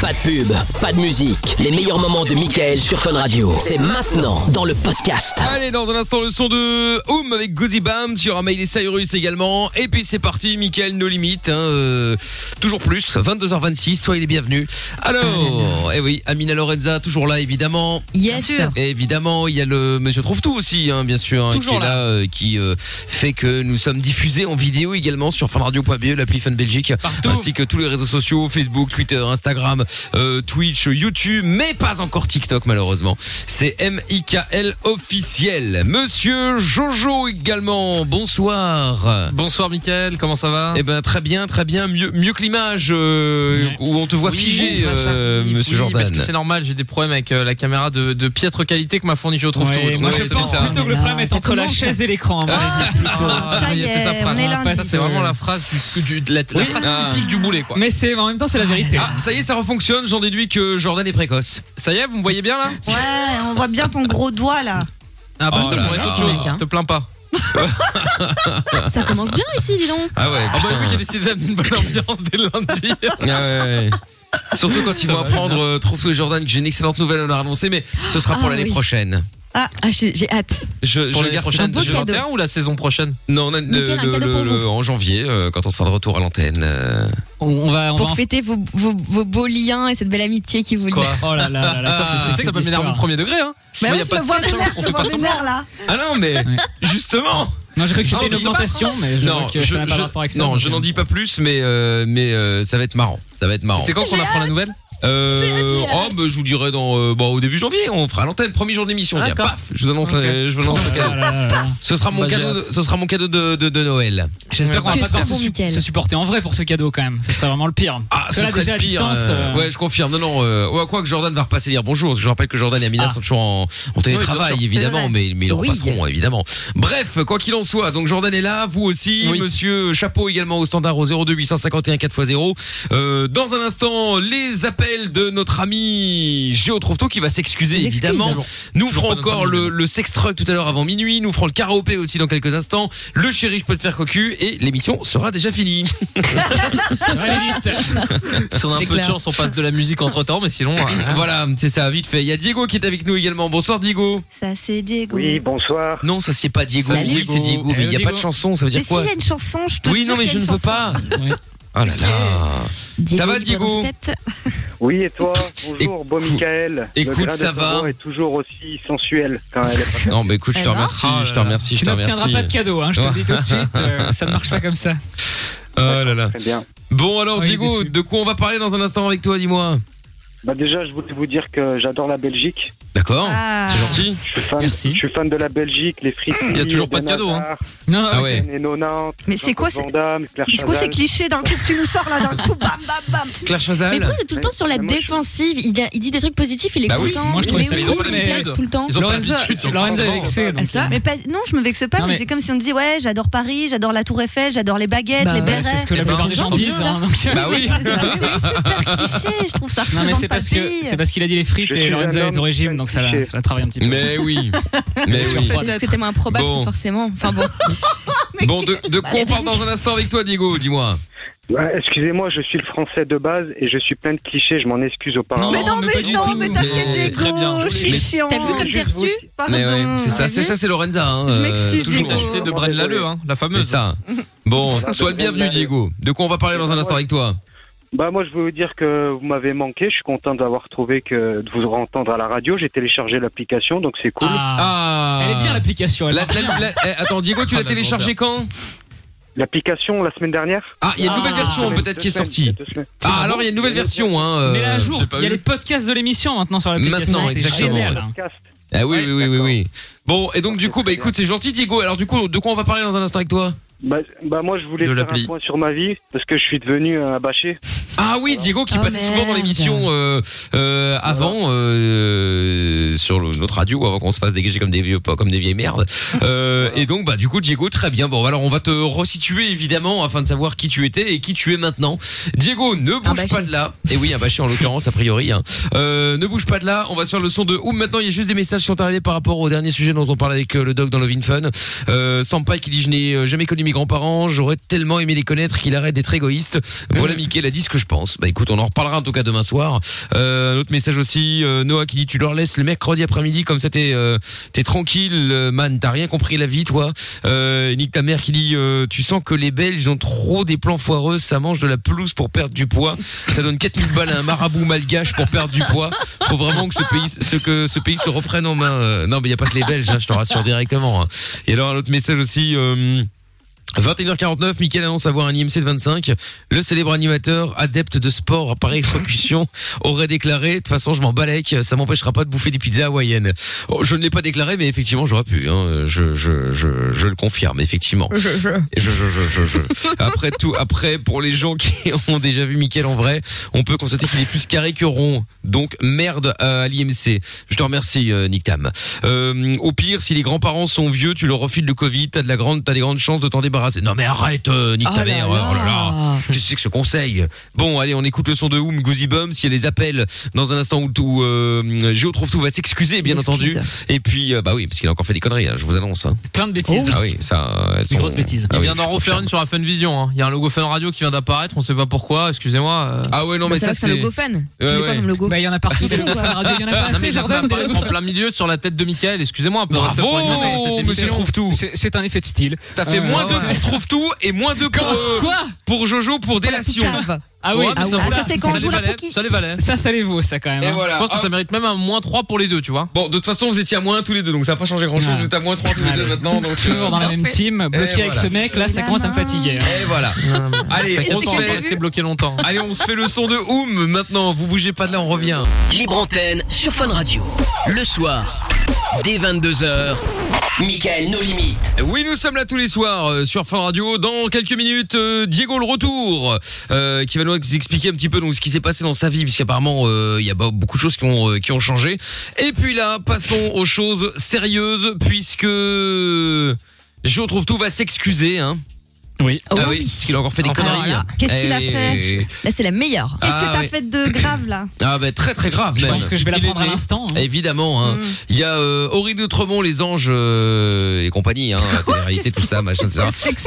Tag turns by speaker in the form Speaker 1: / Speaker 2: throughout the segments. Speaker 1: Pas de pub, pas de musique. Les meilleurs moments de Michael sur Fun Radio. C'est maintenant dans le podcast.
Speaker 2: Allez, dans un instant, le son de Oum avec Goody Bam. Tu auras Miley Cyrus également. Et puis c'est parti, Michael, nos limites. hein, euh, toujours plus, 22h26, soyez les bienvenus. Alors, eh oui, Amina Lorenza, toujours là, évidemment.
Speaker 3: Yes. Bien sûr.
Speaker 2: Et évidemment, il y a le monsieur Trouve-Tout aussi, hein, bien sûr, hein, qui
Speaker 3: Toujours
Speaker 2: est là,
Speaker 3: là.
Speaker 2: euh, qui euh, fait que nous sommes diffusés en vidéo également sur funradio.be, l'appli Fun Belgique, ainsi que tous les réseaux sociaux, Facebook, Twitter, Instagram, euh, Twitch, YouTube, mais pas encore TikTok malheureusement. C'est MIKL officiel. Monsieur Jojo également, bonsoir.
Speaker 4: Bonsoir Mickaël, comment ça va
Speaker 2: Eh ben très bien, très bien, mieux, mieux que l'image euh, où on te voit
Speaker 4: Oui,
Speaker 2: figé, euh,
Speaker 4: oui,
Speaker 2: Monsieur
Speaker 4: oui,
Speaker 2: Jordan.
Speaker 4: Parce que c'est normal, j'ai des problèmes avec euh, la caméra de, de piètre qualité que m'a fourni Géo Trouve
Speaker 2: Ouais, moi, je pense
Speaker 4: hein.
Speaker 2: plutôt que le problème est
Speaker 4: c'est
Speaker 2: entre la chaise et l'écran,
Speaker 5: hein.
Speaker 2: à mon
Speaker 4: ça
Speaker 6: Ah, y est,
Speaker 3: Euh,
Speaker 4: c'est sa
Speaker 6: on
Speaker 4: phrase.
Speaker 6: est lundi.
Speaker 4: Ça, c'est vraiment la phrase du, du- de la, la
Speaker 2: euh, Oui.
Speaker 4: phrase
Speaker 2: Ah.
Speaker 4: typique du boulet quoi.
Speaker 5: Mais c'est en même temps c'est la vérité.
Speaker 2: Ah, ça y est, ça refonctionne, j'en déduis que Jordan est précoce.
Speaker 4: Ça y est, vous me voyez bien là
Speaker 6: Ouais, Eh, on voit bien ton gros doigt là.
Speaker 4: Ah bah
Speaker 2: Oh
Speaker 4: ça
Speaker 2: là
Speaker 4: pourrait être
Speaker 2: là.
Speaker 4: autre chose,
Speaker 2: Mec, hein.
Speaker 4: te plains pas.
Speaker 3: Ça commence bien ici, dis donc.
Speaker 2: Ah ouais,
Speaker 4: Ah bah
Speaker 2: putain.
Speaker 4: oui, j'ai décidé d'amener une bonne ambiance dès le lundi.
Speaker 2: Ah ouais, ouais, ouais. Surtout quand ils vont apprendre, euh, Trouve-Tout et Jordan, que j'ai une excellente nouvelle à leur annoncer, mais ce sera pour
Speaker 3: Ah
Speaker 2: l'année
Speaker 3: oui.
Speaker 2: prochaine.
Speaker 3: Ah, j'ai j'ai hâte.
Speaker 2: Je,
Speaker 4: Pour
Speaker 2: je
Speaker 4: le
Speaker 2: garde
Speaker 4: prochaine
Speaker 3: beau
Speaker 4: du
Speaker 3: cadeau.
Speaker 4: 21 ou la saison prochaine
Speaker 2: Non, on a-
Speaker 3: Nickel, un cadeau pour vous.
Speaker 2: en janvier, euh, quand on sera de retour à l'antenne. euh.
Speaker 5: On, on va, on va.
Speaker 3: Pour fêter vos, vos, vos beaux liens et cette belle amitié qui vous lie.
Speaker 4: Quoi
Speaker 5: Oh là là là là.
Speaker 4: Ah, Tu sais
Speaker 5: qu'est-ce
Speaker 4: que
Speaker 5: c'est
Speaker 4: t'as
Speaker 5: que
Speaker 4: pas
Speaker 5: cette
Speaker 4: m'énerver au
Speaker 5: histoire
Speaker 4: premier degré hein
Speaker 6: Mais
Speaker 4: Moi,
Speaker 6: oui,
Speaker 4: y a
Speaker 6: je
Speaker 4: pas
Speaker 6: me
Speaker 4: de
Speaker 6: vois
Speaker 4: solution,
Speaker 6: vénère,
Speaker 4: on
Speaker 6: je me
Speaker 4: fait
Speaker 6: vois
Speaker 4: pas semblant.
Speaker 6: vénère là.
Speaker 2: Ah non, mais justement
Speaker 5: Non, j'ai cru que
Speaker 2: Ah,
Speaker 5: c'était une
Speaker 2: je sais pas.
Speaker 5: augmentation, mais je
Speaker 2: Non,
Speaker 5: vois que
Speaker 2: je,
Speaker 5: ça n'a pas
Speaker 2: je-
Speaker 5: rapport avec ça.
Speaker 2: non,
Speaker 5: donc,
Speaker 2: je n'en dis pas plus, mais, euh, mais euh, ça va être marrant. Ça va être marrant.
Speaker 4: C'est quand qu'on apprend la nouvelle
Speaker 2: Euh,
Speaker 3: J'ai hâte, j'ai
Speaker 2: oh,
Speaker 3: hâte.
Speaker 2: bah, je vous dirai dans, euh, bon, au début janvier, on fera l'antenne, premier jour d'émission. bien,
Speaker 4: D'accord.
Speaker 2: Paf, je vous annonce,
Speaker 4: Ok.
Speaker 2: euh, je vous
Speaker 5: Oh
Speaker 2: annonce
Speaker 5: là
Speaker 2: le
Speaker 5: là
Speaker 2: cadeau.
Speaker 5: là là là.
Speaker 2: Ce sera mon
Speaker 4: Bah, j'ai
Speaker 2: cadeau, de- ce sera mon cadeau de, de, de Noël.
Speaker 5: J'espère qu'on
Speaker 3: Tu es
Speaker 5: va pas
Speaker 3: trop
Speaker 5: devoir se,
Speaker 3: bon,
Speaker 5: su-
Speaker 3: Mickaël.
Speaker 5: se supporter en vrai pour ce cadeau quand même. Ce serait vraiment le pire.
Speaker 2: Ah,
Speaker 5: Parce
Speaker 2: ce
Speaker 5: que là,
Speaker 2: serait
Speaker 5: déjà, à
Speaker 2: pire.
Speaker 5: distance,
Speaker 2: euh,
Speaker 5: euh,
Speaker 2: Ouais, je confirme. Non, non. euh, ouais, quoi que Jordan va repasser dire bonjour. parce que Je rappelle que Jordan et Amina
Speaker 5: Ah.
Speaker 2: sont toujours en, en télétravail,
Speaker 4: Oui,
Speaker 2: évidemment,
Speaker 6: C'est
Speaker 2: mais, mais ils
Speaker 3: Oui.
Speaker 2: repasseront, évidemment. Bref, quoi qu'il en soit, donc Jordan est là, vous aussi,
Speaker 4: Oui.
Speaker 2: Monsieur Chapeau également au standard au 02 851 4x0. Euh, dans un instant, les appels de notre ami Géo Trouveto qui va s'excuser,
Speaker 3: Des excuses.
Speaker 2: évidemment.
Speaker 4: Toujours.
Speaker 2: Nous
Speaker 4: Toujours
Speaker 2: ferons
Speaker 4: pas notre
Speaker 2: encore
Speaker 4: ami,
Speaker 2: le,
Speaker 4: évidemment.
Speaker 2: le sex truck tout à l'heure avant minuit. Nous ferons le karaopé aussi dans quelques instants. Le chéri, je peux te faire cocu et l'émission sera déjà finie.
Speaker 5: ça va aller vite.
Speaker 4: Si on a un
Speaker 3: C'est
Speaker 4: peu de
Speaker 3: clair.
Speaker 4: chance, on passe de la musique entre temps, mais sinon. euh,
Speaker 2: Voilà, c'est ça, vite fait. Il y a Diego qui est avec nous également. Bonsoir Diego.
Speaker 6: Ça Ah, c'est Diego.
Speaker 7: Oui, bonsoir.
Speaker 2: Non, ça c'est pas Diego.
Speaker 3: Salut.
Speaker 2: Oui, c'est Diego, mais
Speaker 4: Hello, Eh,
Speaker 2: il n'y a
Speaker 4: Diego.
Speaker 2: pas de chanson, ça veut
Speaker 6: Mais
Speaker 2: dire
Speaker 6: s'il
Speaker 2: quoi
Speaker 6: y a une chanson, je te
Speaker 2: Oui,
Speaker 6: jure
Speaker 2: non, mais
Speaker 6: qu'il y a
Speaker 2: je
Speaker 6: une
Speaker 2: ne peux
Speaker 6: chanson.
Speaker 2: pas.
Speaker 5: Oui.
Speaker 2: Oh là là. Ça va,
Speaker 3: il est pas dans
Speaker 2: Diego
Speaker 3: sa tête.
Speaker 7: Oui, et toi Bonjour, beau
Speaker 2: Écoute-
Speaker 7: Michael.
Speaker 2: écoute,
Speaker 7: Le grain de
Speaker 2: ça
Speaker 7: ton
Speaker 2: va
Speaker 7: voix est toujours aussi sensuel quand elle est pas
Speaker 2: Non, mais écoute, je te
Speaker 6: Eh ben.
Speaker 2: remercie,
Speaker 4: Oh là
Speaker 2: je te
Speaker 4: là.
Speaker 2: remercie, je
Speaker 5: Tu
Speaker 2: te
Speaker 5: n'obtiendras
Speaker 2: remercie.
Speaker 5: pas de cadeau, hein, je te le dis tout de suite. euh, ça ne marche pas comme ça.
Speaker 2: Oh là là.
Speaker 7: très bien.
Speaker 2: Bon
Speaker 4: Ah
Speaker 2: alors
Speaker 5: Oui,
Speaker 2: Diego,
Speaker 5: déçu.
Speaker 2: de quoi on va parler dans un instant avec toi, dis-moi.
Speaker 7: Bah déjà, je voulais vous dire que j'adore la Belgique.
Speaker 2: D'accord.
Speaker 6: Ah.
Speaker 2: C'est gentil.
Speaker 7: Je suis fan.
Speaker 5: Merci.
Speaker 7: Je suis fan de la Belgique, les frites.
Speaker 4: Il y a toujours pas de cadeau, hein.
Speaker 5: Non, non,
Speaker 2: Ah
Speaker 5: ouais,
Speaker 2: ouais.
Speaker 5: c'est-
Speaker 7: Et nos Nantes,
Speaker 6: Mais c'est quoi,
Speaker 7: Jean-Claude
Speaker 6: c'est-
Speaker 7: Van Damme, Claire
Speaker 6: Du coup, c'est
Speaker 7: Chazal.
Speaker 6: cliché d'un coup que tu nous sors là d'un coup, bam bam bam.
Speaker 2: Claire
Speaker 3: Mais
Speaker 2: Chazal.
Speaker 3: pourquoi c'est tout le temps sur la
Speaker 7: Mais moi, je-
Speaker 3: défensive il, a- il dit des trucs positifs, il est
Speaker 2: Bah oui,
Speaker 3: content.
Speaker 5: moi, je trouvais
Speaker 3: Mais
Speaker 5: ça
Speaker 3: oui,
Speaker 5: bizarre,
Speaker 3: il
Speaker 5: mais-
Speaker 3: me plaise tout le temps.
Speaker 4: Ils ont pas
Speaker 5: Lorenza,
Speaker 4: l'habitude, donc
Speaker 5: Lorenza est
Speaker 4: forcément.
Speaker 5: vexée.
Speaker 3: Ah,
Speaker 5: donc,
Speaker 3: ça
Speaker 5: euh,
Speaker 6: Mais pas, non, je me vexe pas,
Speaker 5: Non,
Speaker 6: mais,
Speaker 5: mais-
Speaker 6: c'est comme si on disait ouais, j'adore Paris, j'adore la Tour Eiffel, j'adore les baguettes,
Speaker 3: Bah,
Speaker 6: les
Speaker 3: ouais,
Speaker 6: bérets.
Speaker 5: C'est ce que la
Speaker 4: Eh ben,
Speaker 5: plupart des gens
Speaker 3: on dit
Speaker 5: disent.
Speaker 3: ça.
Speaker 5: hein, donc, euh,
Speaker 2: Bah oui.
Speaker 6: C'est super cliché, je trouve ça.
Speaker 5: Non, mais
Speaker 6: représente
Speaker 5: c'est
Speaker 6: pas
Speaker 5: parce
Speaker 6: le
Speaker 5: que
Speaker 6: pays.
Speaker 5: c'est parce qu'il a dit les frites
Speaker 7: Je
Speaker 5: et
Speaker 7: suis
Speaker 5: Lorenza
Speaker 7: un
Speaker 5: est
Speaker 7: homme
Speaker 5: au régime,
Speaker 7: qui
Speaker 5: donc
Speaker 7: fait
Speaker 5: ça
Speaker 7: cliché.
Speaker 5: la, ça la travaille un petit peu.
Speaker 2: Mais oui. Mais
Speaker 5: Sur
Speaker 2: oui.
Speaker 5: Fun.
Speaker 3: C'est juste que c'était moins improbable,
Speaker 2: Bon.
Speaker 3: forcément. Enfin bon.
Speaker 2: Bon, de, de quoi on parle dans un instant avec toi, Diego, dis-moi.
Speaker 7: Ouais, Excusez-moi, je suis le français de base et je suis plein de clichés. Je m'en excuse auparavant.
Speaker 6: Mais non,
Speaker 5: Non, mais pas
Speaker 6: mais
Speaker 5: du
Speaker 6: non,
Speaker 5: tout,
Speaker 6: mais
Speaker 2: mais-
Speaker 6: t'inquiète,
Speaker 4: Très bien,
Speaker 6: Diego, je suis
Speaker 2: mais-
Speaker 6: chiant.
Speaker 3: T'as vu comme t'es reçu
Speaker 6: Pardon.
Speaker 2: Mais ouais, c'est ça,
Speaker 3: T'as
Speaker 2: c'est
Speaker 3: vu
Speaker 2: ça, c'est Lorenza. Hein,
Speaker 6: Je
Speaker 2: euh,
Speaker 6: m'excuse,
Speaker 2: toujours.
Speaker 6: Diego.
Speaker 4: L'identité de Bran Laleu, hein, la
Speaker 2: C'est
Speaker 4: fameuse.
Speaker 2: ça. Bon,
Speaker 7: Voilà,
Speaker 2: sois le
Speaker 7: Brendan
Speaker 2: bienvenu,
Speaker 7: Lalleux.
Speaker 2: Diego. De quoi on va parler dans un instant avec toi
Speaker 7: Bah moi je veux vous dire que vous m'avez manqué, je suis content d'avoir trouvé que de vous entendre à la radio, j'ai téléchargé l'application donc c'est cool.
Speaker 5: Ah.
Speaker 2: Ah
Speaker 5: Elle est bien l'application. elle
Speaker 2: La- la- la- eh, attends, Diego, tu
Speaker 4: Ah,
Speaker 2: l'as
Speaker 4: la
Speaker 2: téléchargé quand
Speaker 7: L'application la semaine dernière
Speaker 2: Ah, il y a une nouvelle
Speaker 5: Ah.
Speaker 2: version
Speaker 7: Semaine-
Speaker 2: peut-être qui est
Speaker 7: deux semaines, il y a
Speaker 2: sortie.
Speaker 7: deux semaines.
Speaker 2: Ah, alors il y a une nouvelle version. Hein, euh,
Speaker 5: Mais là, à jour,
Speaker 2: j'ai pas
Speaker 5: il y a
Speaker 2: vu.
Speaker 5: les podcasts de l'émission maintenant sur l'application.
Speaker 2: Maintenant,
Speaker 5: c'est
Speaker 2: exactement,
Speaker 5: génial. hein.
Speaker 2: ouais.
Speaker 7: Cast.
Speaker 2: Ah oui, oui, oui, oui, oui. Bon, et donc du
Speaker 7: C'est
Speaker 2: coup, bah
Speaker 7: très
Speaker 2: écoute, c'est gentil, Diego. Alors du coup, de quoi on va parler dans un instant avec toi
Speaker 7: Bah, bah, moi je voulais
Speaker 4: De
Speaker 7: faire
Speaker 4: l'appli.
Speaker 7: un point sur ma vie parce que je suis devenu un bâché.
Speaker 2: Ah oui, Diego qui
Speaker 3: Oh,
Speaker 2: passait souvent dans
Speaker 3: merde.
Speaker 2: l'émission euh, euh, avant euh, sur le- notre radio avant qu'on se fasse dégager comme des vieux pas comme des vieilles merdes. Euh, et donc bah du coup Diego très bien. Bon alors on va te resituer évidemment afin de savoir qui tu étais et qui tu es maintenant. Diego ne bouge
Speaker 3: bâché.
Speaker 2: pas de là. Et oui un bâché en l'occurrence a priori. hein. Euh, ne bouge pas de là. On va se faire le son de Oum maintenant. Il y a juste des messages qui sont arrivés par rapport au dernier sujet dont on parlait avec euh, le doc dans Lovin Fun. Euh, Sampai qui dit je n'ai euh, jamais connu grands-parents, j'aurais tellement aimé les connaître qu'il arrête d'être égoïste. Voilà, Mickaël a dit ce que je pense. Bah écoute, on en reparlera en tout cas demain soir. Euh, un autre message aussi, euh, Noah qui dit tu leur laisses le mercredi après-midi comme ça t'es euh, t'es tranquille, euh, man, t'as rien compris la vie toi. Euh, Nick ta mère qui dit euh, tu sens que les Belges ont trop des plans foireux, ça mange de la pelouse pour perdre du poids, ça donne 4000 balles à un marabout malgache pour perdre du poids. Faut vraiment que ce pays, ce que ce pays se reprenne en main. Euh, non mais il y a pas que les Belges, hein, je te rassure directement. hein. Et alors un autre message aussi. euh, 21h49, Mickaël annonce avoir un IMC de 25. Le célèbre animateur, adepte de sport par électrocution, aurait déclaré, de toute façon, je m'en balèque, ça m'empêchera pas de bouffer des pizzas hawaïennes. Oh, je ne l'ai pas déclaré, mais effectivement, j'aurais pu, hein. je, je, je, je le confirme, effectivement. Et je, je, je, je, je. Après tout, après, pour les gens qui ont déjà vu Mickaël en vrai, on peut constater qu'il est plus carré que rond. Donc, merde euh, à l'IMC. Je te remercie, euh, Nick Tam. Euh, au pire, si les grands-parents sont vieux, tu leur refiles le Covid, t'as de la grande, t'as des grandes chances de t'en débarrasser. Non, mais arrête, euh, Nick
Speaker 1: Oh là
Speaker 2: ta mère.
Speaker 1: là.
Speaker 2: Oh là là. Qu'est-ce que c'est que ce conseil Bon, allez, on écoute le son de Oum Goosey Bum. Si elle les appelle dans un instant où tout, euh, Géo trouve tout va s'excuser, bien entendu. Et puis, euh, bah oui, parce qu'il a encore fait des conneries, hein, je vous annonce. hein.
Speaker 4: Plein de bêtises.
Speaker 2: Ah oui, ça. euh, elles sont- Ah
Speaker 4: Il
Speaker 2: oui,
Speaker 4: vient
Speaker 2: je
Speaker 4: d'en refaire
Speaker 2: confirme.
Speaker 4: une sur la Fun Vision. hein. Il y a un logo Fun Radio qui vient d'apparaître. On sait pas pourquoi. Excusez-moi. euh.
Speaker 2: Ah ouais, non,
Speaker 4: Bah, c'est
Speaker 2: mais ça,
Speaker 4: vrai que c'est un
Speaker 2: c'est.
Speaker 4: logo Fun.
Speaker 2: Tu mets quoi
Speaker 4: comme
Speaker 5: logo Bah, il y en a partout des
Speaker 4: Ils font
Speaker 5: logos
Speaker 4: quoi
Speaker 5: Fun Radio, il y en a pas
Speaker 4: Non, mais
Speaker 5: assez,
Speaker 4: j'ai
Speaker 5: Jordan.
Speaker 4: pas parlé en plein milieu sur la tête de Michael. Excusez-moi, un peu de respect pour les gens, mais cette émission.
Speaker 2: tout.
Speaker 5: C'est un effet de style.
Speaker 2: Ça fait
Speaker 4: Euh,
Speaker 2: moins
Speaker 4: ouais,
Speaker 2: 2
Speaker 4: ouais.
Speaker 2: pour Trouve tout et moins 2 pour,
Speaker 4: Quoi
Speaker 2: euh,
Speaker 4: Quoi
Speaker 2: pour Jojo pour délation.
Speaker 5: Ah oui,
Speaker 4: Ouais, mais ça, ça,
Speaker 5: ça,
Speaker 4: ça les valait, ça les valait.
Speaker 5: Ça, ça les vaut, ça quand même.
Speaker 2: Et
Speaker 5: hein.
Speaker 2: voilà.
Speaker 4: Je pense que ça
Speaker 2: Hop.
Speaker 4: mérite même un moins 3 pour les deux, tu vois.
Speaker 2: Bon, de toute façon, vous étiez à moins tous les deux, donc ça n'a pas changé grand chose.
Speaker 5: Ouais.
Speaker 2: Vous êtes à moins 3 tous les deux maintenant. Donc,
Speaker 5: Ah.
Speaker 2: euh,
Speaker 5: Toujours dans la même team, bloqué
Speaker 2: Ah, Et
Speaker 5: avec
Speaker 2: voilà.
Speaker 5: ce mec, là, ça commence à me fatiguer. hein.
Speaker 2: Et voilà. Allez,
Speaker 4: T'inquiète,
Speaker 2: on se
Speaker 4: on va
Speaker 2: fait.
Speaker 4: rester bloqué longtemps.
Speaker 2: Allez, on se fait le son de Oum maintenant. Vous bougez pas de là, on revient.
Speaker 1: Libre antenne sur Fun Radio. Le soir, dès 22h, Michael nos limites.
Speaker 2: Oui, nous sommes là tous les soirs euh, sur Fun Radio. Dans quelques minutes, euh, Diego le retour, euh, qui va nous expliquer un petit peu donc ce qui s'est passé dans sa vie, puisqu'apparemment euh, il y a bah, beaucoup de choses qui ont euh, qui ont changé. Et puis là, passons aux choses sérieuses, puisque je retrouve tout va s'excuser. Hein.
Speaker 5: Oui.
Speaker 2: Ah
Speaker 8: Oh
Speaker 2: oui,
Speaker 8: oui.
Speaker 2: parce qu'il a encore fait des
Speaker 8: Encore
Speaker 2: conneries.
Speaker 8: là.
Speaker 6: Qu'est-ce qu'il a
Speaker 2: Eh,
Speaker 6: fait
Speaker 8: Là, c'est la meilleure.
Speaker 6: Qu'est-ce
Speaker 2: Ah
Speaker 6: que t'as
Speaker 2: ouais.
Speaker 6: fait de grave là
Speaker 2: Ah bah très très grave
Speaker 5: Je
Speaker 2: même.
Speaker 5: pense que je vais la
Speaker 4: Il est
Speaker 5: prendre à
Speaker 4: né.
Speaker 5: l'instant. hein.
Speaker 2: Évidemment, hein. il y a euh, Aurélie Outremont, les anges euh, et compagnie, hein, réalité, tout ça, machin, etc.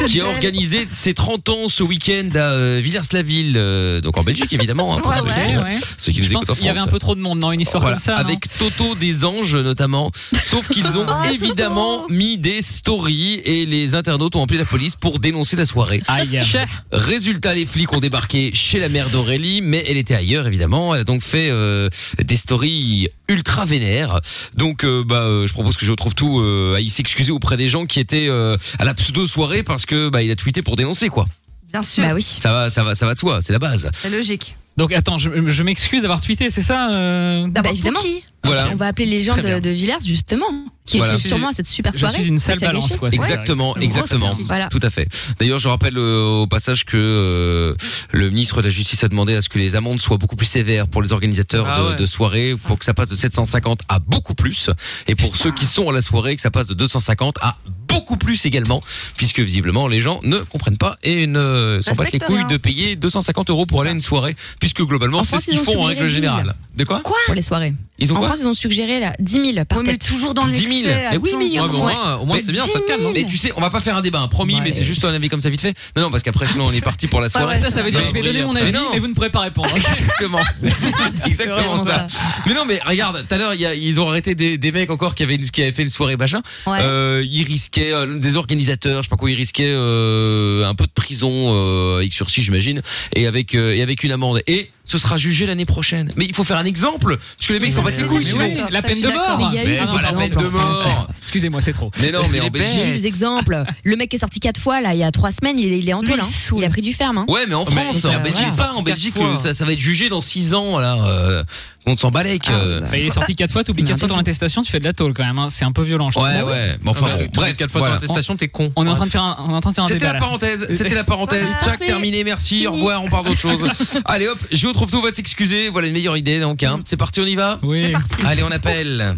Speaker 2: qui a organisé ses 30 ans ce week-end à euh, Villers-la-Ville, euh, donc en Belgique évidemment, hein, pour
Speaker 6: Ouais,
Speaker 2: ceux,
Speaker 6: ouais,
Speaker 2: qui,
Speaker 5: ouais.
Speaker 2: ceux qui
Speaker 5: Je
Speaker 2: nous
Speaker 5: pense
Speaker 2: écoutent en
Speaker 5: qu'il y avait
Speaker 2: France.
Speaker 5: un peu trop de monde dans une histoire
Speaker 2: Voilà,
Speaker 5: comme ça. hein. non
Speaker 2: avec Toto des anges notamment, sauf qu'ils ont
Speaker 6: Ah,
Speaker 2: évidemment
Speaker 6: Toto.
Speaker 2: mis des stories et les internautes ont appelé la police pour dénoncer la soirée.
Speaker 5: Aïe.
Speaker 2: Résultat, les flics ont débarqué chez la mère d'Aurélie, mais elle était ailleurs évidemment. Elle a donc fait euh, des stories ultra vénères. Donc, euh, bah, euh, je propose que je retrouve tout euh, à y s'excuser auprès des gens qui étaient euh, à la pseudo soirée parce que bah, il a tweeté pour dénoncer quoi.
Speaker 6: Bien sûr,
Speaker 8: Bah oui.
Speaker 2: Ça va, ça va, ça va de soi, c'est la base.
Speaker 6: c'est logique.
Speaker 5: Donc attends, je, je m'excuse d'avoir tweeté, c'est ça euh,
Speaker 6: D'abord,
Speaker 8: évidemment.
Speaker 6: pour qui
Speaker 2: Voilà.
Speaker 8: On va appeler les gens
Speaker 5: Très
Speaker 8: de,
Speaker 5: bien.
Speaker 8: de Villers, justement, qui
Speaker 2: Voilà.
Speaker 8: étaient sûrement à cette super
Speaker 5: Je
Speaker 8: soirée.
Speaker 5: suis une sale
Speaker 8: que tu as
Speaker 5: balance,
Speaker 8: gâchée.
Speaker 5: quoi. c'est ça,
Speaker 2: Exactement,
Speaker 5: ouais.
Speaker 2: exactement.
Speaker 6: Grosse
Speaker 8: Voilà.
Speaker 2: Tout à fait. D'ailleurs, je rappelle euh, au passage que euh, le ministre de la Justice a demandé à ce que les amendes soient beaucoup plus sévères pour les organisateurs
Speaker 4: Ah
Speaker 2: de,
Speaker 4: ouais.
Speaker 2: de soirées, pour que ça passe de 750 à beaucoup plus, et pour ceux qui sont à la soirée, que ça passe de 250 à beaucoup plus également, puisque visiblement les gens ne comprennent pas et ne sont pas que les
Speaker 6: Respectent
Speaker 2: couilles
Speaker 6: rien.
Speaker 2: de payer 250 euros pour aller à une soirée, puisque globalement
Speaker 8: En
Speaker 2: c'est
Speaker 8: France,
Speaker 2: ce qu'ils
Speaker 8: ils ont
Speaker 2: font en
Speaker 8: suggéré
Speaker 2: règle
Speaker 8: 10 000.
Speaker 2: générale. De quoi
Speaker 8: Pour les soirées.
Speaker 2: Ils ont
Speaker 8: en
Speaker 2: quoi
Speaker 8: France, ils ont suggéré là, 10 000 par
Speaker 6: On est
Speaker 8: tête.
Speaker 6: toujours dans
Speaker 2: 10 000.
Speaker 6: l'excès.
Speaker 2: Eh oui,
Speaker 6: attends.
Speaker 2: mais il y a
Speaker 4: Ouais, mais au
Speaker 8: Ouais.
Speaker 4: moins, au moins
Speaker 2: Mais
Speaker 4: c'est bien, ça te calme. hein.
Speaker 2: Mais tu sais, on va pas faire un débat, hein, promis,
Speaker 5: Ouais.
Speaker 2: mais c'est juste un avis comme ça vite fait. Non, non, parce qu'après sinon on est parti pour la soirée.
Speaker 6: ouais.
Speaker 5: Ça, ça veut dire que je vais
Speaker 4: Ouais.
Speaker 5: donner mon
Speaker 4: Mais
Speaker 5: avis
Speaker 2: non.
Speaker 5: et vous ne pourrez pas répondre.
Speaker 2: Exactement. C'est exactement
Speaker 8: Vraiment
Speaker 2: ça. Mais non, mais regarde, tout à l'heure, il y a- ils ont arrêté des, des mecs encore qui avaient, une- qui avaient fait une soirée machin.
Speaker 6: Ouais.
Speaker 2: Euh, ils risquaient, euh, des organisateurs, je sais pas quoi, ils risquaient euh, un peu de prison, euh, X sur 6, j'imagine, et avec, euh, et avec une amende. Et ce sera jugé l'année prochaine. Mais il faut faire un exemple, parce que les mecs s'en battent les
Speaker 5: Mais
Speaker 2: couilles
Speaker 5: oui,
Speaker 2: sinon.
Speaker 6: ouais.
Speaker 5: la
Speaker 6: Ça,
Speaker 5: peine
Speaker 6: je
Speaker 5: de
Speaker 6: suis d'accord.
Speaker 5: mort.
Speaker 8: Il y a eu
Speaker 2: Mais
Speaker 8: des
Speaker 2: pas la peine
Speaker 8: exemples
Speaker 2: de
Speaker 8: en France.
Speaker 2: mort.
Speaker 5: Excusez-moi, c'est trop.
Speaker 2: Mais non, mais en
Speaker 4: Les
Speaker 2: Belgique.
Speaker 8: J'ai eu des exemples. Le mec est sorti 4 fois, là, il y a 3 semaines, il est, il est en
Speaker 6: Mais
Speaker 8: tôle.
Speaker 6: il
Speaker 8: hein.
Speaker 6: saoule.
Speaker 8: Il a pris du ferme. hein.
Speaker 2: Ouais, mais en
Speaker 5: Ah,
Speaker 8: Mais,
Speaker 2: France,
Speaker 8: euh,
Speaker 5: ben
Speaker 2: en Belgique,
Speaker 8: voilà.
Speaker 2: pas en
Speaker 4: Sorti quatre
Speaker 2: Belgique,
Speaker 4: fois.
Speaker 5: hein.
Speaker 2: le- ça, ça va être jugé dans 6 ans, là. Euh, on s'en bat les,
Speaker 8: Ah,
Speaker 2: euh.
Speaker 8: bah.
Speaker 5: Bah, il est sorti 4 fois, t'oublies
Speaker 8: Mais
Speaker 5: 4 fois
Speaker 8: attends.
Speaker 5: ton attestation, tu fais de la tôle quand même. hein. C'est un peu violent, je trouve. Ah, bah,
Speaker 2: Ouais, ouais. Mais enfin, bon, bref,
Speaker 4: 4 fois
Speaker 2: voilà.
Speaker 4: ton attestation, t'es con.
Speaker 5: On est en train de faire un, on est en train de faire un
Speaker 2: C'était
Speaker 5: débat. là.
Speaker 2: la parenthèse, c'était la parenthèse. Tchac,
Speaker 8: Parfait.
Speaker 2: terminé, merci, au revoir, on part d'autre chose. Allez hop, Géo trouve tout, on va s'excuser, voilà une meilleure idée donc hein. C'est parti, on y va
Speaker 5: Oui.
Speaker 2: Allez, on appelle.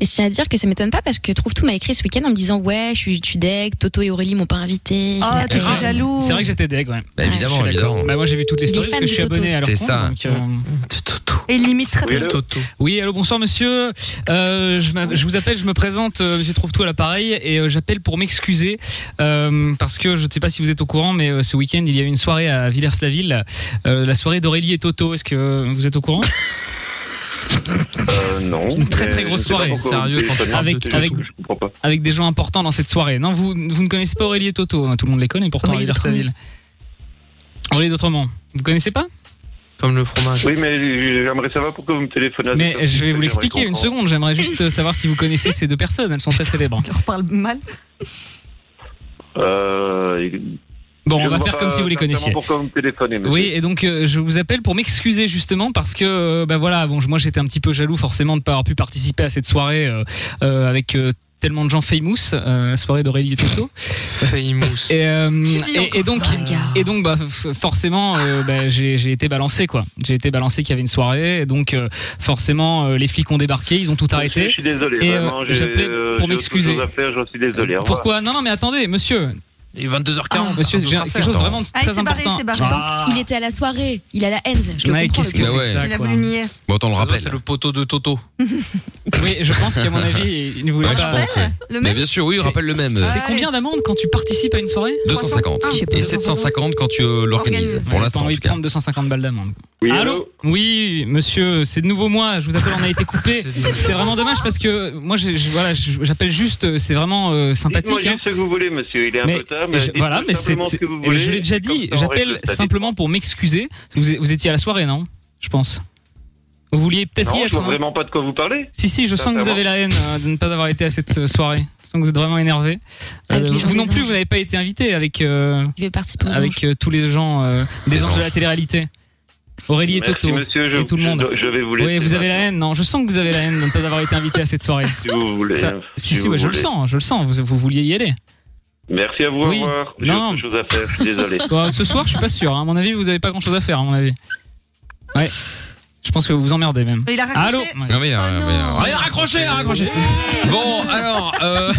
Speaker 8: Et je tiens à dire que ça m'étonne pas parce que Trouve Tout m'a écrit ce week-end en me disant Ouais, je suis, je suis deg, Toto et Aurélie m'ont pas invité. j'ai
Speaker 6: Oh,
Speaker 8: la
Speaker 6: t'es
Speaker 8: peine.
Speaker 6: jaloux.
Speaker 5: C'est vrai que j'étais deg, ouais.
Speaker 2: Ah, Bah, évidemment,
Speaker 5: Je suis d'accord.
Speaker 2: évidemment.
Speaker 5: Bah, moi j'ai vu toutes les
Speaker 8: Il est
Speaker 5: stories
Speaker 8: fan
Speaker 5: parce que je suis
Speaker 8: de Toto.
Speaker 5: abonné à leur
Speaker 2: C'est
Speaker 5: compte,
Speaker 2: ça.
Speaker 5: donc, euh,
Speaker 2: Toto.
Speaker 6: Et limite très
Speaker 5: Oui, allô Oui, allô, bonsoir monsieur. Euh, je, m'a- je vous appelle, je me présente, euh, monsieur Trouve-Tout à l'appareil, et euh, j'appelle pour m'excuser, euh, parce que je ne sais pas si vous êtes au courant, mais euh, ce week-end, il y a eu une soirée à Villers-la-Ville, euh, la soirée d'Aurélie et Toto. Est-ce que euh, vous êtes au courant
Speaker 9: Euh, non.
Speaker 5: Une très, très
Speaker 9: Mais
Speaker 5: grosse
Speaker 9: je sais pas
Speaker 5: soirée,
Speaker 9: pourquoi
Speaker 5: sérieux,
Speaker 9: vous me
Speaker 5: quand-
Speaker 9: téléphonez
Speaker 5: avec-
Speaker 9: un peu,
Speaker 5: avec-
Speaker 9: Je comprends pas.
Speaker 5: Avec des gens importants dans cette soirée. Non, vous, vous ne connaissez pas Aurélie et Toto, hein, tout le monde les connaît pourtant à
Speaker 9: Aurélie
Speaker 5: Villers-la-Ville. Aurélie d'autrement, vous connaissez pas Comme le fromage.
Speaker 9: Oui, mais j'aimerais savoir pourquoi vous me téléphonez. à cette
Speaker 5: Mais
Speaker 9: heure-ci,
Speaker 5: je vais vous
Speaker 9: j'aimerais
Speaker 5: l'expliquer une
Speaker 9: comprendre.
Speaker 5: seconde, j'aimerais juste euh, savoir si vous connaissez ces deux personnes, elles sont très célèbres.
Speaker 6: On parle mal.
Speaker 9: Euh,
Speaker 5: Bon, on
Speaker 9: je
Speaker 5: va
Speaker 9: vois
Speaker 5: faire
Speaker 9: pas
Speaker 5: comme si vous les
Speaker 9: exactement
Speaker 5: connaissiez.
Speaker 9: Pourquoi vous me téléphonez monsieur.
Speaker 5: Oui, et donc euh, je vous appelle pour m'excuser justement parce que euh, bah voilà, bon je- moi j'étais un petit peu jaloux forcément de pas avoir pu participer à cette soirée euh, euh, avec euh, tellement de gens famous, euh, la soirée d'Aurélie et Toto. Famous. Et, euh, et, et donc et donc bah f- forcément euh, bah, j'ai j'ai été balancé quoi. J'ai été balancé qu'il y avait une soirée et donc euh, forcément euh, les flics ont débarqué, ils ont tout arrêté.
Speaker 9: Je suis désolé.
Speaker 5: Et, euh,
Speaker 9: vraiment, j'ai-
Speaker 5: j'appelais
Speaker 9: euh,
Speaker 5: pour
Speaker 9: j'ai autre
Speaker 5: m'excuser. Euh,
Speaker 9: chose à faire, J'en suis désolé. au revoir.
Speaker 5: Pourquoi Non non mais attendez monsieur. Il est 22h40. monsieur, j'ai quelque chose de vraiment
Speaker 8: Ah, il
Speaker 5: très
Speaker 8: s'est barré,
Speaker 5: important.
Speaker 8: il s'est barré. Il était à la soirée, il a la haine, je le
Speaker 5: Ouais,
Speaker 8: comprends.
Speaker 5: qu'est-ce que c'est que ça, Il a quoi. voulu nier.
Speaker 2: Bon, attends, on le rappelle.
Speaker 4: C'est le poteau de Toto.
Speaker 5: Oui, je pense qu'à mon avis, il ne voulait
Speaker 2: Ouais,
Speaker 5: pas.
Speaker 2: je pense, ouais. Mais bien sûr, oui, rappelle le même. euh,
Speaker 5: C'est combien d'amende quand tu participes à une soirée
Speaker 2: 250 et 750 quand tu euh, l'organises. Pour
Speaker 5: Ouais,
Speaker 2: l'instant,
Speaker 5: t'as
Speaker 2: en
Speaker 5: envie
Speaker 2: tout
Speaker 5: de
Speaker 2: cas.
Speaker 5: prendre 250 balles d'amende.
Speaker 9: Oui,
Speaker 5: allô Oui, monsieur, c'est de nouveau moi. Je vous appelle, on a été coupé. c'est vraiment dommage parce que moi, j'ai- j'ai- voilà, je- j'appelle juste, euh, c'est vraiment euh,
Speaker 9: Dites-moi
Speaker 5: sympathique. hein.
Speaker 9: juste ce que vous voulez, monsieur. Il est un
Speaker 5: Mais-
Speaker 9: peu tard,
Speaker 5: et
Speaker 9: mais
Speaker 5: je-
Speaker 9: dites-moi
Speaker 5: voilà, mais c'est.
Speaker 9: simplement ce
Speaker 5: c'est-
Speaker 9: que vous
Speaker 5: mais
Speaker 9: voulez.
Speaker 5: Je l'ai déjà dit.
Speaker 9: Comme ça, on
Speaker 5: J'appelle
Speaker 9: règle ça.
Speaker 5: simplement pour m'excuser. Vous, vous étiez à la soirée, non Je pense. Vous vouliez peut-être y
Speaker 9: Non, je
Speaker 5: être.
Speaker 9: vois
Speaker 5: hein.
Speaker 9: vraiment pas de quoi vous parlez.
Speaker 5: Si, si, je sens que vous avez la haine euh, de ne pas avoir été à cette euh, soirée. Je sens que vous êtes vraiment énervé. Euh,
Speaker 8: Avec les gens
Speaker 5: vous non
Speaker 8: des
Speaker 5: plus, vous n'avez pas été invité avec, euh,
Speaker 8: Il veut participer aux
Speaker 5: avec euh, tous les gens euh, des anges de la télé-réalité. Aurélie et
Speaker 9: Merci,
Speaker 5: Toto
Speaker 9: monsieur, je-
Speaker 5: et tout le monde.
Speaker 9: je- je vais vous laisser
Speaker 5: Oui, vous avez la haine. Non, je sens que vous avez la haine de ne pas avoir été invité à cette soirée.
Speaker 9: Si vous voulez.
Speaker 5: Ça-
Speaker 9: hein,
Speaker 5: si, si,
Speaker 9: vous
Speaker 5: ouais, je le
Speaker 9: voulez.
Speaker 5: sens, je le sens. Vous, vous vouliez y aller.
Speaker 9: Merci à vous. Au
Speaker 5: Oui.
Speaker 9: revoir. J'ai
Speaker 5: Non.
Speaker 9: autre chose à faire. Je suis désolé.
Speaker 5: Bah, ce soir, je suis pas sûr. hein. À mon avis, vous avez pas grand-chose à faire. À mon avis. Ouais. Je pense que vous vous emmerdez même.
Speaker 6: Il a
Speaker 5: Allô.
Speaker 6: raccroché.
Speaker 2: Non,
Speaker 8: Oh
Speaker 2: mais il a- mais il a- Ah, il a raccroché, il a raccroché. Bon, alors. euh,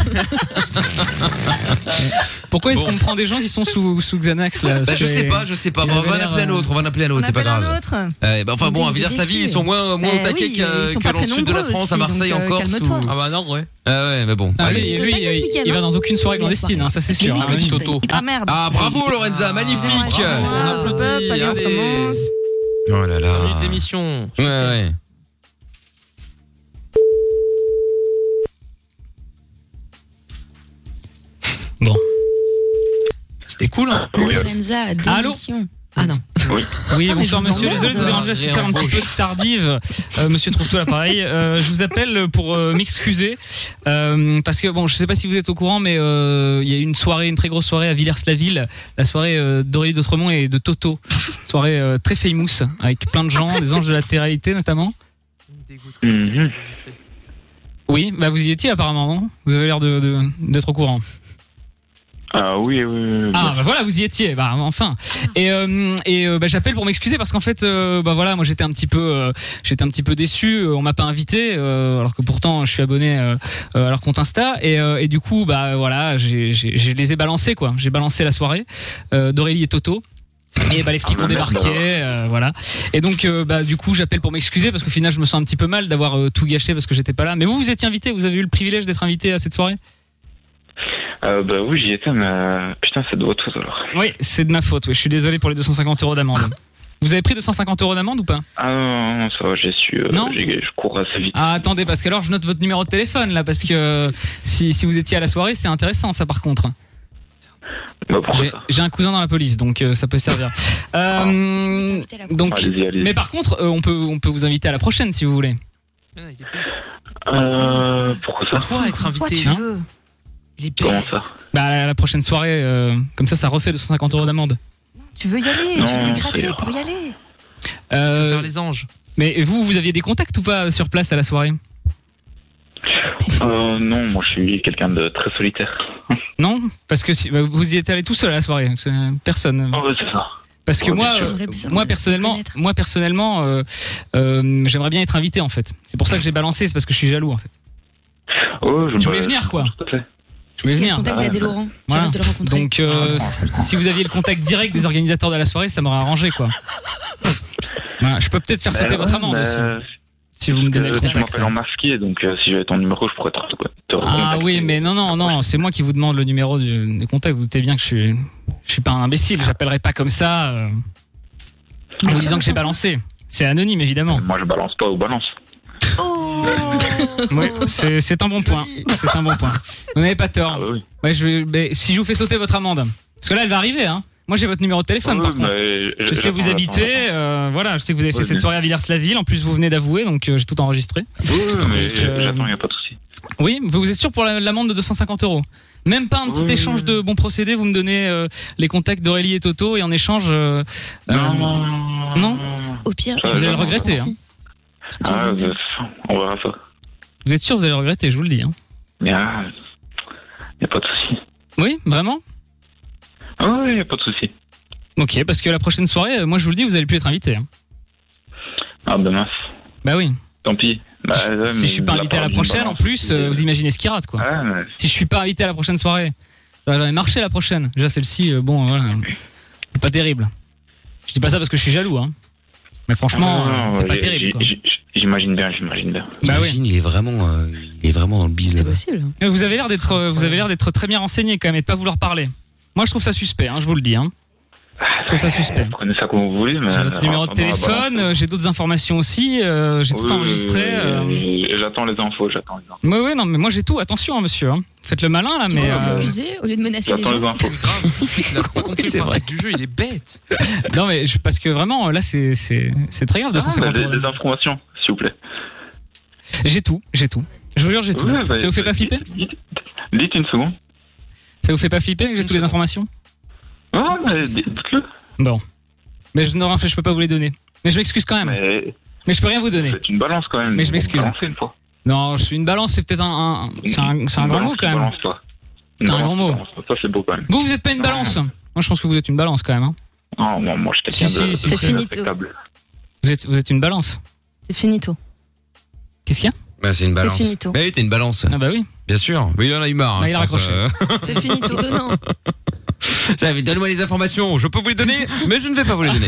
Speaker 5: Pourquoi est-ce qu'on prend des gens qui sont sous, sous Xanax là
Speaker 2: Bah, je sais pas, je sais pas. Bon, on va en appeler
Speaker 5: euh,
Speaker 2: un autre, on va en appeler un autre, c'est pas grave.
Speaker 6: Hein.
Speaker 2: Euh, bah, enfin bon, à Villers-la-Ville, ils sont moins, moins au
Speaker 5: Bah
Speaker 2: taquet
Speaker 5: oui,
Speaker 2: que-
Speaker 5: ils sont
Speaker 2: que
Speaker 5: pas
Speaker 2: dans le
Speaker 5: très
Speaker 2: sud de la
Speaker 5: nombreux
Speaker 2: France, à
Speaker 5: aussi,
Speaker 2: Marseille,
Speaker 5: donc, euh,
Speaker 2: encore.
Speaker 5: calme-toi.
Speaker 2: sous-
Speaker 5: Ah bah non, ouais.
Speaker 2: Ah ouais, mais bon.
Speaker 5: Ah,
Speaker 2: allez.
Speaker 5: lui, lui, il- il va dans aucune soirée clandestine, hein, ça c'est sûr.
Speaker 2: Avec Toto.
Speaker 5: Ah
Speaker 6: merde.
Speaker 2: Ah bravo Lorenza, magnifique. Oh là là.
Speaker 4: d'émission.
Speaker 2: Ouais, ouais.
Speaker 5: C'était cool. Hein
Speaker 8: euh, Lorenza, démission. Ah non.
Speaker 9: Oui.
Speaker 5: Oui,
Speaker 8: Ah, mais
Speaker 5: bonsoir
Speaker 8: je vous
Speaker 5: monsieur,
Speaker 8: emmerde.
Speaker 5: désolé de vous déranger, c'était un petit peu tardive. Euh, monsieur Trouve-toi l'appareil. Euh, je vous appelle pour euh, m'excuser euh, parce que bon, je sais pas si vous êtes au courant, mais euh, il y a eu une soirée, une très grosse soirée à Villers-la-Ville, la soirée euh, d'Aurélie d'Autremont et de Toto. Soirée euh, très famous avec plein de gens, des anges de la télé-réalité notamment.
Speaker 9: Mhm.
Speaker 5: Oui, bah vous y étiez apparemment, non Vous avez l'air de- de- d'être au courant.
Speaker 9: Ah oui, oui, oui. oui.
Speaker 5: Ah bah voilà, vous y étiez, bah enfin. Et euh, et euh, bah, j'appelle pour m'excuser parce qu'en fait euh, bah voilà, moi j'étais un petit peu euh, j'étais un petit peu déçu, euh, on m'a pas invité euh, alors que pourtant je suis abonné euh, euh, à leur compte Insta et euh, et du coup bah voilà, j'ai j'ai je les ai balancés quoi. J'ai balancé la soirée euh, d'Aurélie et Toto. Et bah les flics
Speaker 9: Ah,
Speaker 5: ont
Speaker 9: bah, merde,
Speaker 5: débarqué,
Speaker 9: alors.
Speaker 5: euh, voilà. Et donc euh, bah du coup j'appelle pour m'excuser parce qu'au final je me sens un petit peu mal d'avoir euh, tout gâché parce que j'étais pas là. Mais vous vous étiez invité, vous avez eu le privilège d'être invité à cette soirée
Speaker 9: Euh, bah oui, j'y étais, mais euh, putain, c'est de votre faute alors.
Speaker 5: Oui, c'est de ma faute. Oui. Je suis désolé pour les 250 euros d'amende. Vous avez pris 250 euros d'amende ou pas
Speaker 9: Ah non, non, ça va, j'ai su. euh,
Speaker 5: Non.
Speaker 9: j'ai- je cours assez vite.
Speaker 5: Ah, attendez, parce qu'alors je note votre numéro de téléphone là, parce que euh, si, si vous étiez à la soirée, c'est intéressant ça par contre. J'ai- J'ai un cousin dans la police, donc euh, ça peut servir. Euh, donc,
Speaker 9: Allez-y, allez-y.
Speaker 5: mais par contre, euh, on peut on peut vous inviter à la prochaine si vous voulez.
Speaker 9: Euh, pourquoi ça
Speaker 5: Toi être invité. hein
Speaker 9: Comment ça
Speaker 5: bah à la, la prochaine soirée, euh, comme ça, ça refait 250 euros d'amende.
Speaker 6: Tu veux y aller, tu veux
Speaker 5: Non,
Speaker 6: le gratter
Speaker 5: c'est-
Speaker 6: pour y aller.
Speaker 5: Euh, faire les anges. Mais vous, vous aviez des contacts ou pas sur place à la soirée
Speaker 9: euh, Non, moi je suis quelqu'un de très solitaire.
Speaker 5: Non, parce que si- bah, vous y êtes allé tout seul à la soirée, c'est- personne.
Speaker 9: Ah c'est ça.
Speaker 5: Parce que
Speaker 9: Ouais,
Speaker 5: moi,
Speaker 9: bien sûr.
Speaker 5: euh,
Speaker 9: J'aimerais bien
Speaker 5: moi personnellement, moi personnellement, euh, euh, j'aimerais bien être invité en fait. C'est pour ça que j'ai balancé, c'est parce que je suis jaloux en fait.
Speaker 9: Oh, je
Speaker 5: Je voulais
Speaker 9: bah,
Speaker 5: venir quoi. Je voulais
Speaker 8: Est-ce qu'il y
Speaker 5: venir.
Speaker 8: a le contact d'Adèle Laurent Tu
Speaker 5: Voilà.
Speaker 8: rêves de le rencontrer
Speaker 5: Donc euh, si- si vous aviez le contact direct des organisateurs de la soirée, ça m'aurait arrangé quoi. Voilà, je peux peut-être faire
Speaker 9: Bah,
Speaker 5: sauter
Speaker 9: ouais,
Speaker 5: votre amende
Speaker 9: bah,
Speaker 5: aussi. hein, Si vous me donnez le
Speaker 9: Euh, Je
Speaker 5: contact. hein.
Speaker 9: m'appelle en masqué, donc euh, si j'avais ton numéro, je pourrais te,
Speaker 5: Ah
Speaker 9: te recontacter.
Speaker 5: oui, mais non, non, non, c'est moi qui vous demande le numéro du, du contact. Vous doutez bien que je suis, je suis pas un imbécile. J'appellerai pas comme ça euh, en vous disant que j'ai balancé. C'est anonyme, évidemment.
Speaker 9: Moi, je balance pas aux balances.
Speaker 5: Oui, c'est c'est un bon point. C'est un bon point. Vous n'avez pas tort.
Speaker 9: Ah
Speaker 5: Ouais, je vais, mais si je vous fais sauter votre amende, parce que là, elle va arriver. Hein. Moi, j'ai votre numéro de téléphone,
Speaker 9: Ah Oui,
Speaker 5: par
Speaker 9: mais
Speaker 5: contre.
Speaker 9: je-
Speaker 5: Je sais où
Speaker 9: j'attends,
Speaker 5: vous
Speaker 9: j'attends,
Speaker 5: habitez. euh, voilà, je sais que vous avez fait
Speaker 9: Oui,
Speaker 5: cette
Speaker 9: oui.
Speaker 5: soirée à Villers-la-Ville. En plus, vous venez d'avouer, donc euh, j'ai tout enregistré.
Speaker 9: Oui, mais
Speaker 5: Juste que-
Speaker 9: j'attends, il n'y a pas de souci.
Speaker 5: Oui, vous vous êtes sûr pour la- l'amende de 250 euros Même pas un petit
Speaker 9: Oui.
Speaker 5: échange de bons procédés, vous me donnez euh, les contacts d'Aurélie et Toto et en échange... euh,
Speaker 9: Non,
Speaker 5: euh,
Speaker 9: non,
Speaker 5: non
Speaker 8: Au pire,
Speaker 5: Vous allez le regretter. hein.
Speaker 9: Ah, bah, on verra ça.
Speaker 5: Vous êtes sûr, vous allez le regretter, je vous le dis. hein.
Speaker 9: Mais ah, il n'y a pas de souci.
Speaker 5: Oui, vraiment
Speaker 9: Ah oui, il n'y a pas de souci.
Speaker 5: Ok, parce que la prochaine soirée, euh, moi je vous le dis, vous allez plus être invité. hein.
Speaker 9: Ah, bah mince.
Speaker 5: Bah oui.
Speaker 9: Tant pis. Bah, ouais,
Speaker 5: si
Speaker 9: mais
Speaker 5: je suis pas
Speaker 9: de
Speaker 5: invité à la
Speaker 9: part d'une
Speaker 5: prochaine, en
Speaker 9: balance,
Speaker 5: plus, euh, vous imaginez ce qui rate, quoi. Si je suis pas invité à la prochaine soirée, ça va marcher la prochaine. Déjà celle-ci, euh, bon, voilà, c'est pas terrible. Je dis pas ça parce que je suis jaloux, hein. Mais franchement,
Speaker 9: Ah, non,
Speaker 5: euh, c'est pas
Speaker 9: j'ai-
Speaker 5: terrible.
Speaker 9: j'ai-
Speaker 5: Quoi. Bah
Speaker 9: j'ai- J'imagine bien, j'imagine bien.
Speaker 2: Imagine, il est vraiment, euh, il est vraiment dans le business.
Speaker 5: Mais Vous avez l'air d'être, euh, vous avez l'air d'être très bien renseigné quand même et de pas vouloir parler. Moi, je trouve ça suspect, hein, je vous le dis. Hein. Je trouve ça suspect.
Speaker 9: Prenez ça comme vous voulez, mais.
Speaker 5: J'ai votre numéro de
Speaker 9: ah, bah,
Speaker 5: téléphone, euh, j'ai d'autres informations aussi, euh, j'ai tout enregistré. euh.
Speaker 9: euh, J'attends les infos, j'attends les infos.
Speaker 5: Ouais, ouais, non, mais moi j'ai tout. Attention, hein, monsieur. hein. Faites le malin là, mais.
Speaker 9: peux
Speaker 5: euh,
Speaker 8: Excusez, au lieu de menacer les
Speaker 9: J'attends les
Speaker 8: gens.
Speaker 9: infos.
Speaker 5: c'est vrai.
Speaker 2: du jeu, il est bête.
Speaker 5: non, mais je- parce que vraiment, là, c'est c'est- c'est très grave,
Speaker 9: Ah, bah,
Speaker 5: 250
Speaker 9: des,
Speaker 5: euros.
Speaker 9: des informations, s'il vous plaît.
Speaker 5: J'ai tout, j'ai tout. Je vous jure, j'ai tout.
Speaker 9: Ouais, bah,
Speaker 5: ça vous fait pas
Speaker 9: dites-
Speaker 5: flipper
Speaker 9: dites- Dites une seconde.
Speaker 5: Ça vous fait pas flipper que j'ai toutes les informations
Speaker 9: Ah, mais dites- dites-le.
Speaker 5: Bon. Mais je, non, en fait, je peux pas vous les donner. Mais je m'excuse quand même. Mais...
Speaker 9: Mais
Speaker 5: je peux rien vous donner.
Speaker 9: c'est une balance quand même.
Speaker 5: Mais je m'excuse.
Speaker 9: Balancez une fois.
Speaker 5: Non, je suis une balance, c'est peut-être un, un- c'est un, c'est un grand
Speaker 9: Balance,
Speaker 5: mot quand même.
Speaker 9: Balance-toi.
Speaker 5: C'est un
Speaker 9: Balance,
Speaker 5: grand mot.
Speaker 9: balance-toi. Ça, c'est beau quand même.
Speaker 5: Vous, vous êtes pas une balance. Moi, je pense que vous êtes une balance quand même. hein.
Speaker 9: Non, moi, moi, je suis
Speaker 5: Si,
Speaker 9: quelqu'un de-
Speaker 5: si, si,
Speaker 9: de
Speaker 5: si.
Speaker 9: très
Speaker 6: Finito.
Speaker 9: respectable.
Speaker 2: Bah,
Speaker 5: Vous êtes, vous êtes une balance.
Speaker 6: C'est finito.
Speaker 5: Qu'est-ce qu'il y a
Speaker 2: Bah, c'est une balance.
Speaker 6: finito.
Speaker 2: Bah oui, t'es une balance.
Speaker 5: Ah bah oui.
Speaker 2: Bien sûr. Mais il en a eu marre. hein,
Speaker 5: Ah, il
Speaker 2: je
Speaker 5: a
Speaker 2: pense,
Speaker 5: raccroché.
Speaker 2: euh.
Speaker 6: C'est finito.
Speaker 8: Étonnant.
Speaker 2: Ça, mais Donne-moi les informations. Je peux vous les donner, mais je ne vais pas vous les donner.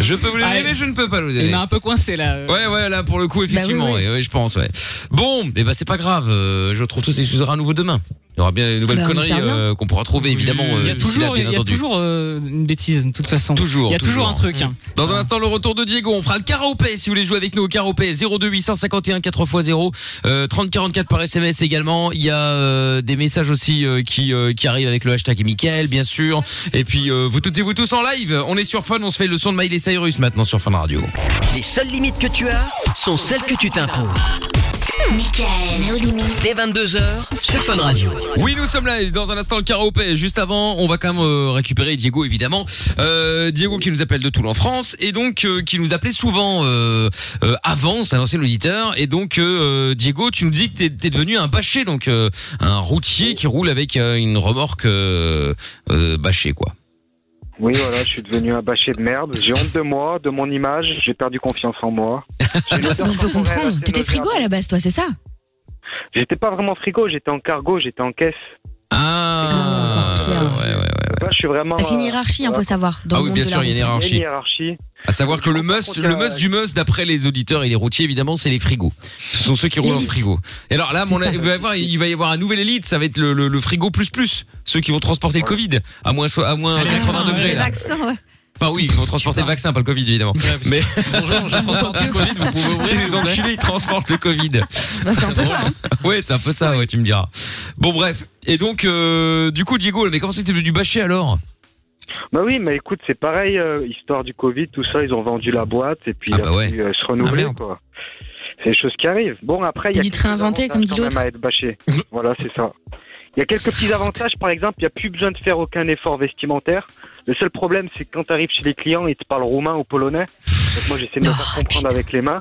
Speaker 2: Je peux vous les donner,
Speaker 5: Allez. Eh ben,
Speaker 2: mais je ne peux pas vous les
Speaker 5: Il
Speaker 2: donner.
Speaker 5: m'a un peu coincé là.
Speaker 2: Ouais, ouais, là, pour le coup, effectivement,
Speaker 8: Bah oui, oui.
Speaker 2: ouais, ouais, je pense, ouais. Bon, et ben c'est pas grave, euh, je trouve tout s'excusera à nouveau demain. Il y aura bien des nouvelles
Speaker 8: Bah, on
Speaker 2: conneries
Speaker 8: espère bien.
Speaker 2: euh, qu'on pourra trouver, évidemment,
Speaker 5: il y
Speaker 2: euh,
Speaker 5: a
Speaker 2: d'ici là,
Speaker 5: toujours, il
Speaker 2: bien
Speaker 5: y a
Speaker 2: entendu.
Speaker 5: toujours euh, une bêtise, de toute façon.
Speaker 2: Toujours,
Speaker 5: Il y a toujours,
Speaker 2: toujours.
Speaker 5: un truc. hein.
Speaker 2: Dans un instant, le retour de Diego. On fera le karaopé si vous voulez jouer avec nous au karaopé. 02 851 4x0, euh, 3044 par SMS également. Il y a euh, des messages aussi euh, qui euh, qui arrivent avec le hashtag Mickaël, bien sûr. Et puis euh, vous toutes et vous tous en live. On est sur Fun, on se fait le son de Miley Cyrus maintenant sur Fun Radio.
Speaker 1: Les seules limites que tu as sont celles que tu t'imposes.
Speaker 10: Michael, nos limites.
Speaker 1: Dès 22h sur Fun Radio.
Speaker 2: Oui, nous sommes là et dans un instant le karaopé. Juste avant, on va quand même euh, récupérer Diego évidemment. Euh, Diego qui nous appelle de Toul en France et donc euh, qui nous appelait souvent euh, euh, avant, c'est un ancien auditeur et donc euh, Diego, tu nous dis que t'es es devenu un bâché donc euh, un routier qui roule avec euh, une remorque euh, euh, bâchée quoi.
Speaker 7: Oui, voilà, je suis devenu un bâché de merde. J'ai honte de moi, de mon image. J'ai perdu confiance en moi. J'ai une odeur
Speaker 8: On peut
Speaker 7: corporelle
Speaker 8: comprendre.
Speaker 7: assez
Speaker 8: T'étais frigo à la base, toi, c'est ça
Speaker 7: J'étais pas vraiment frigo, j'étais en cargo, j'étais en caisse.
Speaker 2: Ah,
Speaker 8: Ah, encore pire.
Speaker 2: ouais, ouais, ouais.
Speaker 7: Là, je suis vraiment.
Speaker 8: Parce qu'il y a une
Speaker 7: euh,
Speaker 8: hiérarchie, il faut savoir. Dans
Speaker 2: Ah
Speaker 8: le
Speaker 2: oui,
Speaker 8: monde
Speaker 2: bien
Speaker 8: de la
Speaker 2: sûr, il y a une
Speaker 8: route.
Speaker 7: il y a une
Speaker 2: hiérarchie.
Speaker 7: hiérarchie.
Speaker 2: À savoir que le must, le must du must, d'après les auditeurs et les routiers, évidemment, c'est les frigos. Ce sont ceux qui roulent en
Speaker 8: L'élite.
Speaker 2: frigo. Et alors là, mon-
Speaker 8: ça.
Speaker 2: il, va y avoir, il va y avoir un nouvel élite, ça va être le, le- le frigo plus plus. Ceux qui vont transporter le Covid, à moins, so- à moins
Speaker 5: Ah,
Speaker 2: 80
Speaker 5: ouais.
Speaker 2: degrés.
Speaker 6: Les
Speaker 2: Là.
Speaker 6: vaccins, ouais.
Speaker 2: Enfin oui, ils vont transporter le vaccin, pas le Covid, évidemment. Mais
Speaker 5: Bonjour, j'ai transporté le Covid, vous pouvez ouvrir.
Speaker 2: c'est les
Speaker 5: s'il vous plaît
Speaker 2: enculés qui transportent le Covid.
Speaker 8: Bah, c'est un peu ça. hein.
Speaker 2: Ouais, c'est un peu ça, ouais, tu me diras. Bon, bref. Et donc, euh, du coup, Diego, mais comment c'était du bâcher alors
Speaker 7: Bah oui, mais écoute, c'est pareil, euh, histoire du Covid, tout ça, ils ont vendu la boîte et puis
Speaker 2: Ah
Speaker 7: il a
Speaker 2: bah ouais.
Speaker 7: fallu, euh, se renouveler,
Speaker 2: Ah merde.
Speaker 7: quoi. C'est des choses qui arrivent. Bon, après, il y
Speaker 8: T'as
Speaker 7: a
Speaker 8: dû te
Speaker 7: quelques
Speaker 8: réinventer,
Speaker 7: avantages
Speaker 8: comme dit
Speaker 7: quand même
Speaker 8: l'autre.
Speaker 7: à être bâché. voilà, c'est ça. Il y a quelques petits avantages, par exemple, il n'y a plus besoin de faire aucun effort vestimentaire. Le seul problème, c'est que quand tu arrives chez les clients, ils te parlent roumain ou polonais. Donc moi, j'essaie de me
Speaker 8: Oh,
Speaker 7: faire comprendre avec les mains.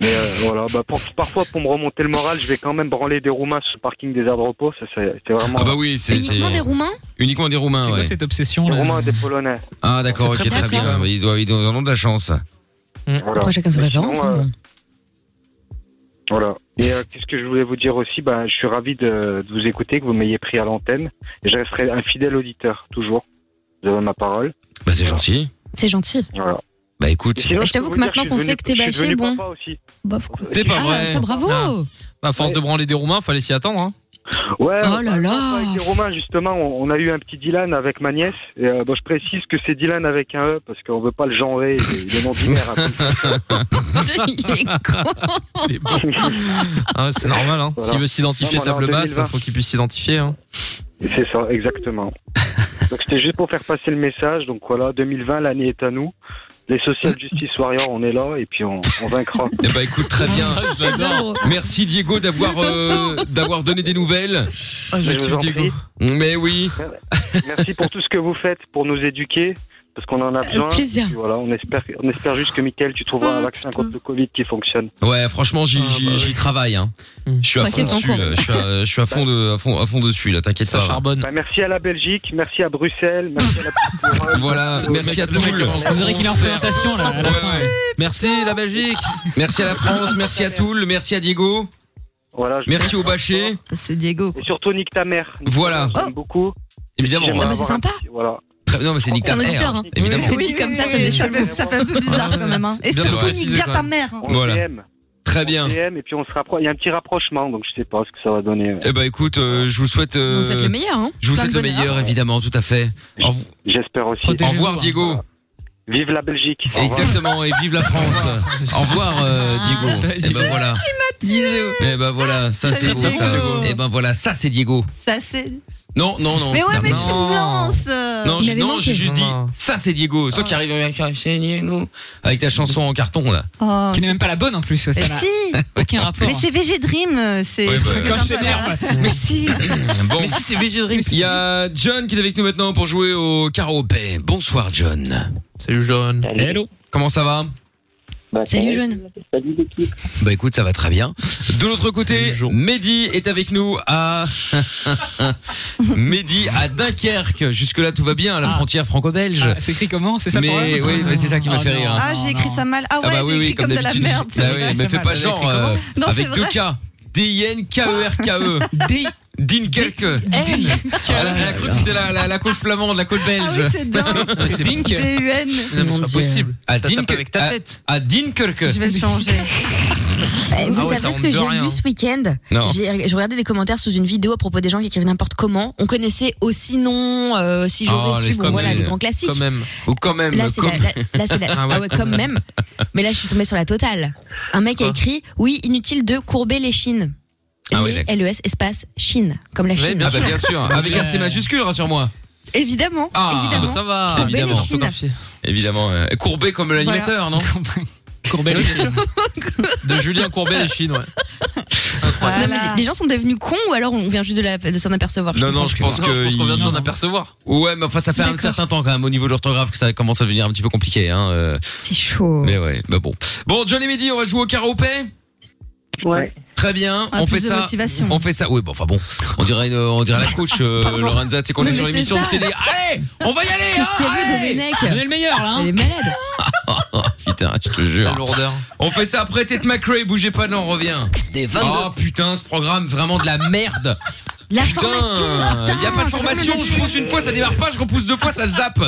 Speaker 7: Mais euh, voilà, bah, pour- parfois, pour me remonter le moral, je vais quand même branler des roumains sur le parking des aires de repos. Ça, c'est c'est vraiment.
Speaker 2: Ah bah oui, c'est c'est-
Speaker 8: Uniquement des Roumains
Speaker 2: uniquement des
Speaker 5: C'est
Speaker 2: Roumains,
Speaker 5: quoi
Speaker 2: ouais.
Speaker 5: cette obsession
Speaker 7: Des
Speaker 5: là
Speaker 7: roumains et des polonais.
Speaker 2: Ah d'accord, ok,
Speaker 5: C'est
Speaker 2: très,
Speaker 5: très bien, ça.
Speaker 2: bien. Bah, Ils doivent, ils doivent en ont de la chance.
Speaker 7: Voilà.
Speaker 8: Après, chacun ses
Speaker 7: Mais
Speaker 8: références.
Speaker 7: sinon,
Speaker 8: hein,
Speaker 7: euh,
Speaker 8: bon.
Speaker 7: Voilà. Et euh, qu'est-ce que je voulais vous dire aussi bah, Je suis ravi de, de vous écouter, que vous m'ayez pris à l'antenne. Et je resterai un fidèle auditeur, toujours. Vous avez ma parole.
Speaker 2: Bah c'est gentil.
Speaker 8: C'est gentil.
Speaker 7: Voilà.
Speaker 2: Bah écoute.
Speaker 8: Bah, je t'avoue que maintenant qu'on sait que t'es bâché, bon. Bah, pourquoi
Speaker 4: C'est pas
Speaker 8: Ah,
Speaker 4: vrai.
Speaker 8: ça, bravo
Speaker 4: Bah, À force de branler des Roumains, fallait s'y attendre. Hein.
Speaker 7: Ouais, bah,
Speaker 8: Oh là là
Speaker 7: avec les Romains, justement, on, on a eu un petit Dylan avec ma nièce. Et, euh, bon, je précise que c'est Dylan avec un E parce qu'on veut pas le genrer, il est- il est non binaire. hein.
Speaker 8: il est con.
Speaker 4: Ah ouais, c'est normal. Hein.
Speaker 7: Voilà.
Speaker 4: S'il veut s'identifier
Speaker 7: Non, mais on est
Speaker 4: table
Speaker 7: en
Speaker 4: basse,
Speaker 7: 2020.
Speaker 4: faut qu'il puisse s'identifier. Hein.
Speaker 7: C'est ça, exactement. Donc c'était juste pour faire passer le message. Donc voilà, 2020, l'année est à nous. Les Social Justice Warriors, on est là et puis on, on vaincra.
Speaker 2: Eh bah écoute, très bien.
Speaker 4: Ah,
Speaker 7: J'adore.
Speaker 2: Merci Diego d'avoir euh, d'avoir donné des nouvelles.
Speaker 7: Ah, je Je kiffe vous en Diego. prie.
Speaker 2: Mais oui.
Speaker 7: Merci pour tout ce que vous faites pour nous éduquer, parce qu'on en a besoin.
Speaker 2: Euh, plaisir. Mm.
Speaker 7: Et puis Voilà, on espère, on espère juste que Mickaël, tu trouveras un vaccin contre le Covid qui fonctionne.
Speaker 2: Ouais, franchement, j'y
Speaker 7: Ah,
Speaker 2: j'y-
Speaker 7: bah
Speaker 2: j'y travaille. Hein.
Speaker 4: Mm.
Speaker 2: Je suis à fond
Speaker 7: T'inquiète,
Speaker 2: dessus.
Speaker 7: encore.
Speaker 2: là. Je suis à, je suis à fond de à fond à fond dessus. Là, t'inquiète pas.
Speaker 7: Bah, merci à la Belgique, merci à Bruxelles, merci à la petite Europe.
Speaker 2: Voilà, merci à tous.
Speaker 5: On dirait qu'il est en présentation là. à la fin.
Speaker 2: Merci la Belgique. Merci à la France. Merci à Toul. Merci à Diego.
Speaker 7: Voilà.
Speaker 2: Merci au bâché.
Speaker 6: C'est Diego.
Speaker 7: Et surtout, nique ta mère.
Speaker 2: Voilà.
Speaker 7: beaucoup.
Speaker 2: Évidemment.
Speaker 7: J'aimerais Ah bah, c'est avoir un
Speaker 8: Oh. sympa.
Speaker 7: Voilà.
Speaker 2: Non mais c'est nique ta
Speaker 8: C'est un auditeur,
Speaker 2: mère.
Speaker 8: hein.
Speaker 2: Évidemment.
Speaker 8: Parce que dit comme ça, ça faisait chelou.
Speaker 6: Ça fait un peu bizarre quand même. hein. Et
Speaker 2: Bien
Speaker 6: surtout,
Speaker 2: sûr.
Speaker 6: nique bien ta mère.
Speaker 7: On
Speaker 2: Voilà.
Speaker 7: s'aime.
Speaker 2: Très bien.
Speaker 7: On s'aime et puis on se rapproche. Il y a un petit rapprochement, donc je sais pas ce que ça va donner.
Speaker 2: Eh bah écoute, euh, je vous souhaite. euh,
Speaker 8: Vous êtes le meilleur, hein.
Speaker 2: Je vous
Speaker 8: Plein
Speaker 2: souhaite
Speaker 8: de
Speaker 2: le
Speaker 8: bonheur.
Speaker 2: meilleur, évidemment, tout à fait. Au revoir.
Speaker 7: J'espère aussi.
Speaker 2: Au
Speaker 5: hein.
Speaker 2: revoir, Diego.
Speaker 7: Vive la Belgique. Au revoir.
Speaker 2: Exactement, et vive la France. Au revoir, euh, Diego.
Speaker 5: Ah,
Speaker 2: Et ben
Speaker 6: hein.
Speaker 2: voilà.
Speaker 8: Bisous.
Speaker 2: Et ben voilà, ça c'est beau, ça. Et ben voilà, ça c'est Diego.
Speaker 6: Ça, c'est.
Speaker 2: Non, non, non.
Speaker 6: Mais ouais,
Speaker 2: putain,
Speaker 6: mais tu
Speaker 2: non.
Speaker 6: me lances.
Speaker 2: Non,
Speaker 6: Il
Speaker 2: j'ai-
Speaker 6: avait
Speaker 2: non,
Speaker 6: manqué.
Speaker 2: j'ai
Speaker 5: hein.
Speaker 2: juste dit, ça c'est Diego. Soit qui arrive avec un chien, nous, avec ta chanson en carton là.
Speaker 6: Oh,
Speaker 5: Qui n'est même pas la bonne en plus. Ça
Speaker 6: Mais
Speaker 5: n'a
Speaker 6: si.
Speaker 5: aucun rapport.
Speaker 6: Mais c'est VG Dream, euh, c'est.
Speaker 2: Ouais, bah,
Speaker 5: Quand c'est merde. Mais si.
Speaker 2: Bon,
Speaker 5: Mais si c'est VG Dream.
Speaker 2: il y a John qui est avec nous maintenant pour jouer au karaopé. Bonsoir John.
Speaker 4: Salut John.
Speaker 2: Hello. Comment ça va
Speaker 1: Bah,
Speaker 8: Salut, jeune.
Speaker 11: Salut l'équipe.
Speaker 2: Bah écoute, ça va très bien. De l'autre côté, Mehdi est avec nous à Mehdi à Dunkerque. Jusque là, tout va bien à la frontière franco-belge.
Speaker 5: Ah, c'est écrit comment C'est ça le
Speaker 2: Mais
Speaker 5: problème
Speaker 2: oui, mais c'est ça qui m'a
Speaker 5: Ah,
Speaker 2: fait
Speaker 5: non.
Speaker 2: rire.
Speaker 6: Ah, j'ai écrit ça mal. Ah ouais,
Speaker 2: bah oui,
Speaker 6: j'ai
Speaker 2: oui,
Speaker 6: écrit comme de la
Speaker 2: d'habitude.
Speaker 6: merde.
Speaker 2: Bah oui, mais fais pas
Speaker 5: mal.
Speaker 2: genre
Speaker 5: T'as écrit
Speaker 2: euh,
Speaker 5: comment
Speaker 6: Non,
Speaker 2: avec
Speaker 6: c'est
Speaker 2: deux
Speaker 6: vrai.
Speaker 2: K. D I N K E R K E.
Speaker 5: D
Speaker 6: E
Speaker 2: Dinkerque. Elle a elle a cru que c'était la, la, la côte flamande, la côte belge.
Speaker 6: Ah oui, c'est dingue.
Speaker 5: C'est Dink.
Speaker 6: D-U-N.
Speaker 2: Non, mais c'est pas possible. À
Speaker 4: T'as tapé
Speaker 2: Dinkerque.
Speaker 4: avec ta tête.
Speaker 2: À, à Dinkerque.
Speaker 6: Je vais le changer.
Speaker 8: Eh, Vous
Speaker 2: Ah ouais,
Speaker 8: savez
Speaker 2: t'as
Speaker 8: ce
Speaker 2: honte
Speaker 8: que
Speaker 2: de
Speaker 8: j'ai
Speaker 2: rien.
Speaker 8: lu ce week-end
Speaker 2: Non.
Speaker 8: J'ai- Je regardais des commentaires sous une vidéo à propos des gens qui écrivaient n'importe comment. On connaissait aussi non, euh, si j'aurais
Speaker 2: Oh,
Speaker 8: su,
Speaker 2: laisse
Speaker 8: bon,
Speaker 2: tomber.
Speaker 8: voilà les grands classiques.
Speaker 2: Quand même. Ou quand même.
Speaker 8: Là, c'est
Speaker 2: comme-
Speaker 8: la, là, là, c'est la-
Speaker 2: Ah
Speaker 8: ah,
Speaker 2: ouais.
Speaker 8: ouais. comme même. Mais là, je suis tombée sur la totale. Un mec a écrit Oui, inutile de courber les chines.
Speaker 2: Ah ouais,
Speaker 8: Les
Speaker 2: d'accord.
Speaker 8: LES espace Chine, comme la Chine.
Speaker 2: Ah bah, bien sûr. Avec un C majuscule,
Speaker 4: hein,
Speaker 2: rassure-moi.
Speaker 8: Évidemment. évidemment.
Speaker 2: Ah, ça va.
Speaker 8: Courber
Speaker 2: Évidemment.
Speaker 8: les chines.
Speaker 2: Évidemment. euh, Courbé comme l'animateur, non
Speaker 5: Courbet
Speaker 4: les Chines. De Julien Courbet les Chines, ouais.
Speaker 2: Ah
Speaker 8: Non, mais les- les gens sont devenus cons ou alors on vient juste de, la- de s'en apercevoir.
Speaker 2: Non, non,
Speaker 8: comprends
Speaker 2: je
Speaker 8: plus.
Speaker 2: pense
Speaker 4: Non, je
Speaker 2: que.
Speaker 4: pense qu'on vient de s'en
Speaker 2: il-
Speaker 4: apercevoir.
Speaker 2: Ouais, mais enfin, ça fait un certain temps quand même au niveau de l'orthographe que ça commence à devenir un petit peu compliqué. Hein.
Speaker 8: C'est chaud.
Speaker 2: Mais ouais, bah bon. Bon, John et Mehdi, on va jouer au karaopé
Speaker 11: Ouais.
Speaker 2: Très bien,
Speaker 6: Ah,
Speaker 2: on
Speaker 6: plus
Speaker 2: fait
Speaker 6: de
Speaker 2: ça.
Speaker 6: motivation.
Speaker 2: On fait ça. Oui, bon, enfin bon, on dirait une- on dirait la coach euh, Lorenza, tu sais qu'on
Speaker 5: Mais
Speaker 2: est sur
Speaker 5: mais
Speaker 2: l'émission de
Speaker 5: c'est ça.
Speaker 2: télé. Allez, on va y aller. hein.
Speaker 8: Qu'est-ce qu'il y avait de Ménec
Speaker 5: Donnez le meilleur là.
Speaker 8: Elle est malade.
Speaker 2: Putain, je te jure.
Speaker 4: La lourdeur.
Speaker 2: On fait ça après Tête McRae, bougez pas, là on revient.
Speaker 1: Des 22.
Speaker 2: Oh putain, ce programme vraiment de la merde.
Speaker 8: La
Speaker 2: putain,
Speaker 8: formation, putain,
Speaker 2: y a pas de
Speaker 8: c'est comme
Speaker 2: formation,
Speaker 8: le
Speaker 2: je pousse une fois, ça démarre pas, je repousse deux fois, ça zappe.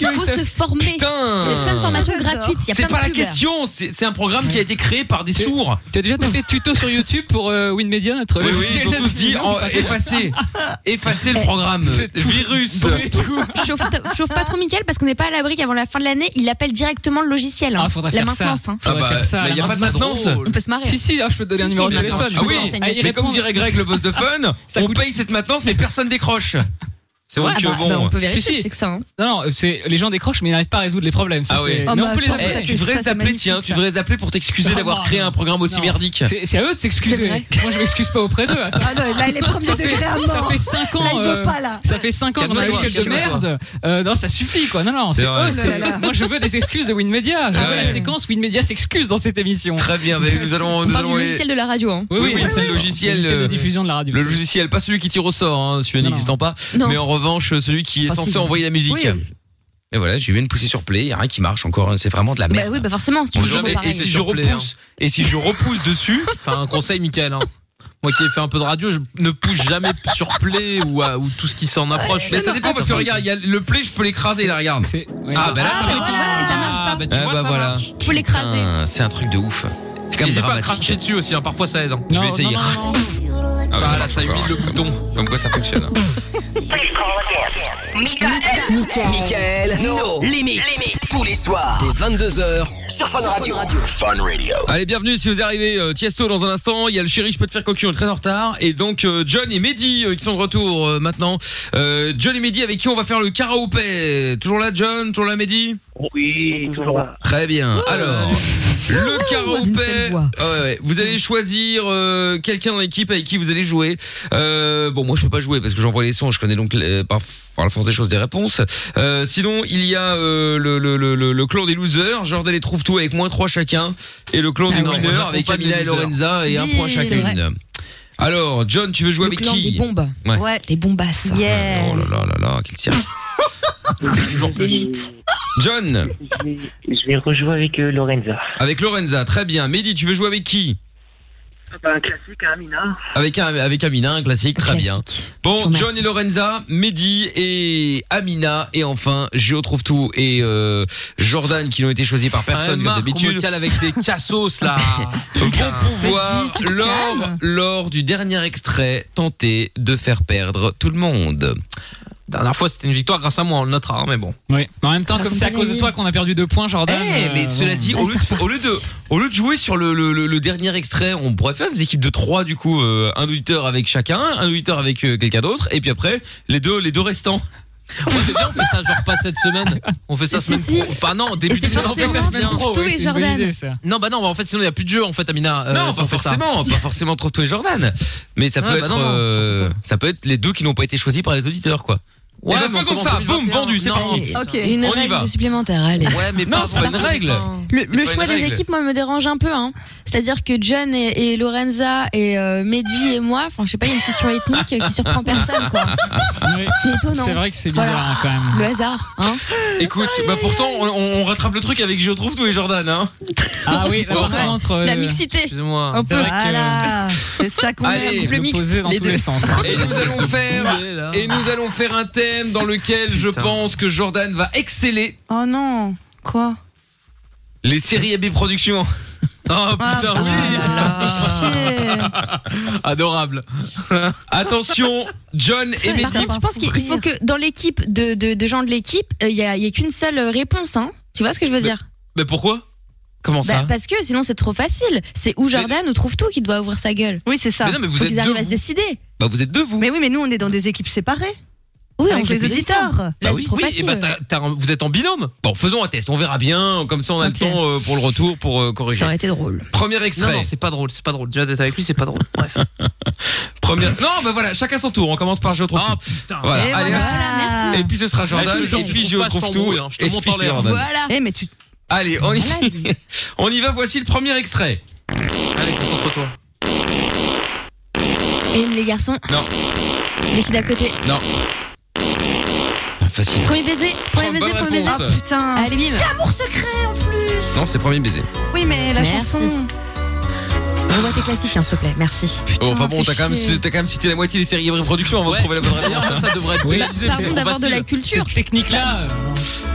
Speaker 8: Il faut se former. Il y a plein de formations gratuites. il y a
Speaker 2: C'est
Speaker 8: plein
Speaker 2: pas
Speaker 8: de
Speaker 2: la
Speaker 8: pubs.
Speaker 2: question, c'est c'est un programme qui a été créé par des sourds.
Speaker 5: Tu as déjà tapé tuto sur YouTube pour euh, Winmedia notre
Speaker 2: Oui, oui,
Speaker 5: logiciel
Speaker 2: ils ont tous dit
Speaker 5: Non,
Speaker 2: en-
Speaker 5: pas-
Speaker 2: effacer, effacer
Speaker 8: Eh,
Speaker 2: le programme, virus.
Speaker 8: chauffe, chauffe pas trop Mickaël parce qu'on n'est pas à l'abri qu'avant la fin de l'année, il appelle directement le logiciel. hein.
Speaker 5: faudrait
Speaker 8: la
Speaker 5: faire ça.
Speaker 8: maintenance. hein.
Speaker 2: Ah bah,
Speaker 5: faire ça,
Speaker 2: mais
Speaker 5: la
Speaker 2: y a pas de
Speaker 5: maintenance.
Speaker 2: maintenance.
Speaker 8: On peut se marrer.
Speaker 5: Si, si, ah, je peux te donner un
Speaker 8: Si,
Speaker 5: numéro
Speaker 8: si,
Speaker 5: de
Speaker 8: mais
Speaker 5: téléphone.
Speaker 8: attends, je
Speaker 2: Ah oui,
Speaker 8: vous
Speaker 2: mais
Speaker 8: enseigne.
Speaker 2: comme dirait Greg le boss de fun, on paye cette maintenance mais personne décroche. C'est vrai
Speaker 8: Ah
Speaker 2: que
Speaker 8: bah,
Speaker 2: bon.
Speaker 8: bah, on peut vérifier,
Speaker 5: euh, Si, si.
Speaker 8: c'est que ça. hein.
Speaker 5: Non, non, c'est les gens décrochent mais ils n'arrivent pas à résoudre les problèmes. ça,
Speaker 2: Ah ouais.
Speaker 5: c'est-
Speaker 2: Oh,
Speaker 5: mais on
Speaker 2: bah,
Speaker 5: peut les
Speaker 2: attends,
Speaker 5: appeler.
Speaker 2: eh, tu devrais les appeler, tiens, tu devrais les appeler pour t'excuser
Speaker 5: Ah,
Speaker 2: d'avoir
Speaker 5: non.
Speaker 2: créé un programme aussi
Speaker 5: Non.
Speaker 2: merdique.
Speaker 5: C'est c'est à eux de
Speaker 8: C'est
Speaker 5: s'excuser.
Speaker 8: vrai.
Speaker 5: Moi, je m'excuse pas auprès d'eux. attends.
Speaker 6: Ah non, là, il est premier
Speaker 5: Ça
Speaker 6: degré
Speaker 5: fait-
Speaker 6: à mort.
Speaker 5: ça fait 5 ans.
Speaker 6: Là, il veut
Speaker 5: euh,
Speaker 6: pas, là.
Speaker 5: Ça fait 5 ans dans
Speaker 2: Calme-toi,
Speaker 5: l'échelle de
Speaker 2: calme-toi.
Speaker 5: merde. Euh, non, ça suffit, quoi. Non, non,
Speaker 2: C'est
Speaker 5: c'est
Speaker 2: vrai. Ah
Speaker 5: eux, c'est-
Speaker 6: Oh là là.
Speaker 5: Moi, je veux des excuses de WinMedia. Je veux la séquence WinMedia s'excuse dans cette émission.
Speaker 2: Très bien, mais nous allons,
Speaker 8: On
Speaker 2: nous
Speaker 8: parle
Speaker 2: allons.
Speaker 8: du logiciel de la radio. hein.
Speaker 2: Oui, oui, c'est le logiciel.
Speaker 5: C'est la
Speaker 2: euh,
Speaker 5: diffusion de la radio.
Speaker 2: Le logiciel, pas celui qui tire au sort, hein, celui
Speaker 5: Non,
Speaker 2: n'existant pas,
Speaker 8: Non.
Speaker 2: mais en revanche celui qui est
Speaker 8: Ah,
Speaker 2: censé
Speaker 8: si.
Speaker 2: envoyer la musique.
Speaker 8: Oui.
Speaker 2: Et voilà, j'ai eu une poussée sur play, y a rien qui marche encore, hein, c'est vraiment de la
Speaker 8: Bah
Speaker 2: Ah, merde.
Speaker 8: oui, bah forcément, si tu
Speaker 2: Et-
Speaker 8: fais toujours
Speaker 2: et,
Speaker 8: pareil.
Speaker 2: si je repousse, et si je repousse dessus,
Speaker 4: Enfin, un conseil, Michael. Hein. Moi qui ai fait un peu de radio, je ne pousse jamais sur play ou, à- ou tout ce qui s'en approche.
Speaker 2: Mais ah, ça
Speaker 6: Ah,
Speaker 2: dépend parce que regarde, il y a le play, je peux l'écraser là, regarde. Ah bah là ça marche.
Speaker 4: Ah, bah, tu
Speaker 2: Ah
Speaker 4: vois,
Speaker 2: bah
Speaker 4: ça
Speaker 2: voilà.
Speaker 4: marche.
Speaker 2: Faut l'écraser. C'est un truc de ouf. C'est quand même
Speaker 4: N'hésite pas à
Speaker 2: dramatique.
Speaker 4: cracher dessus aussi, hein, parfois ça aide. hein.
Speaker 2: Je vais essayer. Ah bah,
Speaker 4: Ah, là,
Speaker 2: marche
Speaker 4: ça
Speaker 2: encore.
Speaker 4: humide le bouton.
Speaker 2: Comme quoi ça fonctionne. hein.
Speaker 1: Michael. Michael. No. Limit. Tous les soirs. Dès 22h. Sur Fun Radio. Fun Radio.
Speaker 2: Allez, bienvenue si vous arrivez. euh, Tiesto dans un instant. Il y a le chéri, je peux te faire cocu, on est très en retard. Et donc euh, John et Mehdi euh, qui sont de retour euh, maintenant. Euh, John et Mehdi avec qui on va faire le karaopé. Toujours là, John Toujours là, Mehdi Oui, toujours là. Très bien. Alors. Le karaopé. Ah ouais, ouais. Vous allez choisir euh, quelqu'un dans l'équipe avec qui vous allez jouer. Euh, bon, moi je peux pas jouer parce que j'envoie les sons. Je connais donc euh, par, par la force des choses des réponses. Euh, sinon, il y a euh, le, le, le, le, le clan des losers. Jordan et trouve tout avec moins 3 chacun et le clan
Speaker 4: Ah
Speaker 2: des
Speaker 4: ouais. Moi,
Speaker 2: winners
Speaker 4: j'apprends
Speaker 2: avec
Speaker 4: pas
Speaker 2: Camila
Speaker 4: des
Speaker 2: et
Speaker 4: losers.
Speaker 2: Lorenza et un
Speaker 4: Oui,
Speaker 2: point
Speaker 4: c'est vrai.
Speaker 2: chacune. Alors, John, tu veux jouer
Speaker 8: Le
Speaker 2: avec
Speaker 8: clan
Speaker 2: qui
Speaker 8: des bombes.
Speaker 2: Ouais.
Speaker 8: Des bombasses.
Speaker 2: Oh là là là là, quel cirque. Toujours plus. John.
Speaker 11: Je vais rejouer avec euh, Lorenza.
Speaker 2: Avec Lorenza, très bien. Mehdi, tu veux jouer avec qui
Speaker 11: Ah bah, Un classique, hein, un Mina.
Speaker 2: Avec, un- avec Amina, un classique, très bien. Bon, John et Lorenza, Mehdi et Amina, et enfin, Gio trouve tout et euh, Jordan qui n'ont été choisis par Ah, personne
Speaker 4: Ouais, Ah,
Speaker 2: comme
Speaker 4: Marc, on
Speaker 2: d'habitude.
Speaker 4: me cale avec des cassos là.
Speaker 2: Vont pouvoir, lors, lors du dernier extrait, tenter de faire perdre tout le monde.
Speaker 4: Dernière fois, c'était une victoire grâce à moi, on le notera, hein, mais bon.
Speaker 5: Oui. Mais en même temps,
Speaker 4: Ça
Speaker 5: comme
Speaker 4: sent
Speaker 5: c'est à
Speaker 4: pas
Speaker 5: cause de
Speaker 4: gagné.
Speaker 5: toi qu'on a perdu deux points, Jordan.
Speaker 2: Eh, mais
Speaker 5: euh,
Speaker 2: cela
Speaker 5: bon.
Speaker 6: Bah,
Speaker 2: dit, au lieu, de, au lieu de- au lieu de jouer sur le, le- le- le dernier extrait, on pourrait faire des équipes de trois du coup, euh, un auditeur avec chacun, un auditeur avec euh, quelqu'un d'autre, et puis après les deux, les deux restants.
Speaker 4: on fait ça genre pas cette semaine. On fait ça
Speaker 2: Si,
Speaker 4: semaine
Speaker 2: si.
Speaker 4: pro. Bah non,
Speaker 2: Et
Speaker 4: début
Speaker 2: c'est
Speaker 4: de semaine. on fait ça
Speaker 2: forcément
Speaker 4: semaine
Speaker 2: pour
Speaker 4: pro,
Speaker 2: tous
Speaker 4: ouais,
Speaker 2: les
Speaker 4: c'est une bonne
Speaker 2: Jordan.
Speaker 4: idée, ça. Non, bah non, bah en fait sinon il y a plus de jeu en fait Amina. euh,
Speaker 2: non,
Speaker 4: si
Speaker 2: pas
Speaker 4: on fait ça.
Speaker 2: forcément, pas forcément entre tous les Jordan, mais ça peut
Speaker 4: Ouais, bah
Speaker 2: être,
Speaker 4: non, non,
Speaker 2: euh, ça peut être les deux qui n'ont pas été choisis par les auditeurs quoi.
Speaker 4: Ouais,
Speaker 2: Eh ben,
Speaker 4: mais on
Speaker 2: faisons
Speaker 4: commence
Speaker 2: ça,
Speaker 4: en
Speaker 2: boum,
Speaker 4: 2021.
Speaker 2: vendu, c'est
Speaker 4: Non.
Speaker 2: parti.
Speaker 4: Ok.
Speaker 8: Une
Speaker 2: On y
Speaker 8: règle
Speaker 2: va.
Speaker 8: supplémentaire, allez.
Speaker 2: Ouais, mais Non, pas- c'est pas une
Speaker 8: contre,
Speaker 2: règle.
Speaker 8: Le,
Speaker 2: C'est
Speaker 8: le
Speaker 2: pas
Speaker 8: choix
Speaker 2: une
Speaker 8: des
Speaker 2: règle.
Speaker 8: équipes, moi, me dérange un peu. Hein. C'est-à-dire que John et, et Lorenza et euh, Mehdi et moi, enfin, je sais pas, il y a une scission ethnique euh, qui surprend personne, quoi.
Speaker 5: Oui.
Speaker 8: C'est étonnant.
Speaker 5: C'est vrai que c'est bizarre hein, quand même.
Speaker 8: Le hasard, hein.
Speaker 2: Écoute, bah pourtant on, on- on rattrape le truc avec Je trouve tous les Jordan hein.
Speaker 5: Ah oui, là, par contre, euh, La mixité.
Speaker 4: Excusez-moi.
Speaker 5: On C'est peut- vrai que-
Speaker 6: Voilà. C'est ça qu'on aime.
Speaker 2: Allez,
Speaker 6: Le mix,
Speaker 5: poser dans tous les sens. hein.
Speaker 2: Et nous allons faire et nous allons faire un thème dans lequel je pense que Jordan va exceller
Speaker 6: Oh non. Quoi
Speaker 2: les séries AB Productions. Oh
Speaker 8: Ah,
Speaker 2: putain
Speaker 4: Adorable.
Speaker 2: Attention, John et
Speaker 8: Par
Speaker 2: Mehdi.
Speaker 8: contre, je pense qu'il faut que dans l'équipe de, de, de gens de l'équipe, euh, il y a, il y a qu'une seule euh, réponse, hein. Tu vois ce que je veux dire
Speaker 2: Mais pourquoi Comment
Speaker 8: Bah, Parce que sinon, c'est trop facile. C'est ou Jordan ou trouve tout qui doit ouvrir sa gueule.
Speaker 6: Oui, c'est ça.
Speaker 2: Mais non, mais vous
Speaker 8: faut
Speaker 2: êtes
Speaker 8: qu'ils arrivent
Speaker 2: deux,
Speaker 8: à se
Speaker 2: vous.
Speaker 8: décider.
Speaker 2: Bah vous êtes deux vous.
Speaker 6: Mais oui, mais nous on est dans des équipes séparées.
Speaker 8: Oui,
Speaker 6: avec
Speaker 8: on joue
Speaker 6: les
Speaker 8: plus
Speaker 6: auditeurs.
Speaker 8: Là,
Speaker 2: Bah
Speaker 8: c'est trop
Speaker 2: oui,
Speaker 8: facile.
Speaker 2: et bah, t'as- t'as un- vous êtes en binôme. Bon, faisons un test, on verra bien. Comme ça, on a le temps euh, pour le retour pour euh, corriger.
Speaker 8: aurait été drôle.
Speaker 2: Premier extrait.
Speaker 4: Non, non, c'est pas drôle, c'est pas drôle. Déjà d'être avec lui, c'est pas drôle. Bref.
Speaker 2: Premier. Non, bah voilà, chacun son tour. On commence par Je trouve.
Speaker 4: Ah,
Speaker 2: tout. Voilà.
Speaker 4: Et
Speaker 2: allez. Et puis ce sera Jordan.
Speaker 4: Allez, je te
Speaker 2: et puis
Speaker 4: trouve
Speaker 2: je
Speaker 4: pas, je
Speaker 2: trouve tout.
Speaker 4: t'embrouille, hein, je te
Speaker 2: et
Speaker 4: monte
Speaker 2: puis
Speaker 4: en l'air.
Speaker 2: Jordan.
Speaker 6: Eh, mais tu.
Speaker 2: Allez, on y... on y va, voici le premier extrait.
Speaker 4: Allez, concentre-toi.
Speaker 8: Et les garçons,
Speaker 2: Non,
Speaker 8: les filles d'à côté.
Speaker 2: non. Ah, Facile.
Speaker 8: Premier baiser, premier baiser,
Speaker 2: bonne
Speaker 8: premier baiser.
Speaker 2: réponse. Ah,
Speaker 6: putain.
Speaker 8: Allez, bim.
Speaker 6: C'est amour secret en plus.
Speaker 2: Non, c'est premier baiser.
Speaker 6: Oui, mais la
Speaker 8: Merci.
Speaker 6: chanson.
Speaker 8: Revois tes classiques, hein, s'il te plaît. Merci.
Speaker 2: Oh, enfin
Speaker 8: fais
Speaker 2: bon, t'as quand,
Speaker 8: chier.
Speaker 2: même- t'as quand même cité la moitié des séries de production avant de trouver la bonne réponse. hein.
Speaker 4: ça, ça devrait être
Speaker 2: Oui.
Speaker 4: validé, c'est
Speaker 8: Pardon
Speaker 4: trop
Speaker 8: d'avoir de
Speaker 4: facile.
Speaker 8: la culture.
Speaker 5: technique là.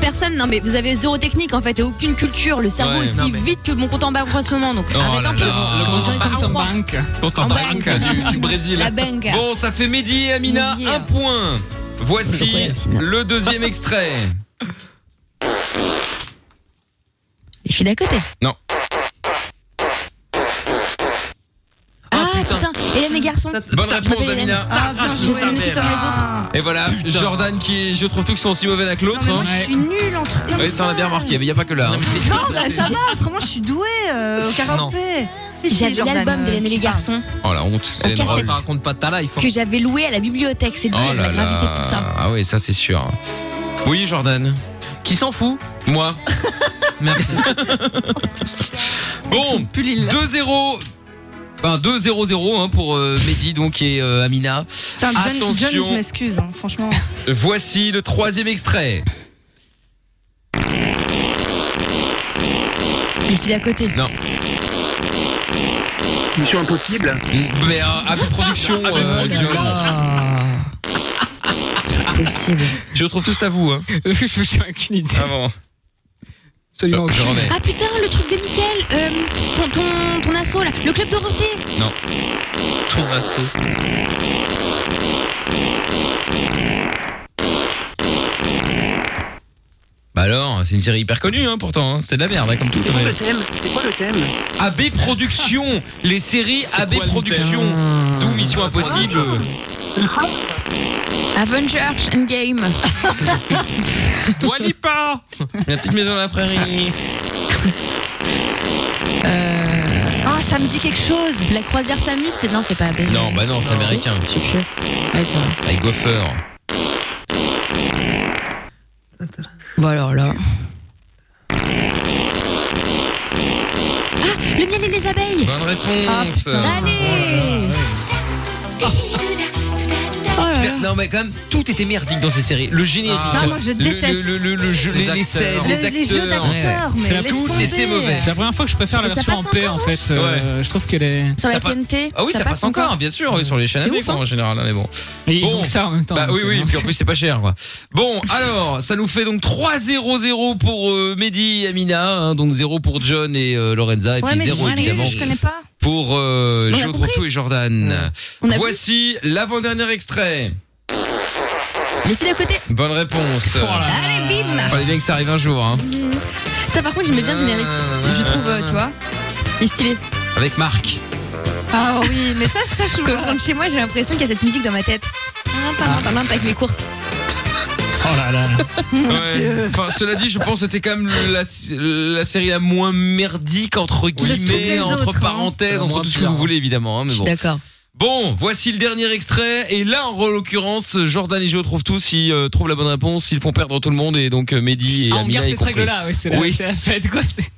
Speaker 8: Personne, non mais vous avez zéro technique en fait et aucune culture. Le cerveau
Speaker 2: Ouais,
Speaker 8: aussi
Speaker 2: non, mais-
Speaker 8: vite que mon compte en banque en ce moment. Donc
Speaker 2: Oh
Speaker 8: arrête
Speaker 2: là
Speaker 8: un peu.
Speaker 2: là. Le compte en
Speaker 4: Ah,
Speaker 8: J'en ai
Speaker 2: banque.
Speaker 8: trois.
Speaker 2: Compte en banque du, du Brésil.
Speaker 8: La banque.
Speaker 2: Bon, ça fait Mehdi et Amina
Speaker 8: Mehdi,
Speaker 2: un point. Voici
Speaker 8: Amina.
Speaker 2: le deuxième extrait.
Speaker 8: Les filles d'à côté.
Speaker 2: Non.
Speaker 8: Ah putain, Hélène et garçons.
Speaker 2: Bonne
Speaker 8: Je
Speaker 2: réponse
Speaker 8: m'appelle Hélène.
Speaker 2: d'Amina.
Speaker 6: Ah, bien
Speaker 8: J'ai une fille comme les autres.
Speaker 2: Et voilà, Jordan qui est, je trouve tout qu'ils sont aussi mauvais l'un que l'autre. hein.
Speaker 6: Je suis nulle entre.
Speaker 2: Oui, ça on l'a bien remarqué, mais il n'y a pas que là. hein.
Speaker 6: Non, bah ça va. Vraiment, je suis douée euh, au karaoké. Si, si,
Speaker 8: J'avais
Speaker 6: Jordan,
Speaker 8: l'album
Speaker 6: euh,
Speaker 8: d'Hélène et les garçons
Speaker 2: Oh la honte,
Speaker 8: En
Speaker 2: Hélène
Speaker 8: cassette.
Speaker 2: Rolls.
Speaker 4: Raconte pas ta life. hein.
Speaker 8: que j'avais loué à la bibliothèque.
Speaker 2: Oh
Speaker 8: C'est dire la gravité de tout ça.
Speaker 2: Ah oui, ça c'est sûr. Oui, Jordan.
Speaker 4: Qui s'en fout
Speaker 2: Moi.
Speaker 4: Merci.
Speaker 2: Bon, 2-0. Enfin, 2-0-0 hein, pour euh, Mehdi donc et euh, Amina.
Speaker 6: Putain, John-
Speaker 2: Attention,
Speaker 6: John, je m'excuse, hein, franchement.
Speaker 2: voici le troisième extrait.
Speaker 8: Les filles d'à côté.
Speaker 2: Non.
Speaker 7: Mission impossible.
Speaker 2: Mais à, à Ah, production, euh, John.
Speaker 8: Possible.
Speaker 2: Je retrouve tous à vous. Hein.
Speaker 5: J'ai aucune idée.
Speaker 2: Ah bon. Euh,
Speaker 5: Absolument.
Speaker 2: Je remets.
Speaker 8: Ah putain, le truc de Mickaël, euh, ton, ton, ton assaut là, le club Dorothée.
Speaker 2: Non.
Speaker 4: Tour assaut.
Speaker 2: Bah alors, c'est une série hyper connue hein, pourtant. hein. C'était de la merde, hein, comme tout.
Speaker 11: C'est quoi le thème C'est quoi le thème
Speaker 2: AB Productions, les séries AB Productions, d'où Mission Impossible.
Speaker 8: Avengers Endgame.
Speaker 2: Walipa La petite maison de la prairie.
Speaker 8: Ah, ça me dit quelque chose. La croisière Samus, c'est non, c'est pas AB.
Speaker 2: Non, bah non, c'est américain.
Speaker 8: Ouais, c'est vrai.
Speaker 2: Avec Gopher.
Speaker 8: Bon alors là. Ah, le miel et les abeilles.
Speaker 2: Bonne
Speaker 6: Ah,
Speaker 2: réponse. Ah,
Speaker 8: Allez.
Speaker 6: Oh
Speaker 2: Putain, Non mais quand même tout était merdique dans ces séries. Le générique,
Speaker 6: Ah. Non, moi, je
Speaker 2: le-
Speaker 6: déteste.
Speaker 2: le, le, le- le jeu, les,
Speaker 6: Les
Speaker 2: les
Speaker 6: acteurs.
Speaker 2: scènes,
Speaker 6: Le-
Speaker 2: les
Speaker 6: les jeux
Speaker 2: acteurs,
Speaker 6: d'acteurs, mais
Speaker 2: C'est
Speaker 6: laisse
Speaker 2: tout
Speaker 6: tomber.
Speaker 2: était mauvais.
Speaker 5: C'est la première fois que je préfère la
Speaker 8: Mais ça
Speaker 5: version en
Speaker 8: passe
Speaker 5: paix en
Speaker 8: encore,
Speaker 5: fait. Euh, Je trouve qu'elle est.
Speaker 8: Sur la
Speaker 2: passe-
Speaker 8: TNT.
Speaker 2: Ah oui, ça, passe encore, bien sûr, oui, sur les chaînes
Speaker 8: C'est
Speaker 2: AD,
Speaker 8: ouf,
Speaker 2: quoi, en général, hein, mais bon.
Speaker 5: Et ils ont que ça en même temps,
Speaker 2: Bah
Speaker 5: donc,
Speaker 2: oui, oui,
Speaker 5: euh,
Speaker 2: puis en plus c'est pas cher, quoi. Bon, alors, ça nous fait donc 3-0-0 pour euh, Mehdi et Amina, hein, donc 0 pour John et euh, Lorenza, et
Speaker 6: Ouais,
Speaker 2: puis
Speaker 6: mais
Speaker 2: 0
Speaker 6: j'ai vu,
Speaker 2: évidemment
Speaker 6: je connais pas.
Speaker 2: pour euh,
Speaker 6: On a
Speaker 2: Joe
Speaker 6: compris.
Speaker 2: Trotto et Jordan.
Speaker 8: On a
Speaker 2: Voici l'avant-dernier extrait.
Speaker 8: Les filles à côté.
Speaker 2: Bonne réponse.
Speaker 8: Allez, bim.
Speaker 2: Fallait bien que ça arrive un jour, hein.
Speaker 8: Ça par contre, j'aimais bien le générique. Je trouve, euh, tu vois, il est stylé.
Speaker 2: Avec Marc.
Speaker 8: Ah oui, mais ça, ça je Quand je rentre chez moi, j'ai l'impression qu'il y a cette musique dans ma tête. Ah, pas mal, pas mal, avec mes courses.
Speaker 5: Oh là là.
Speaker 2: Ouais. Enfin, cela dit, je pense que c'était quand même la, la série la moins merdique, entre guillemets, entre
Speaker 5: hein.
Speaker 2: parenthèses, entre tout ce que vous voulez, évidemment. hein, mais bon.
Speaker 8: D'accord.
Speaker 2: Bon, voici le dernier extrait. Et là, en l'occurrence, Jordan et Joe trouvent tous, ils euh, trouvent la bonne réponse, ils font perdre tout le monde. Et donc, euh, Mehdi et
Speaker 5: Ah, on
Speaker 2: Amina
Speaker 5: garde
Speaker 2: y
Speaker 5: cette
Speaker 2: compris.
Speaker 5: règle-là, ouais, c'est la,
Speaker 2: Oui.
Speaker 5: c'est la fête, quoi. c'est-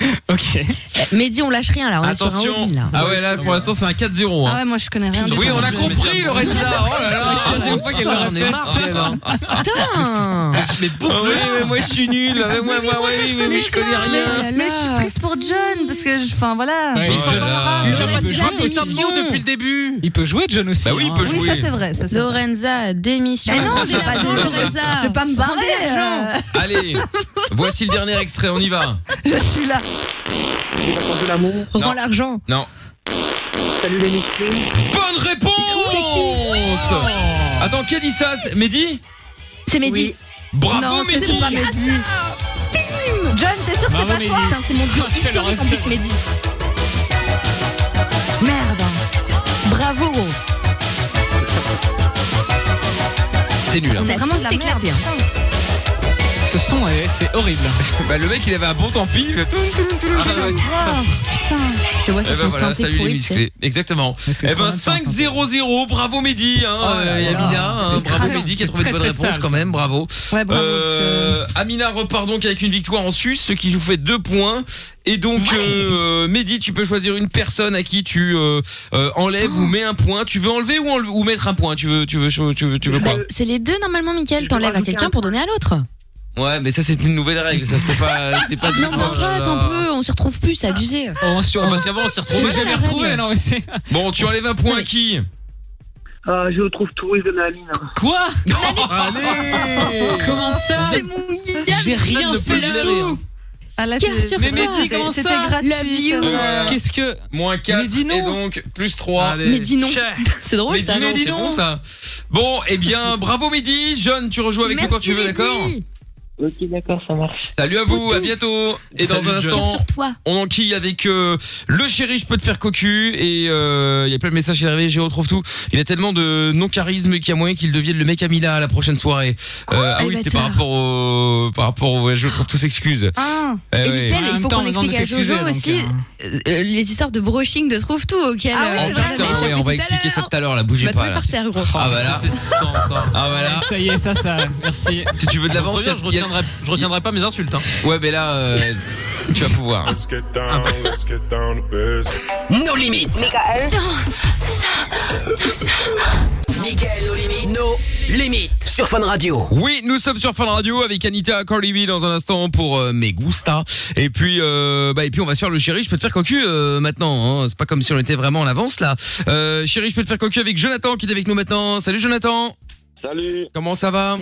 Speaker 5: ok.
Speaker 8: Mais dis, Euh, on lâche rien là, on est sur un
Speaker 2: Attention.
Speaker 8: all-in, là.
Speaker 2: Ah ouais, là, pour l'instant, c'est un 4-0. hein.
Speaker 6: Ah ouais, moi je connais rien. du
Speaker 2: oui,
Speaker 6: tout.
Speaker 2: on a compris, Lorenza. Oh là là.
Speaker 5: La troisième fois qu'elle le
Speaker 12: J'en ai
Speaker 5: répète.
Speaker 12: marre, elle, hein.
Speaker 8: Putain
Speaker 2: Mais Ah oui, mais moi, je suis
Speaker 6: Ah,
Speaker 2: nul. Mais moi, moi, oui, mais, mais je connais rien.
Speaker 6: Mais
Speaker 8: Oh
Speaker 6: je suis triste pour John parce que je- enfin voilà.
Speaker 5: Ouais,
Speaker 2: Oh
Speaker 5: il,
Speaker 2: là là.
Speaker 5: il peut
Speaker 8: Lorenza,
Speaker 5: jouer, mais ça me
Speaker 8: démission.
Speaker 5: demande depuis le début. Il peut jouer, John aussi.
Speaker 2: Bah oui, il peut
Speaker 5: hein.
Speaker 6: Oui,
Speaker 2: jouer.
Speaker 6: ça c'est vrai, ça c'est vrai.
Speaker 8: Lorenza, démission.
Speaker 6: Mais non,
Speaker 8: Prends de
Speaker 6: je vais pas
Speaker 8: l'argent,
Speaker 6: jouer.
Speaker 8: Lorenza.
Speaker 6: Je vais pas me barrer.
Speaker 8: Prends de l'argent.
Speaker 6: euh,
Speaker 2: Allez, voici le dernier extrait, on y va.
Speaker 6: je suis là.
Speaker 7: Les vacances de l'amour.
Speaker 8: Rends l'argent.
Speaker 2: Non.
Speaker 7: Salut les musclés.
Speaker 2: Bonne réponse Attends, qui a dit ça C'est- Mehdi
Speaker 8: C'est Mehdi.
Speaker 2: Bravo
Speaker 6: non, c'est
Speaker 2: Mehdi
Speaker 6: pas Mehdi. Ah, John, t'es sûr que c'est
Speaker 5: Bravo,
Speaker 6: pas
Speaker 5: Mehdi.
Speaker 6: toi
Speaker 8: Putain, c'est mon dieu
Speaker 5: Ah, c'est
Speaker 8: historique en plus,
Speaker 5: Lorenza.
Speaker 8: Mehdi.
Speaker 6: Merde.
Speaker 8: Bravo gros.
Speaker 2: C'était nul. hein.
Speaker 8: On a
Speaker 6: Vraiment de la
Speaker 8: tout éclaté.
Speaker 6: merde.
Speaker 8: hein.
Speaker 5: Ce son, est- c'est horrible.
Speaker 2: Bah, le mec il avait un bon temps pis.
Speaker 6: Wow, putain.
Speaker 8: Je vois
Speaker 2: Ah, bah Eh
Speaker 8: sur
Speaker 2: ben
Speaker 8: son
Speaker 2: voilà,
Speaker 8: synthé
Speaker 2: salut les
Speaker 8: pourri. tu sais.
Speaker 2: musclés. Exactement.
Speaker 5: Mais c'est
Speaker 2: Eh
Speaker 5: trop
Speaker 2: ben
Speaker 5: mal, ça,
Speaker 2: 5-0-0, bravo Mehdi, hein,
Speaker 5: Oh là
Speaker 2: euh, et
Speaker 5: là,
Speaker 2: Amina, hein,
Speaker 5: c'est
Speaker 2: bravo
Speaker 5: très-
Speaker 2: Mehdi qui
Speaker 5: c'est
Speaker 2: a trouvé de
Speaker 5: très,
Speaker 2: bonnes
Speaker 5: très
Speaker 2: réponses
Speaker 5: sale,
Speaker 2: quand
Speaker 5: ça.
Speaker 2: même, bravo.
Speaker 6: Ouais, bravo.
Speaker 2: Euh, Amina repart donc avec une victoire en Suisse, ce qui vous fait deux points. Et donc, euh, Mehdi, tu peux choisir une personne à qui tu euh, euh, enlèves
Speaker 8: Oh.
Speaker 2: ou mets un point. Tu veux enlever ou, enle- ou mettre un point Tu veux, tu veux, cho- tu veux, tu veux quoi
Speaker 8: Bah, C'est les deux normalement, Michael. T'enlèves à quelqu'un pour donner à l'autre.
Speaker 2: Ouais, mais ça c'est une nouvelle règle. Ça c'était pas, c'était pas. du
Speaker 8: Non,
Speaker 2: tout. Oh
Speaker 8: mais en
Speaker 4: là
Speaker 8: fait,
Speaker 4: là.
Speaker 8: on peut, on s'y retrouve plus, c'est abusé.
Speaker 5: On se
Speaker 2: Ah,
Speaker 4: Parce qu'avant, on s'y
Speaker 5: on
Speaker 4: retrouvait.
Speaker 5: s'est
Speaker 8: C'est ça,
Speaker 5: jamais
Speaker 8: la
Speaker 5: retrouvé,
Speaker 8: règle.
Speaker 5: non, mais c'est.
Speaker 2: Bon, tu enlèves un point
Speaker 8: Non,
Speaker 2: à
Speaker 8: mais-
Speaker 2: qui
Speaker 11: Ah, Je retrouve tourisme de la hein. Lina.
Speaker 5: Quoi
Speaker 2: Allez
Speaker 5: Comment ça
Speaker 6: C'est mon guide.
Speaker 5: J'ai
Speaker 2: personne ne
Speaker 5: rien
Speaker 2: peut
Speaker 5: fait
Speaker 2: me
Speaker 5: là
Speaker 2: blairer, hein.
Speaker 6: Ah là,
Speaker 8: Cœur
Speaker 6: c'est-
Speaker 8: sur
Speaker 6: c'était-
Speaker 8: toi. Mais
Speaker 5: dis comment
Speaker 6: C'était
Speaker 5: ça
Speaker 6: gratuit.
Speaker 8: La vie,
Speaker 6: ça
Speaker 8: ouais.
Speaker 6: va.
Speaker 5: Qu'est-ce que.
Speaker 2: Moins 4
Speaker 5: dis non.
Speaker 2: et donc plus 3
Speaker 8: Mais dis non. C'est drôle
Speaker 2: Mais
Speaker 8: ça.
Speaker 2: dis non,
Speaker 8: non
Speaker 2: c'est bon ça. Bon, eh bien, bravo Mehdi. Jeune, tu rejoues avec nous quand tu veux,
Speaker 8: Merci,
Speaker 2: d'accord
Speaker 8: Mehdi.
Speaker 11: Ok, d'accord, ça marche.
Speaker 2: Salut à vous, à
Speaker 8: Poutou.
Speaker 2: bientôt. Et dans
Speaker 4: Salut,
Speaker 2: un
Speaker 4: John.
Speaker 8: Cœur
Speaker 2: instant,
Speaker 8: sur toi.
Speaker 2: on enquille avec euh, le chéri, je peux te faire cocu. Et euh, il y a plein de messages qui arrivent, j'y retrouve tout. Il a tellement de non-charisme qu'il y a moyen qu'il devienne le mec à Mila à la prochaine soirée. Euh, ah
Speaker 8: le
Speaker 2: oui, c'était par
Speaker 8: bâtard.
Speaker 2: rapport au... Par rapport au... ouais, je trouve tout s'excuse.
Speaker 6: Ah,
Speaker 2: Eh
Speaker 8: Et
Speaker 2: ouais.
Speaker 8: Mickaël,
Speaker 5: En
Speaker 8: il
Speaker 5: même
Speaker 8: faut
Speaker 5: temps,
Speaker 8: qu'on
Speaker 5: on a le temps
Speaker 8: explique à
Speaker 5: de s'excuser,
Speaker 8: Jojo
Speaker 5: donc,
Speaker 8: aussi euh, euh, les histoires de brushing de trouve tout euh, auquel
Speaker 6: Ah oui,
Speaker 2: Oh
Speaker 6: c'est vrai,
Speaker 2: putain,
Speaker 6: j'avais
Speaker 2: ouais, on va expliquer ça tout à l'heure, là, bougez
Speaker 8: Je vais
Speaker 2: pas.
Speaker 8: tomber
Speaker 2: Là.
Speaker 8: par terre, gros.
Speaker 2: Ah bah là,
Speaker 4: C'est ça encore.
Speaker 2: ah bah là,
Speaker 5: Ça y est, ça, ça. Merci.
Speaker 2: si tu veux de l'avance,
Speaker 4: Première, je
Speaker 2: il y a-
Speaker 4: retiendrai, je retiendrai pas mes insultes. Hein.
Speaker 2: Ouais, mais là, euh, tu vas pouvoir.
Speaker 13: Let's get down, let's get down to business.
Speaker 1: Nos limites. Michael, nos limites. Nos limites. Sur Fun Radio.
Speaker 2: Oui, nous sommes sur Fun Radio avec Anita Carly dans un instant pour euh, mes gusta. Et puis, euh, bah, et puis on va se faire le chéri, je peux te faire cocu euh, maintenant. hein. C'est pas comme si on était vraiment en avance là. Euh, chéri, je peux te faire cocu avec Jonathan qui est avec nous maintenant. Salut Jonathan.
Speaker 12: Salut.
Speaker 2: Comment ça va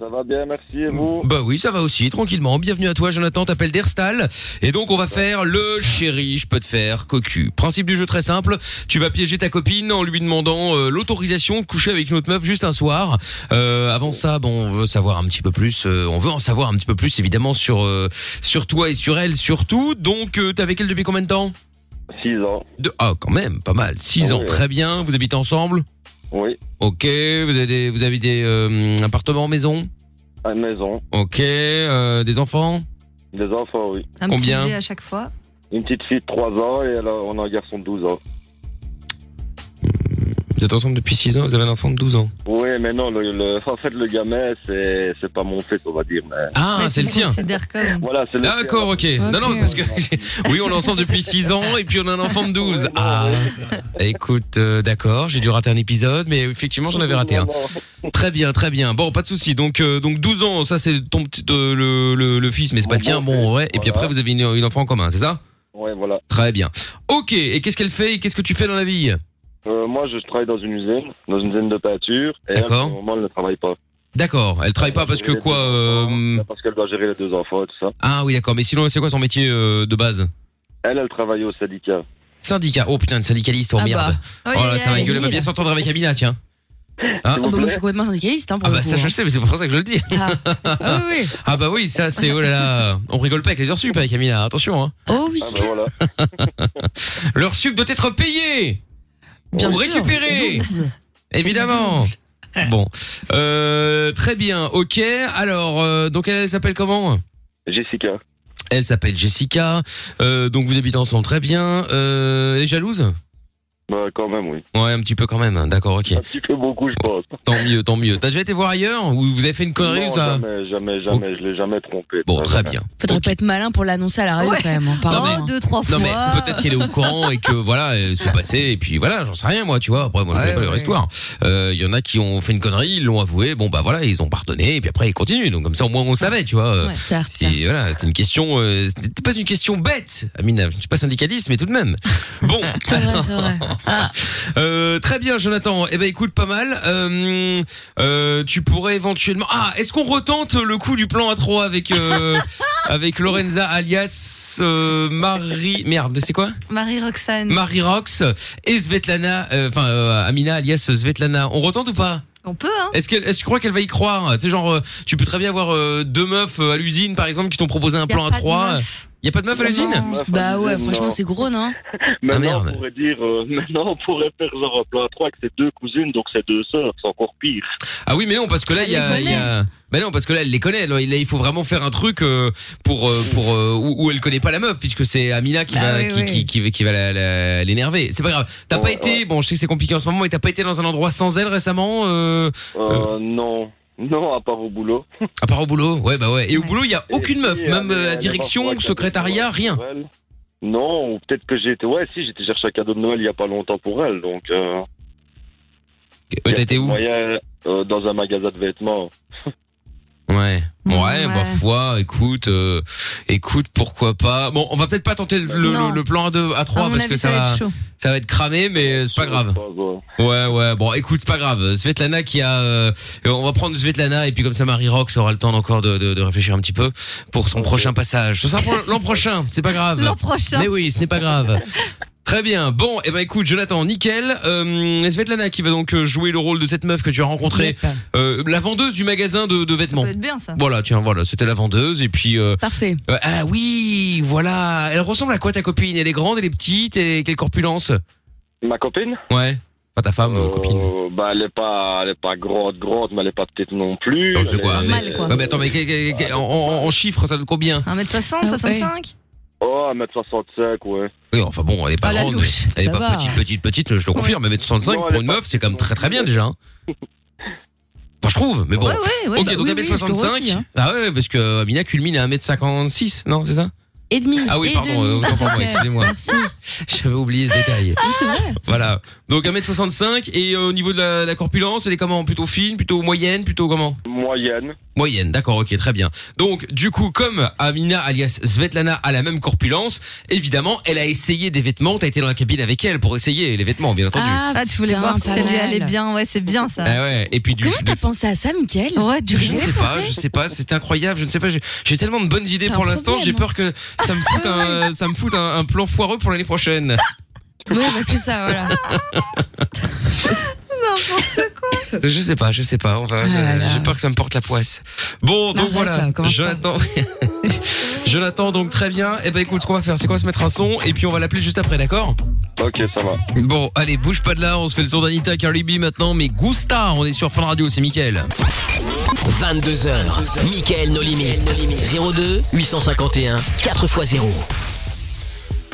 Speaker 12: Ça va bien, merci. Et vous
Speaker 2: Bah oui, ça va aussi, tranquillement. Bienvenue à toi, Jonathan. T'appelles Derstal. Et donc, on va faire le chéri, je peux te faire cocu. Principe du jeu très simple. Tu vas piéger ta copine en lui demandant euh, l'autorisation de coucher avec une autre meuf juste un soir. Euh, avant ça, bon, on veut savoir un petit peu plus. euh, on veut en savoir un petit peu plus, évidemment, sur euh, sur toi et sur elle surtout. Donc, euh, t'es avec elle depuis combien de temps
Speaker 12: 6 ans.
Speaker 2: De- Ah, quand même, pas mal. 6 ans,
Speaker 12: Oui.
Speaker 2: très bien. Vous habitez ensemble
Speaker 12: Oui.
Speaker 2: Ok. Vous avez des, vous avez des euh, appartements, maison
Speaker 12: À la maison.
Speaker 2: Ok, euh, des enfants
Speaker 12: Des enfants, oui.
Speaker 6: Un petit
Speaker 2: Combien
Speaker 6: lait à chaque fois.
Speaker 12: Une petite fille de 3 ans et elle a- on a un garçon de 12 ans.
Speaker 2: Vous êtes ensemble depuis 6 ans, vous avez un enfant de 12 ans.
Speaker 12: Oui, mais non, le, le- en fait, le gamin, c'est c'est pas mon fils, on va dire. Mais...
Speaker 2: Ah, c'est le sien.
Speaker 12: Voilà, c'est le
Speaker 2: Ah, D'accord, ok. Non, non, parce que j'ai- oui, on est ensemble depuis 6 ans et puis on a un enfant de 12. Ah, écoute, euh, d'accord, j'ai dû rater un épisode, mais effectivement, j'en avais raté un. Très bien, très bien. Bon, pas de souci. Donc, euh, donc 12 ans, ça c'est ton petit, euh, le, le, le fils, mais c'est pas le tien. Bon, ouais. Et puis après, vous avez une, une enfant en commun, c'est ça
Speaker 12: Ouais, voilà.
Speaker 2: Très bien. Ok. Et qu'est-ce qu'elle fait et qu'est-ce que tu fais dans la vie
Speaker 12: Euh, moi, je travaille dans une usine, dans une usine de peinture. Et elle, pour
Speaker 2: D'accord.
Speaker 12: le moment, elle ne travaille pas.
Speaker 2: D'accord. Elle travaille pas parce que quoi euh,
Speaker 12: Parce qu'elle doit gérer les deux enfants, tout ça.
Speaker 2: Ah oui, d'accord. Mais sinon, c'est quoi son métier euh, de base
Speaker 12: Elle, elle travaille au syndicat.
Speaker 2: Syndicat. Oh putain, une syndicaliste, oh
Speaker 12: Ah
Speaker 2: merde.
Speaker 12: bah.
Speaker 2: Oh
Speaker 12: Oui,
Speaker 2: là,
Speaker 12: oui,
Speaker 2: ça
Speaker 12: oui,
Speaker 2: rigole, elle va
Speaker 12: oui.
Speaker 2: bien s'entendre avec Amina, tiens. Hein
Speaker 8: Ah bah moi je suis complètement syndicaliste hein, pour
Speaker 2: ah bah
Speaker 8: le coup,
Speaker 2: ça je
Speaker 8: hein.
Speaker 2: sais mais c'est pour ça que je le dis.
Speaker 8: Ah, Ah oui, oui.
Speaker 2: Ah bah oui ça c'est oh là là on rigole pas avec les heures sup avec Amina attention hein.
Speaker 8: Oh oui.
Speaker 6: Ah
Speaker 12: Ah, bah
Speaker 2: L'heure sup doit être payée.
Speaker 8: Bien
Speaker 2: pour
Speaker 8: sûr.
Speaker 2: récupérer. Évidemment. Bon Euh, très bien ok alors euh, donc elle, elle s'appelle comment
Speaker 12: Jessica.
Speaker 2: Elle s'appelle Jessica Euh, donc vous habitez ensemble très bien euh, elle est jalouse
Speaker 12: Bah, quand même, oui.
Speaker 2: Ouais un petit peu quand même hein, d'accord ok. Un
Speaker 12: petit peu beaucoup je pense.
Speaker 2: Tant mieux tant mieux t'as déjà été voir ailleurs ou vous avez fait une connerie
Speaker 12: Non,
Speaker 2: ou ça
Speaker 12: Jamais, jamais, jamais. Je l'ai jamais trompé.
Speaker 2: Bon, très bien.
Speaker 8: Faudrait pas être malin pour l'annoncer à la radio quand même. hein. Pardon.
Speaker 2: Non, mais-
Speaker 8: deux, trois
Speaker 2: Non mais peut-être qu'elle est au courant et que voilà, elle s'est passée et puis voilà, j'en sais rien moi, tu vois. Après moi je connais pas leur histoire. Euh, Il y en a qui ont fait une connerie, ils l'ont avoué, bon bah voilà, ils ont pardonné et puis après ils continuent. Donc comme ça au moins on savait, tu vois.
Speaker 8: Ouais, certes,
Speaker 2: C'est- voilà, c'était une question, euh, c'était pas une question bête, Amina. Je ne suis pas syndicaliste mais tout de même. Bon.
Speaker 8: C'est vrai, c'est vrai.
Speaker 2: Euh, très bien, Jonathan. Eh ben, écoute, pas mal. Euh, euh, tu pourrais éventuellement. Ah, est-ce qu'on retente le coup du plan à 3 avec euh, avec Lorenza alias euh, Marie Merde, c'est quoi
Speaker 6: Marie-Roxane.
Speaker 2: Marie Rox et Svetlana, euh, enfin euh, Amina alias Svetlana. On retente ou pas
Speaker 6: On peut, hein
Speaker 2: Est-ce que est-ce que tu crois qu'elle va y croire Tu sais, genre, euh, tu peux très bien avoir euh, deux meufs euh, à l'usine, par exemple, qui t'ont proposé un
Speaker 8: Y a
Speaker 2: plan à
Speaker 8: pas de
Speaker 2: trois.
Speaker 8: meufs.
Speaker 2: Y a pas de meuf à l'usine
Speaker 8: Bah ouais,
Speaker 12: non.
Speaker 8: franchement, c'est gros, non
Speaker 2: Ah,
Speaker 12: Maintenant,
Speaker 2: merde.
Speaker 12: on pourrait dire, euh, maintenant, on pourrait faire genre un plan à trois que c'est deux cousines, donc c'est deux sœurs, c'est encore pire.
Speaker 2: Ah oui, mais non, parce que là,
Speaker 12: Elle
Speaker 2: il y a.
Speaker 12: les
Speaker 2: il y a- Bah non, parce que là, elle les connaît. Alors, il- là, il faut vraiment faire un truc euh, pour euh, pour euh, où, où elle connaît pas la meuf, puisque c'est Amina qui
Speaker 14: Bah
Speaker 2: va
Speaker 14: oui,
Speaker 2: qui,
Speaker 14: oui.
Speaker 2: qui qui va- qui va la- la- l'énerver. C'est pas grave. T'as pas été. Bon, je sais que c'est compliqué en ce moment, mais t'as pas été dans un endroit sans elle récemment. Euh,
Speaker 12: Euh, non. Non, à part au boulot.
Speaker 2: À part au boulot, ouais, bah ouais. Et au boulot, il y a aucune meuf,
Speaker 12: si,
Speaker 2: même
Speaker 12: elle
Speaker 2: euh,
Speaker 12: est- elle
Speaker 2: la
Speaker 12: est
Speaker 2: direction,
Speaker 12: parfois
Speaker 2: secrétariat, rien.
Speaker 12: Non, ou peut-être que j'ai été. Ouais, si, j'étais chercher un cadeau de Noël il y a pas longtemps pour elle, donc. Euh...
Speaker 2: T'as été où
Speaker 12: euh, Dans un magasin de vêtements.
Speaker 2: Ouais. Ouais, bah foi, écoute, euh, écoute, pourquoi pas. Bon, on va peut-être pas tenter le, le-
Speaker 12: Non.
Speaker 2: le plan à deux, à
Speaker 12: À
Speaker 2: trois
Speaker 12: mon
Speaker 2: parce
Speaker 12: avis,
Speaker 2: que ça,
Speaker 12: ça va être
Speaker 2: va,
Speaker 12: chaud.
Speaker 2: ça va être cramé, mais c'est pas grave. Ouais, ouais. Bon, écoute, c'est pas grave. Svetlana qui a, euh, on va prendre Svetlana et puis comme ça, Marie Rox aura le temps encore de, de, de réfléchir un petit peu pour son prochain passage. Ce sera pour l'an prochain. C'est pas grave.
Speaker 6: L'an prochain.
Speaker 2: Mais oui, ce n'est pas grave. Très bien. Bon, et ben écoute, Jonathan, nickel. Euh, Svetlana qui va donc euh, jouer le rôle de cette meuf que tu as rencontrée, euh, la vendeuse du magasin de, de vêtements.
Speaker 6: Ça peut être bien, ça.
Speaker 2: Voilà, tiens, voilà, c'était la vendeuse et puis. euh,
Speaker 8: Parfait.
Speaker 2: euh, ah oui, voilà. Elle ressemble à quoi ta copine Elle est grande, elle est petite, et quelle corpulence
Speaker 12: Euh, Ma copine
Speaker 2: Ouais. Pas ta femme, euh, copine.
Speaker 12: Euh, bah, elle est pas, elle est pas grande, grande, mais elle est pas petite non plus.
Speaker 2: Non, c'est quoi,
Speaker 12: Elle est-
Speaker 2: mais- Ouais, Ah, mais attends, mais que- que- que- en, en- en chiffres, ça donne combien
Speaker 12: Ah
Speaker 6: 1m60, 65
Speaker 12: Oh, 1m65, ouais.
Speaker 2: Oui, enfin bon, elle est pas
Speaker 6: Ah, la
Speaker 2: grande.
Speaker 6: louche.
Speaker 2: mais Elle est
Speaker 6: Ça
Speaker 2: pas
Speaker 6: va.
Speaker 2: petite, petite, petite, je te confirme. Mais 65
Speaker 12: Non, elle
Speaker 2: pour
Speaker 12: est
Speaker 2: une
Speaker 12: pas
Speaker 2: meuf, c'est quand même très très bien déjà. hein. Enfin, je trouve, mais bon.
Speaker 12: Ouais, ouais, ouais,
Speaker 2: ok,
Speaker 12: bah
Speaker 2: donc
Speaker 12: oui, oui, je te
Speaker 2: 1m65.
Speaker 12: remercie, hein.
Speaker 2: Ah ouais, parce que Amina culmine à 1m56, non, c'est ça
Speaker 8: Et demi.
Speaker 2: Ah oui,
Speaker 8: et
Speaker 2: pardon,
Speaker 8: demi,
Speaker 2: autant
Speaker 8: s'il
Speaker 2: pour
Speaker 8: te
Speaker 2: moi,
Speaker 8: plaît.
Speaker 2: excusez-moi. J'avais oublié ce détail.
Speaker 8: C'est vrai.
Speaker 2: Voilà. Donc 1m65 et euh, au niveau de la, la corpulence, elle est comment Plutôt fine, plutôt moyenne, plutôt comment
Speaker 12: Moyenne.
Speaker 2: Moyenne, d'accord, ok, très bien. Donc du coup, comme Amina alias Svetlana a la même corpulence, évidemment, elle a essayé des vêtements. T'as été dans la cabine avec elle pour essayer les vêtements, bien entendu.
Speaker 6: Ah, tu voulais voir si ça lui allait bien. Ouais, c'est bien ça.
Speaker 2: Ah ouais. Et puis du,
Speaker 8: Comment t'as pensé à ça, Mickaël
Speaker 6: Ouais,
Speaker 2: Je ne sais pas, je sais pas, c'est incroyable, je ne sais pas, j'ai j'ai tellement de bonnes idées
Speaker 8: T'as
Speaker 2: pour
Speaker 8: un
Speaker 2: l'instant,
Speaker 8: problème,
Speaker 2: j'ai peur que ça me foute un, ça me foute un, un plan foireux pour l'année prochaine.
Speaker 8: Ouais, bah c'est ça, voilà.
Speaker 2: Je sais pas, je sais pas, on va,
Speaker 14: Ah là là.
Speaker 2: j'ai peur que ça me porte la poisse. Bon, donc
Speaker 14: Arrête,
Speaker 2: voilà,
Speaker 14: euh, commence
Speaker 2: Jonathan, Jonathan, donc très bien, et ben écoute, ce qu'on va faire, c'est qu'on va se mettre un son, et puis on va l'appeler juste après, d'accord
Speaker 12: Ok, ça va.
Speaker 2: Bon, allez, bouge pas de là, on se fait le son d'Anita Carliby maintenant, mais Gusta, on est sur Fin Radio, c'est Mickaël.
Speaker 1: 22h, Mickaël nos limites. 02 851 4x0.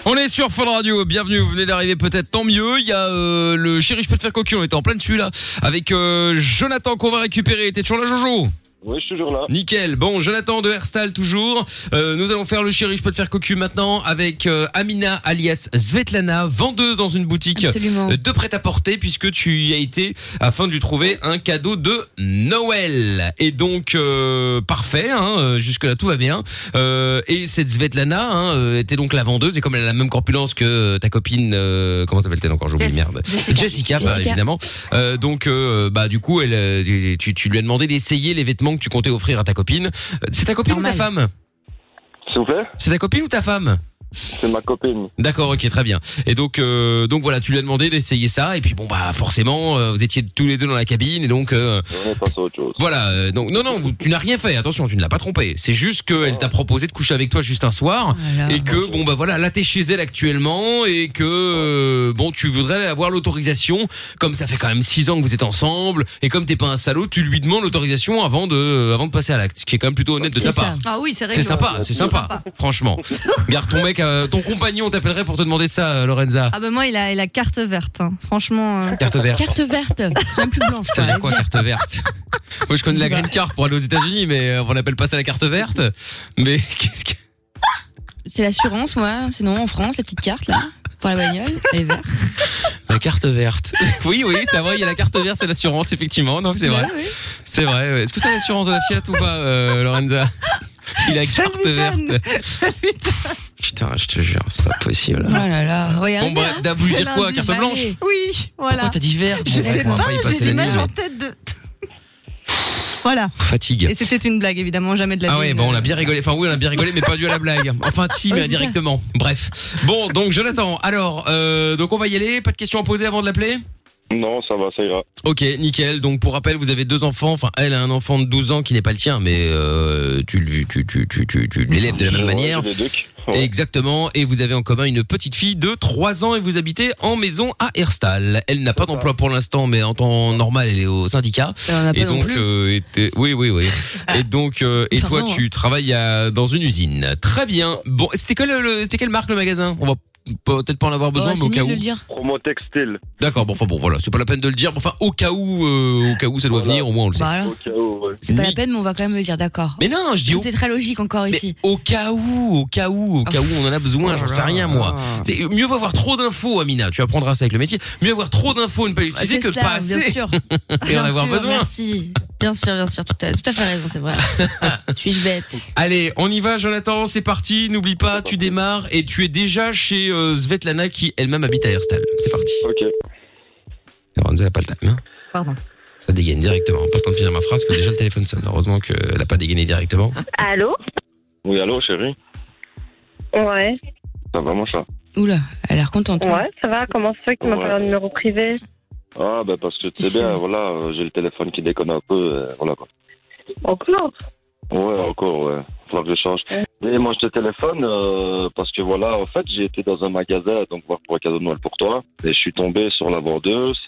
Speaker 2: On est sur Fun Radio, bienvenue, vous venez d'arriver peut-être, tant mieux. Il y a euh, le chéri, je peux te faire cocu, on était en plein dessus là, avec euh, Jonathan qu'on va récupérer. T'es toujours là, Jojo
Speaker 12: Oui, je suis toujours là.
Speaker 2: Nickel. Bon, Jonathan de Herstal toujours. Euh, nous allons faire le chéri, je peux te faire cocu maintenant avec euh, Amina alias Svetlana, vendeuse dans une boutique
Speaker 14: Absolument.
Speaker 2: euh, de prêt-à-porter puisque tu y as été afin de lui trouver un cadeau de Noël. Et donc euh, parfait, hein, euh, jusque là tout va bien. Euh, et cette Svetlana hein, euh, était donc la vendeuse et comme elle a la même corpulence que euh, ta copine, euh, comment s'appelle-t-elle encore J'oublie merde. Jessica, bah,
Speaker 14: Jessica.
Speaker 2: évidemment. Euh, donc euh, bah du coup elle, euh, tu, tu lui as demandé d'essayer les vêtements que tu comptais offrir à ta copine. Euh, C'est ta copine ou ta femme
Speaker 12: S'il vous plaît
Speaker 2: C'est ta copine ou ta femme
Speaker 12: C'est ma copine.
Speaker 2: D'accord, ok, très bien. Et donc, euh, donc voilà, tu lui as demandé d'essayer ça, et puis bon bah forcément, euh, vous étiez tous les deux dans la cabine, et donc euh,
Speaker 12: On est passé à autre chose.
Speaker 2: voilà. euh, donc non, non, vous- tu n'as rien fait. Attention, tu ne l'as pas trompé. C'est juste qu'elle t'a proposé de coucher avec toi juste un soir, et que bon bah voilà, là t'es chez elle actuellement, et que euh, bon tu voudrais avoir l'autorisation, comme ça fait quand même six ans que vous êtes ensemble, et comme t'es pas un salaud, tu lui demandes l'autorisation avant de, euh, avant de passer à l'acte, ce qui est quand même plutôt honnête de ta part.
Speaker 6: Ah oui, c'est
Speaker 2: C'est sympa, c'est sympa, franchement. Garde ton mec, euh, ton compagnon t'appellerait pour te demander ça, euh, Lorenza.
Speaker 6: Ah bah moi, il a, il a carte verte. hein. Franchement. euh.
Speaker 2: Carte verte. Carte
Speaker 6: verte. C'est même plus blanche.
Speaker 2: Ça veut dire quoi, carte verte Moi, je connais la green card pour aller aux États-Unis, mais euh, on appelle pas ça la carte verte. Mais qu'est-ce que.
Speaker 8: C'est l'assurance, moi. Sinon, en France, la petite carte, là, pour la bagnole, elle est verte.
Speaker 2: La carte verte. Oui, oui, c'est vrai, il y a la carte verte, c'est l'assurance, effectivement. Non, c'est vrai. C'est vrai. ouais. Est-ce que t'as l'assurance de la Fiat ou pas, euh, Lorenza Il a carte verte. Putain, je te jure, c'est pas possible.
Speaker 8: Oh là là, regarde.
Speaker 2: Bon, bref,
Speaker 6: hein.
Speaker 2: Dab, vous lui dire quoi, carte blanche
Speaker 6: Bah Oui, voilà.
Speaker 2: Pourquoi t'as dit verte
Speaker 6: Je
Speaker 2: Bon, bref,
Speaker 6: sais
Speaker 2: on va
Speaker 6: pas,
Speaker 2: pas y passer
Speaker 6: j'ai
Speaker 2: la
Speaker 6: l'image
Speaker 2: nuit,
Speaker 6: en
Speaker 2: mais-
Speaker 6: tête de. voilà.
Speaker 2: Fatigue.
Speaker 6: Et c'était une blague, évidemment, jamais de la
Speaker 2: Ah
Speaker 6: vie. euh.
Speaker 2: ouais, bah on a bien rigolé. Enfin oui, on a bien rigolé, mais pas dû à la blague. Enfin si,
Speaker 6: Ouais,
Speaker 2: mais
Speaker 6: c'est ça.
Speaker 2: indirectement. Bref. Bon, donc Jonathan. Alors, euh, donc on va y aller. Pas de questions à poser avant de l'appeler.
Speaker 12: Non, ça va, ça ira.
Speaker 2: Ok, nickel. Donc pour rappel, vous avez deux enfants. Enfin, elle a un enfant de 12 ans qui n'est pas le tien, mais euh, tu, le- tu, tu, tu, tu, tu l'élèves de la même
Speaker 12: Ouais,
Speaker 2: manière.
Speaker 12: j'ai les deux.
Speaker 2: Exactement. Et vous avez en commun une petite fille de 3 ans et vous habitez en maison à Herstal. Elle n'a pas d'emploi pour l'instant, mais en temps normal, elle est au syndicat.
Speaker 14: Elle en a pas
Speaker 2: et
Speaker 14: non
Speaker 2: donc,
Speaker 14: plus.
Speaker 2: euh, et t'es- oui, oui, oui. Et donc, euh, et toi,
Speaker 14: Pardon.
Speaker 2: tu travailles à- dans une usine. Très bien. Bon, c'était quelle, le- c'était quelle marque le magasin On va peut-être pas en avoir besoin, mais au cas où.
Speaker 12: Promo textile.
Speaker 2: D'accord, bon, enfin bon, voilà, c'est pas la peine de le dire, mais enfin, au cas où, euh, au cas où ça doit venir, au moins on le sait.
Speaker 8: Voilà. Au C'est pas la peine, mais on va quand même le dire, d'accord.
Speaker 2: Mais non, je dis au-
Speaker 8: Tout est très logique encore ici.
Speaker 2: Au cas où, au cas où, au cas où on en a besoin, j'en
Speaker 8: Oh
Speaker 2: sais rien moi. C'est mieux vaut avoir trop d'infos, Amina, tu apprendras ça avec le métier. Mieux avoir trop d'infos et ne pas
Speaker 8: Ah,
Speaker 2: l'utiliser
Speaker 8: c'est
Speaker 2: que de
Speaker 8: ça,
Speaker 2: pas assez.
Speaker 8: bien sûr.
Speaker 2: et en
Speaker 8: Bien
Speaker 2: avoir
Speaker 8: sûr,
Speaker 2: besoin.
Speaker 8: Merci. Bien sûr, bien sûr, tout à, tout à fait raison, c'est vrai. Suis-je bête
Speaker 2: Allez, on y va, Jonathan, c'est parti. N'oublie pas, tu démarres et tu es déjà chez euh, Svetlana qui elle-même habite à Herstal. C'est parti.
Speaker 12: Ok.
Speaker 2: Lorenza n'a pas le time. hein.
Speaker 6: Pardon.
Speaker 2: Ça dégaine directement. Pas le temps de finir ma phrase que déjà le téléphone sonne. Heureusement qu'elle n'a pas dégainé directement.
Speaker 15: Allô
Speaker 12: Oui, allô, chérie
Speaker 15: Ouais.
Speaker 12: Ça va, mon chat
Speaker 8: Oula, elle a l'air contente. hein.
Speaker 15: Ouais, ça va. Comment ça fait que tu m'appelles un numéro privé
Speaker 12: Ah, ben parce que tu sais bien, voilà, euh, j'ai le téléphone qui déconne un peu, euh, voilà quoi.
Speaker 15: Encore
Speaker 12: Ouais, encore, ouais. Faudra que je change. Mais moi, je te téléphone euh, parce que voilà, en fait, j'ai été dans un magasin, donc voir pour un cadeau de Noël pour toi, et je suis tombé sur la vendeuse.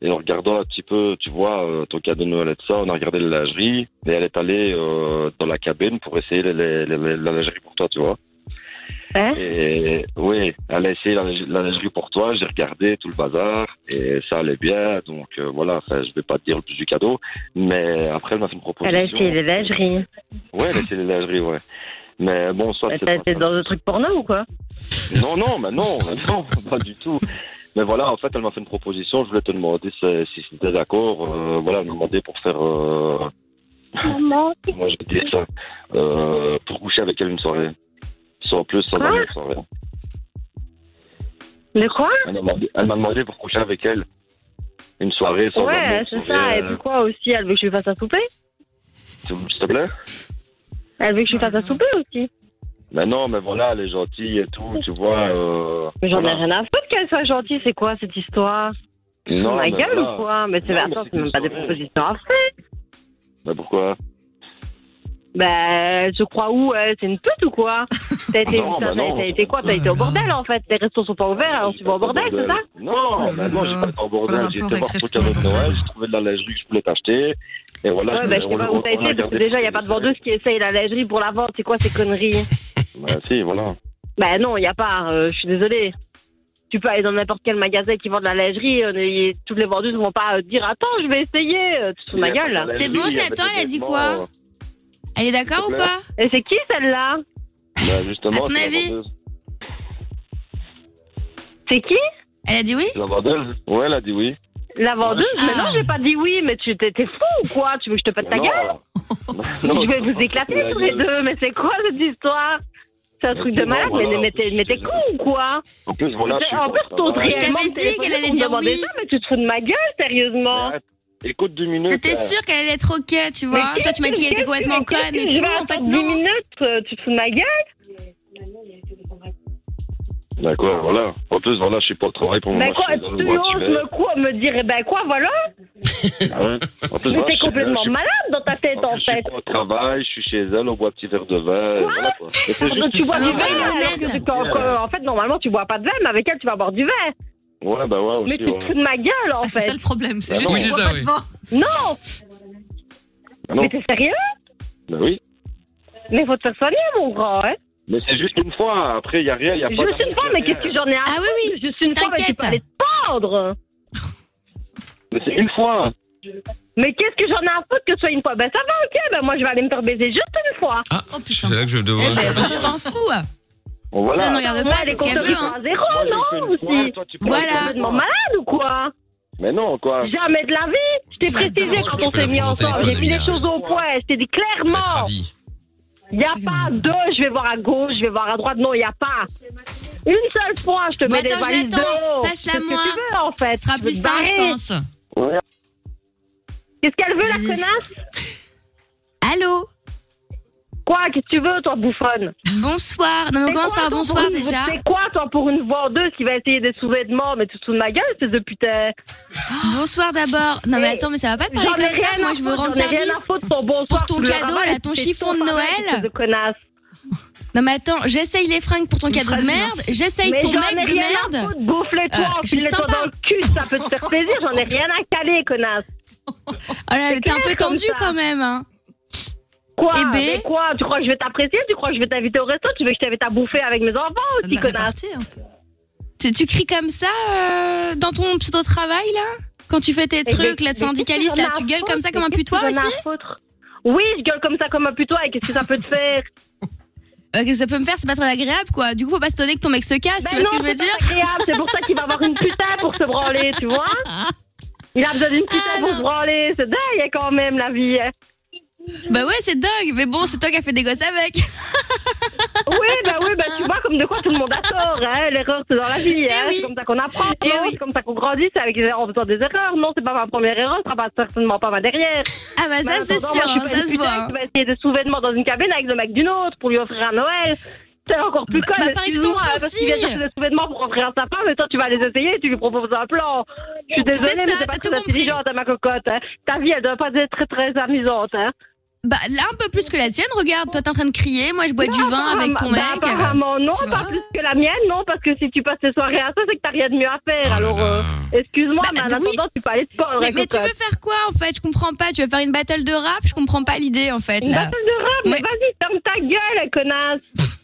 Speaker 12: Et en regardant un petit peu, tu vois, euh, ton cadeau de Noël et tout ça, on a regardé la lingerie, et elle est allée euh, dans la cabine pour essayer les- les- les- la lingerie pour toi, tu vois.
Speaker 15: Hein
Speaker 12: Et oui, elle a essayé la, la lingerie pour toi, j'ai regardé tout le bazar, et ça allait bien, donc euh, voilà, enfin, je vais pas te dire le plus du cadeau, mais après elle m'a fait une proposition.
Speaker 15: Elle a essayé les lingeries.
Speaker 12: Ouais, elle a essayé les lingeries, ouais. Mais bon, soit
Speaker 15: Mais
Speaker 12: c'est
Speaker 15: t'as-
Speaker 12: pas
Speaker 15: T'es
Speaker 12: ça.
Speaker 15: dans un truc porno ou quoi
Speaker 12: Non, non, mais non, mais non, pas du tout. Mais voilà, en fait, elle m'a fait une proposition. Je voulais te demander si, si c'était d'accord. Euh, voilà, elle m'a demandé pour faire. euh,
Speaker 15: Maman.
Speaker 12: moi, j'ai dit ça. euh, pour coucher avec elle une soirée. Soit plus, soit dans une soirée.
Speaker 15: Mais quoi
Speaker 12: Elle m'a demandé- elle m'a demandé pour coucher avec elle. Une soirée, sans
Speaker 15: Ouais, c'est
Speaker 12: euh,
Speaker 15: ça. Et puis quoi aussi Elle veut que je lui fasse à souper
Speaker 12: S'il te plaît
Speaker 15: Elle veut que je lui fasse à souper aussi.
Speaker 12: Mais non, mais voilà, elle est gentille et tout, tu vois. euh,
Speaker 15: Mais j'en ai
Speaker 12: voilà.
Speaker 15: rien à foutre qu'elle soit gentille. C'est quoi cette histoire
Speaker 12: Non,
Speaker 15: Ma
Speaker 12: mais
Speaker 15: gueule
Speaker 12: voilà.
Speaker 15: ou Oh quoi Mais c'est
Speaker 12: Non,
Speaker 15: attends,
Speaker 12: mais
Speaker 15: c'est même pas des
Speaker 12: soirée.
Speaker 15: propositions à faire.
Speaker 12: Mais pourquoi
Speaker 15: Ben, je crois où elle C'est une pute ou quoi T'as été,
Speaker 12: Non,
Speaker 15: où, ça
Speaker 12: bah non. Bah
Speaker 15: T'as été quoi T'as été au bordel en fait. Les restos sont pas ouverts, alors tu vas au bordel, c'est ça
Speaker 12: Non, Oh, mais non, j'ai pas été en bordel, j'ai été voir ton cadeau de Noël, j'ai trouvé de la lingerie que je voulais t'acheter. Et voilà,
Speaker 15: Ouais, ben, je sais pas où t'as été, parce que déjà, il n'y a pas de vendeuse qui essaye la lingerie pour la vente. C'est quoi ces conneries
Speaker 12: Bah si, voilà.
Speaker 15: Ben non, il n'y a pas. euh, je suis désolée. Tu peux aller dans n'importe quel magasin qui vend de la lingerie. euh, y- toutes les vendeuses vont pas euh, dire Attends, je vais essayer. euh, Tu te fous de ma
Speaker 8: Il y a
Speaker 15: gueule,
Speaker 8: pas
Speaker 15: là.
Speaker 8: de C'est bon, lingerie, je l'attends, il y a elle a des dit quoi vêtements, hein. Elle est d'accord ou pas
Speaker 15: Et c'est qui celle-là
Speaker 12: Bah justement,
Speaker 8: À ton
Speaker 12: c'est la
Speaker 8: avis
Speaker 12: vendeuse.
Speaker 15: C'est qui
Speaker 8: Elle a dit oui Ah.
Speaker 12: La vendeuse Ouais, elle a dit oui.
Speaker 15: La vendeuse Mais non, j'ai pas dit oui, mais tu t'es t'es fou ou quoi Tu veux que je te pète ta
Speaker 12: Non,
Speaker 15: gueule
Speaker 12: non,
Speaker 15: Je vais vous
Speaker 12: c'est
Speaker 15: éclater
Speaker 12: la
Speaker 15: tous les
Speaker 12: gueule.
Speaker 15: deux, mais c'est quoi cette histoire C'est un
Speaker 12: Mais
Speaker 15: truc de
Speaker 12: sinon,
Speaker 15: malade, mais-
Speaker 12: voilà,
Speaker 15: mais t'es mais t'es con ou quoi
Speaker 12: En plus, voilà, je suis
Speaker 15: En plus,
Speaker 12: contre,
Speaker 15: ton
Speaker 12: voilà.
Speaker 8: t'avais dit qu'elle allait dire oui.
Speaker 15: mais tu te fous de ma gueule, sérieusement
Speaker 12: Écoute deux minutes.
Speaker 8: T'étais sûre qu'elle allait être ok, tu vois
Speaker 15: Mais
Speaker 8: Toi, tu m'as dit qu'elle était
Speaker 15: qu'est-ce
Speaker 8: complètement
Speaker 15: que-
Speaker 8: conne
Speaker 15: je
Speaker 8: et tout,
Speaker 15: vais
Speaker 8: en fait,
Speaker 15: attendre 10
Speaker 8: non.
Speaker 15: minutes, euh, tu te fous de ma gueule
Speaker 12: D'accord, voilà. En plus, voilà, je suis pas au travail pour le
Speaker 15: Ben
Speaker 12: moment.
Speaker 15: quoi,
Speaker 12: je suis
Speaker 15: tu
Speaker 12: dans
Speaker 15: oses
Speaker 12: le mois qui
Speaker 15: me, quoi, me dire, ben quoi, voilà
Speaker 12: Ah ouais. En plus,
Speaker 15: Mais
Speaker 12: voilà, je
Speaker 15: t'es
Speaker 12: suis- je
Speaker 15: complètement
Speaker 12: suis-
Speaker 15: malade dans ta tête, en fait
Speaker 12: Au travail, je suis chez elle, on boit un petit verre de vin. Voilà, quoi. Et c'est juste
Speaker 15: Tu bois du
Speaker 12: une-
Speaker 15: vin, alors que tu t'en-
Speaker 12: Ouais.
Speaker 15: en fait, normalement, tu bois pas de vin, mais avec elle, tu vas boire du vin
Speaker 12: Ouais, bah ouais, aussi.
Speaker 15: Mais tu te
Speaker 12: ouais.
Speaker 15: fous de ma gueule, en fait C'est ça le
Speaker 6: problème,
Speaker 12: c'est Bah juste non. que tu bois pas de
Speaker 15: vin Non
Speaker 12: Ah non.
Speaker 15: Mais t'es sérieux
Speaker 12: Bah oui.
Speaker 15: Mais faut te faire soigner, mon grand, hein
Speaker 12: Mais c'est juste une fois. Après, il n'y a rien. Y a pas
Speaker 15: Juste une fois, mais qu'est-ce que j'en ai à Ah oui, oui Juste une fois, mais tu peux aller te pendre
Speaker 12: Mais c'est une fois.
Speaker 15: Mais qu'est-ce que j'en ai à foutre que ce soit une fois Ben ça va, ok, ben moi je vais aller me faire baiser juste une fois.
Speaker 2: Ah, c'est là que je
Speaker 5: Eh
Speaker 2: devrais.
Speaker 15: Oh,
Speaker 5: ben,
Speaker 15: ben, je m'en fous.
Speaker 2: Bon, voilà.
Speaker 15: Ça ne regarde pas, les compteurs ils sont à zéro, non aussi.
Speaker 12: Voilà.
Speaker 15: hein. Voilà. malade ou quoi
Speaker 12: Mais non, quoi.
Speaker 15: Jamais de la vie. Je t'ai précisé quand on s'est mis ensemble. J'ai mis les choses au point. Je t'ai dit clairement. Il n'y a pas deux, je vais voir à gauche, je vais voir à droite. Non, il n'y a pas. Une seule fois, je te
Speaker 8: Bon,
Speaker 15: mets des
Speaker 8: attends, je
Speaker 15: valises de
Speaker 8: l'attends.
Speaker 15: haut.
Speaker 8: Passe-la
Speaker 15: Qu'est-ce
Speaker 8: moi.
Speaker 15: que tu veux, en fait
Speaker 8: Ce sera
Speaker 15: Tu veux
Speaker 8: plus
Speaker 15: te
Speaker 8: simple, je
Speaker 15: barrer
Speaker 8: pense.
Speaker 15: Qu'est-ce qu'elle veut, la connasse
Speaker 8: Allô
Speaker 15: Quoi Qu'est-ce que tu veux, toi, bouffonne
Speaker 8: Bonsoir. Non, mais on
Speaker 15: C'est
Speaker 8: commence
Speaker 15: quoi,
Speaker 8: par
Speaker 15: toi,
Speaker 8: bonsoir
Speaker 15: pour une-
Speaker 8: déjà.
Speaker 15: C'est quoi, toi, pour une vendeuse qui va essayer des sous-vêtements Mais tu te fous de ma gueule, c'est de putain.
Speaker 8: Bonsoir d'abord. Non, mais
Speaker 15: Hey,
Speaker 8: attends, mais ça va pas te parler
Speaker 15: J'en ai
Speaker 8: comme ça.
Speaker 15: rien
Speaker 8: Moi,
Speaker 15: à
Speaker 8: je veux
Speaker 15: foutre,
Speaker 8: rendre
Speaker 15: j'en ai rien à
Speaker 8: service
Speaker 15: foutre, ton bonsoir,
Speaker 8: pour ton
Speaker 15: tu le
Speaker 8: cadeau,
Speaker 15: ramènes,
Speaker 8: là, ton
Speaker 15: c'est
Speaker 8: chiffon de
Speaker 15: ton travail, espèce de
Speaker 8: Noël.
Speaker 15: connasse.
Speaker 8: Non, mais attends, j'essaye les fringues pour ton cadeau de merde. J'essaye
Speaker 15: Mais
Speaker 8: ton
Speaker 15: j'en ai
Speaker 8: mec de
Speaker 15: rien à
Speaker 8: merde.
Speaker 15: foutre, Bouffe-le-toi,
Speaker 8: Euh, je suis
Speaker 15: enfile-le-toi
Speaker 8: sympa.
Speaker 15: dans le cul, ça peut te faire plaisir, j'en ai rien à caler, connasse.
Speaker 8: Oh là,
Speaker 15: C'est
Speaker 8: t'es un
Speaker 15: clair
Speaker 8: peu
Speaker 15: comme
Speaker 8: tendu
Speaker 15: ça.
Speaker 8: quand même. hein.
Speaker 15: Quoi
Speaker 8: Eh ben.
Speaker 15: mais quoi Tu crois que je vais t'apprécier Tu crois que je vais t'inviter au resto Tu veux que je t'invite à bouffer avec mes enfants aussi, connasse
Speaker 8: Tu, tu cries comme ça euh, dans ton pseudo-travail, là Quand tu fais tes
Speaker 15: Eh ben,
Speaker 8: trucs,
Speaker 15: mais
Speaker 8: là,
Speaker 15: qu'est-ce
Speaker 8: de
Speaker 15: que
Speaker 8: syndicaliste,
Speaker 15: j'en ai
Speaker 8: là,
Speaker 15: à
Speaker 8: tu gueules comme ça,
Speaker 15: foutre
Speaker 8: comme un
Speaker 15: Mais qu'est-ce
Speaker 8: putois
Speaker 15: que j'en ai
Speaker 8: aussi
Speaker 15: à foutre Oui, je gueule comme ça, comme un putois, et qu'est-ce que ça peut te faire
Speaker 8: Euh, Qu'est-ce que ça peut me faire C'est pas très agréable, quoi. Du coup, faut pas se donner que ton mec se casse,
Speaker 15: Ben
Speaker 8: tu vois ce
Speaker 15: non,
Speaker 8: que je
Speaker 15: c'est
Speaker 8: veux
Speaker 15: pas
Speaker 8: dire
Speaker 15: agréable, C'est pour ça qu'il va avoir une putain pour se branler, tu vois Il a besoin d'une putain
Speaker 8: Ah,
Speaker 15: pour se branler, c'est dingue hein, quand même la vie. hein.
Speaker 8: Bah ouais, c'est dingue, mais bon, c'est toi qui as fait des gosses avec.
Speaker 15: Oui, bah oui, bah tu vois comme de quoi tout le monde a tort, hein. L'erreur c'est dans la
Speaker 8: Eh
Speaker 15: vie, hein. C'est comme ça qu'on apprend, non C'est comme ça qu'on grandit, c'est avec les erreurs, en faisant des erreurs. Non, c'est pas ma première erreur, ça sera certainement pas ma dernière.
Speaker 8: Ah bah ça,
Speaker 15: Mais en
Speaker 8: c'est
Speaker 15: attendant, moi,
Speaker 8: sûr,
Speaker 15: je suis
Speaker 8: hein,
Speaker 15: pas
Speaker 8: ça
Speaker 15: une
Speaker 8: se
Speaker 15: putain
Speaker 8: voit,
Speaker 15: qui va essayer de souvènement dans une cabine avec le mec d'une autre pour lui offrir un Noël. C'est encore plus
Speaker 8: Bah,
Speaker 15: con.
Speaker 8: bah, par
Speaker 15: excuse-moi,
Speaker 8: extension,
Speaker 15: parce qu'il vient de
Speaker 8: si.
Speaker 15: faire des souvènements pour offrir à sa femme, et toi, tu vas les essayer et tu lui proposes un plan. Je suis désolée,
Speaker 8: C'est ça,
Speaker 15: mais c'est
Speaker 8: t'as
Speaker 15: pas
Speaker 8: tout
Speaker 15: très
Speaker 8: compris.
Speaker 15: intelligente, hein, ma cocotte. hein. Ta vie, elle doit pas être très, très amusante, hein.
Speaker 8: Bah là, un peu plus que la tienne, regarde, toi t'es en train de crier, moi je bois du vin avec ton mec.
Speaker 15: Bah, apparemment, non,
Speaker 8: Tu vois
Speaker 15: pas plus que la mienne, non, parce que si tu passes tes soirées à ça, c'est que t'as rien de mieux à faire. Alors, euh, excuse-moi, mais en attendant, tu peux aller te pendre,
Speaker 8: Bah, Mais,
Speaker 15: hein,
Speaker 8: mais tu veux
Speaker 15: cocotte.
Speaker 8: faire quoi en fait Je comprends pas. Tu veux faire une battle de rap Je comprends pas l'idée en fait.
Speaker 15: Une
Speaker 8: là.
Speaker 15: battle de rap, mais vas-y, ferme ta gueule, connasse.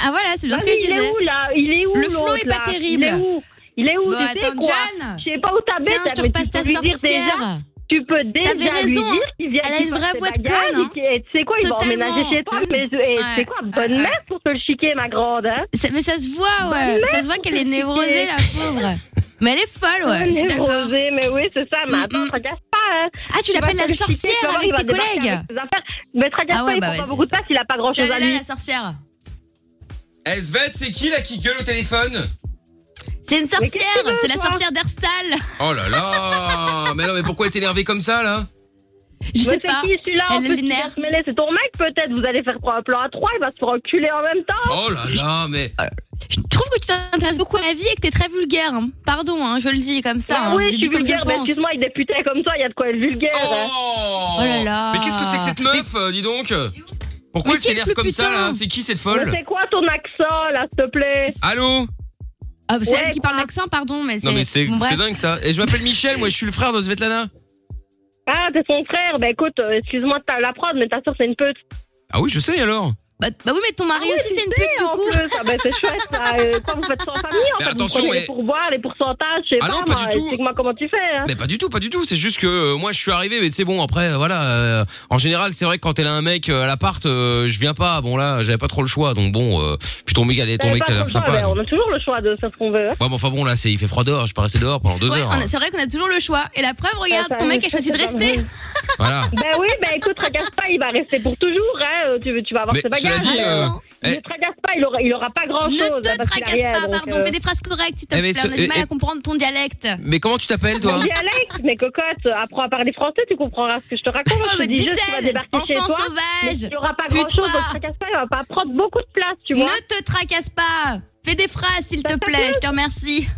Speaker 8: Ah voilà, c'est bien ce que
Speaker 15: Vas-y,
Speaker 8: je disais.
Speaker 15: Il est où là Il est où
Speaker 8: Le flow
Speaker 15: l'autre,
Speaker 8: est pas
Speaker 15: là
Speaker 8: terrible.
Speaker 15: Il est où Il est où
Speaker 8: Bon,
Speaker 15: tu sais
Speaker 8: attends,
Speaker 15: quoi
Speaker 8: Jeanne.
Speaker 15: Je sais pas où t'as
Speaker 8: Tiens, je te repasse ta sorcière.
Speaker 15: Tu peux déjà
Speaker 8: T'avais
Speaker 15: lui
Speaker 8: raison,
Speaker 15: dire
Speaker 8: hein.
Speaker 15: qu'il vient
Speaker 8: Elle a
Speaker 15: qu'il
Speaker 8: une
Speaker 15: sorte
Speaker 8: vraie
Speaker 15: ses
Speaker 8: voix de
Speaker 15: bagages
Speaker 8: conne, hein.
Speaker 15: et qu'il- et Tu sais quoi, il va
Speaker 8: Totalement.
Speaker 15: emménager chez toi. Mais et tu sais
Speaker 8: Ouais.
Speaker 15: quoi, bonne
Speaker 8: Ouais.
Speaker 15: mère pour te le chiquer, ma grande. Hein.
Speaker 8: C'est- Mais ça se voit, ouais.
Speaker 15: merde,
Speaker 8: ça se voit qu'elle est
Speaker 15: compliqué.
Speaker 8: névrosée, la pauvre. Mais elle est folle, ouais.
Speaker 15: Elle
Speaker 8: je
Speaker 15: est
Speaker 8: suis d'accord. Mm,
Speaker 15: névrosée, mais oui, c'est ça. Mais attends, tracasse pas. hein.
Speaker 8: Ah, tu
Speaker 15: vas
Speaker 8: l'appelles
Speaker 15: te
Speaker 8: la
Speaker 15: le chiquer,
Speaker 8: sorcière
Speaker 15: tu vas voir,
Speaker 8: avec
Speaker 15: il va
Speaker 8: tes
Speaker 15: débarquer
Speaker 8: collègues.
Speaker 15: avec ses affaires. Mais tracasse
Speaker 8: Ah
Speaker 15: pas,
Speaker 8: ouais,
Speaker 15: il
Speaker 8: bah
Speaker 15: prend pas
Speaker 8: vas-y.
Speaker 15: beaucoup de place, il a pas grand chose
Speaker 8: Tiens,
Speaker 15: à
Speaker 8: elle est là,
Speaker 15: lui.
Speaker 8: la sorcière.
Speaker 2: Svet, c'est qui là qui gueule au téléphone
Speaker 8: C'est une
Speaker 15: qu'est-ce
Speaker 8: sorcière,
Speaker 15: que tu veux,
Speaker 8: c'est la
Speaker 15: toi
Speaker 8: sorcière d'Herstal.
Speaker 2: Oh là là Mais non, mais pourquoi elle est énervée comme ça là
Speaker 8: Je sais
Speaker 15: Mais
Speaker 8: pas.
Speaker 15: C'est qui celui-là en
Speaker 8: Elle
Speaker 15: plus,
Speaker 8: est
Speaker 15: qui va
Speaker 8: nerve.
Speaker 15: se mêler C'est ton mec peut-être Vous allez faire un plan à trois, il va se faire enculer en même temps. Bah
Speaker 2: Oh là là, mais.
Speaker 8: Euh, Je trouve que tu t'intéresses beaucoup à la vie et que t'es très vulgaire. hein. Pardon, hein, je le dis comme ça. hein,
Speaker 15: Ouais, Ah oui,
Speaker 8: je
Speaker 15: je
Speaker 8: dis
Speaker 15: suis
Speaker 8: comme
Speaker 15: vulgaire,
Speaker 8: je le
Speaker 15: mais
Speaker 8: pense.
Speaker 15: excuse-moi, avec des putains comme toi, il y a de quoi être vulgaire.
Speaker 8: Oh
Speaker 2: Oh,
Speaker 8: là là.
Speaker 2: Mais qu'est-ce que c'est que cette meuf, euh, dis donc Pourquoi
Speaker 15: Mais
Speaker 2: elle
Speaker 15: qui est
Speaker 2: s'énerve
Speaker 15: le
Speaker 2: comme ça
Speaker 15: putain
Speaker 2: là C'est qui cette
Speaker 15: Mais
Speaker 2: folle
Speaker 15: c'est quoi ton accent, là, s'il te plaît
Speaker 2: Allô
Speaker 8: Ah, c'est
Speaker 15: Ouais,
Speaker 8: elle qui parle d'accent, pardon, mais c'est.
Speaker 2: Non mais c'est
Speaker 8: bon, bref.
Speaker 2: c'est dingue ça. Et je m'appelle Michel, moi je suis le frère de Svetlana.
Speaker 15: Ah, t'es son frère. Ben écoute, euh, excuse-moi de t'a- la prod, mais ta soeur, c'est une pute.
Speaker 2: Ah oui, je sais alors.
Speaker 8: Bah, bah oui, mais ton
Speaker 15: Ah
Speaker 8: mari aussi, c'est une pute du
Speaker 15: En
Speaker 8: coup.
Speaker 15: plus, ah, ben c'est chouette, ça. euh, Quand vous faites sans famille, en
Speaker 2: Mais
Speaker 15: fait, vous
Speaker 2: attention,
Speaker 15: prenez
Speaker 2: mais-
Speaker 15: les pourboires, les pourcentages, je sais
Speaker 2: Ah
Speaker 15: pas,
Speaker 2: non, pas
Speaker 15: moi,
Speaker 2: du tout.
Speaker 15: explique-moi comment tu fais. Hein.
Speaker 2: Mais pas du tout, pas du tout. C'est juste que euh, moi je suis arrivé, mais c'est bon. Après, euh, voilà. euh, en général, c'est vrai que quand elle a un mec euh, à l'appart, euh, je viens pas. Bon là, j'avais pas trop le choix, donc bon. Euh, puis ton mec, elle est
Speaker 15: T'avais
Speaker 2: tombée
Speaker 15: pas
Speaker 2: qu'elle a
Speaker 15: trop
Speaker 2: l'air
Speaker 15: le choix,
Speaker 2: sympa.
Speaker 15: ben,
Speaker 2: donc.
Speaker 15: on a toujours le choix de faire ce qu'on veut. hein.
Speaker 2: Ouais, mais enfin bon là, c'est il fait froid dehors. Je peux rester dehors pendant deux
Speaker 8: Ouais,
Speaker 2: heures. hein.
Speaker 8: on a- c'est vrai qu'on a toujours le choix. Et la preuve, regarde,
Speaker 15: Ah, ça
Speaker 8: ton mec
Speaker 15: arrive,
Speaker 8: a choisi de
Speaker 15: c'est pas
Speaker 8: rester.
Speaker 15: vrai.
Speaker 2: hein. Voilà.
Speaker 15: Ben oui, ben écoute, tracasse pas, il va rester pour toujours, hein. euh, Tu, veux- tu vas avoir
Speaker 2: Mais
Speaker 15: ses
Speaker 2: cela
Speaker 15: bagages.
Speaker 2: dit, euh, eh,
Speaker 15: hein. Ne tracasse pas, il aura, il aura pas hein, grand chose.
Speaker 8: Ne te tracasse pas,
Speaker 15: euh.
Speaker 8: pardon, fais des phrases correctes, s'il te
Speaker 2: Eh, mais
Speaker 8: plaît.
Speaker 2: ce-
Speaker 8: On a du
Speaker 2: eh,
Speaker 8: mal
Speaker 2: eh,
Speaker 8: à comprendre ton dialecte.
Speaker 2: Mais comment tu t'appelles toi
Speaker 15: Mon dialecte, mais cocotte, euh, apprends à parler français, tu comprendras ce que je te raconte.
Speaker 8: Oh,
Speaker 15: je
Speaker 8: bah,
Speaker 15: te dis juste, tu vas
Speaker 8: dit-elle,
Speaker 15: débarquer chez
Speaker 8: enfant
Speaker 15: toi.
Speaker 8: sauvage,
Speaker 15: mais Il n'y aura pas grand chose,
Speaker 8: putois.
Speaker 15: donc tracasse pas, il va pas prendre beaucoup de place, tu vois.
Speaker 8: Ne te tracasse pas. Fais des phrases, s'il te
Speaker 15: Ça
Speaker 8: plaît.
Speaker 15: fait
Speaker 8: Je te remercie.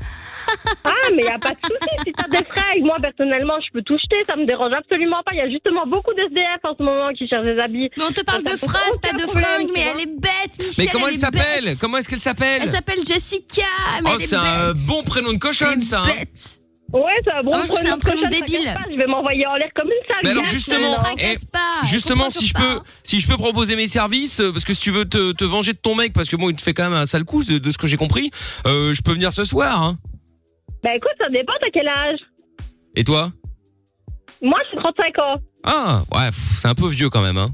Speaker 15: Ah, mais il n'y a pas de souci, si t'as des frais, moi personnellement, je peux tout jeter, ça me dérange absolument pas. Il y a justement beaucoup de SDF en ce moment qui cherchent des habits.
Speaker 8: Mais on te parle
Speaker 15: Ça
Speaker 8: de
Speaker 15: pose
Speaker 8: phrases,
Speaker 15: aucun
Speaker 8: pas de
Speaker 15: problème,
Speaker 8: fringues.
Speaker 15: tu
Speaker 8: Mais
Speaker 15: vois.
Speaker 8: elle est bête, Michel.
Speaker 2: Mais comment
Speaker 8: elle
Speaker 2: elle
Speaker 8: est
Speaker 2: s'appelle
Speaker 8: bête.
Speaker 2: Comment est-ce qu'elle
Speaker 8: Elle
Speaker 2: s'appelle
Speaker 8: s'appelle Jessica. Mais
Speaker 2: Oh,
Speaker 8: elle est
Speaker 2: c'est un
Speaker 8: bête.
Speaker 2: bon prénom de
Speaker 8: Elle
Speaker 2: cochonne
Speaker 8: est
Speaker 2: ça. hein.
Speaker 8: bête.
Speaker 15: Ouais, c'est un bon
Speaker 8: Ah, moi, je trouve que c'est un
Speaker 15: prochaine,
Speaker 8: prénom
Speaker 15: t'inquiète
Speaker 8: débile.
Speaker 15: pas, je vais m'envoyer en l'air comme une sale.
Speaker 2: Mais alors
Speaker 15: gosse,
Speaker 2: justement,
Speaker 15: non.
Speaker 2: eh,
Speaker 8: Tracasse pas.
Speaker 2: Justement,
Speaker 8: Comprends
Speaker 2: si je
Speaker 8: pas,
Speaker 2: peux,
Speaker 8: hein.
Speaker 2: si je peux proposer mes services, euh, parce que si tu veux te, te venger de ton mec, parce que bon, il te fait quand même un sale coup de, de ce que j'ai compris, euh, je peux venir ce soir. Hein.
Speaker 15: Bah écoute, ça dépend, t'as quel âge
Speaker 2: Et toi
Speaker 15: Moi, j'ai 35 ans.
Speaker 2: Ah, ouais, pff, c'est un peu vieux quand même. Hein.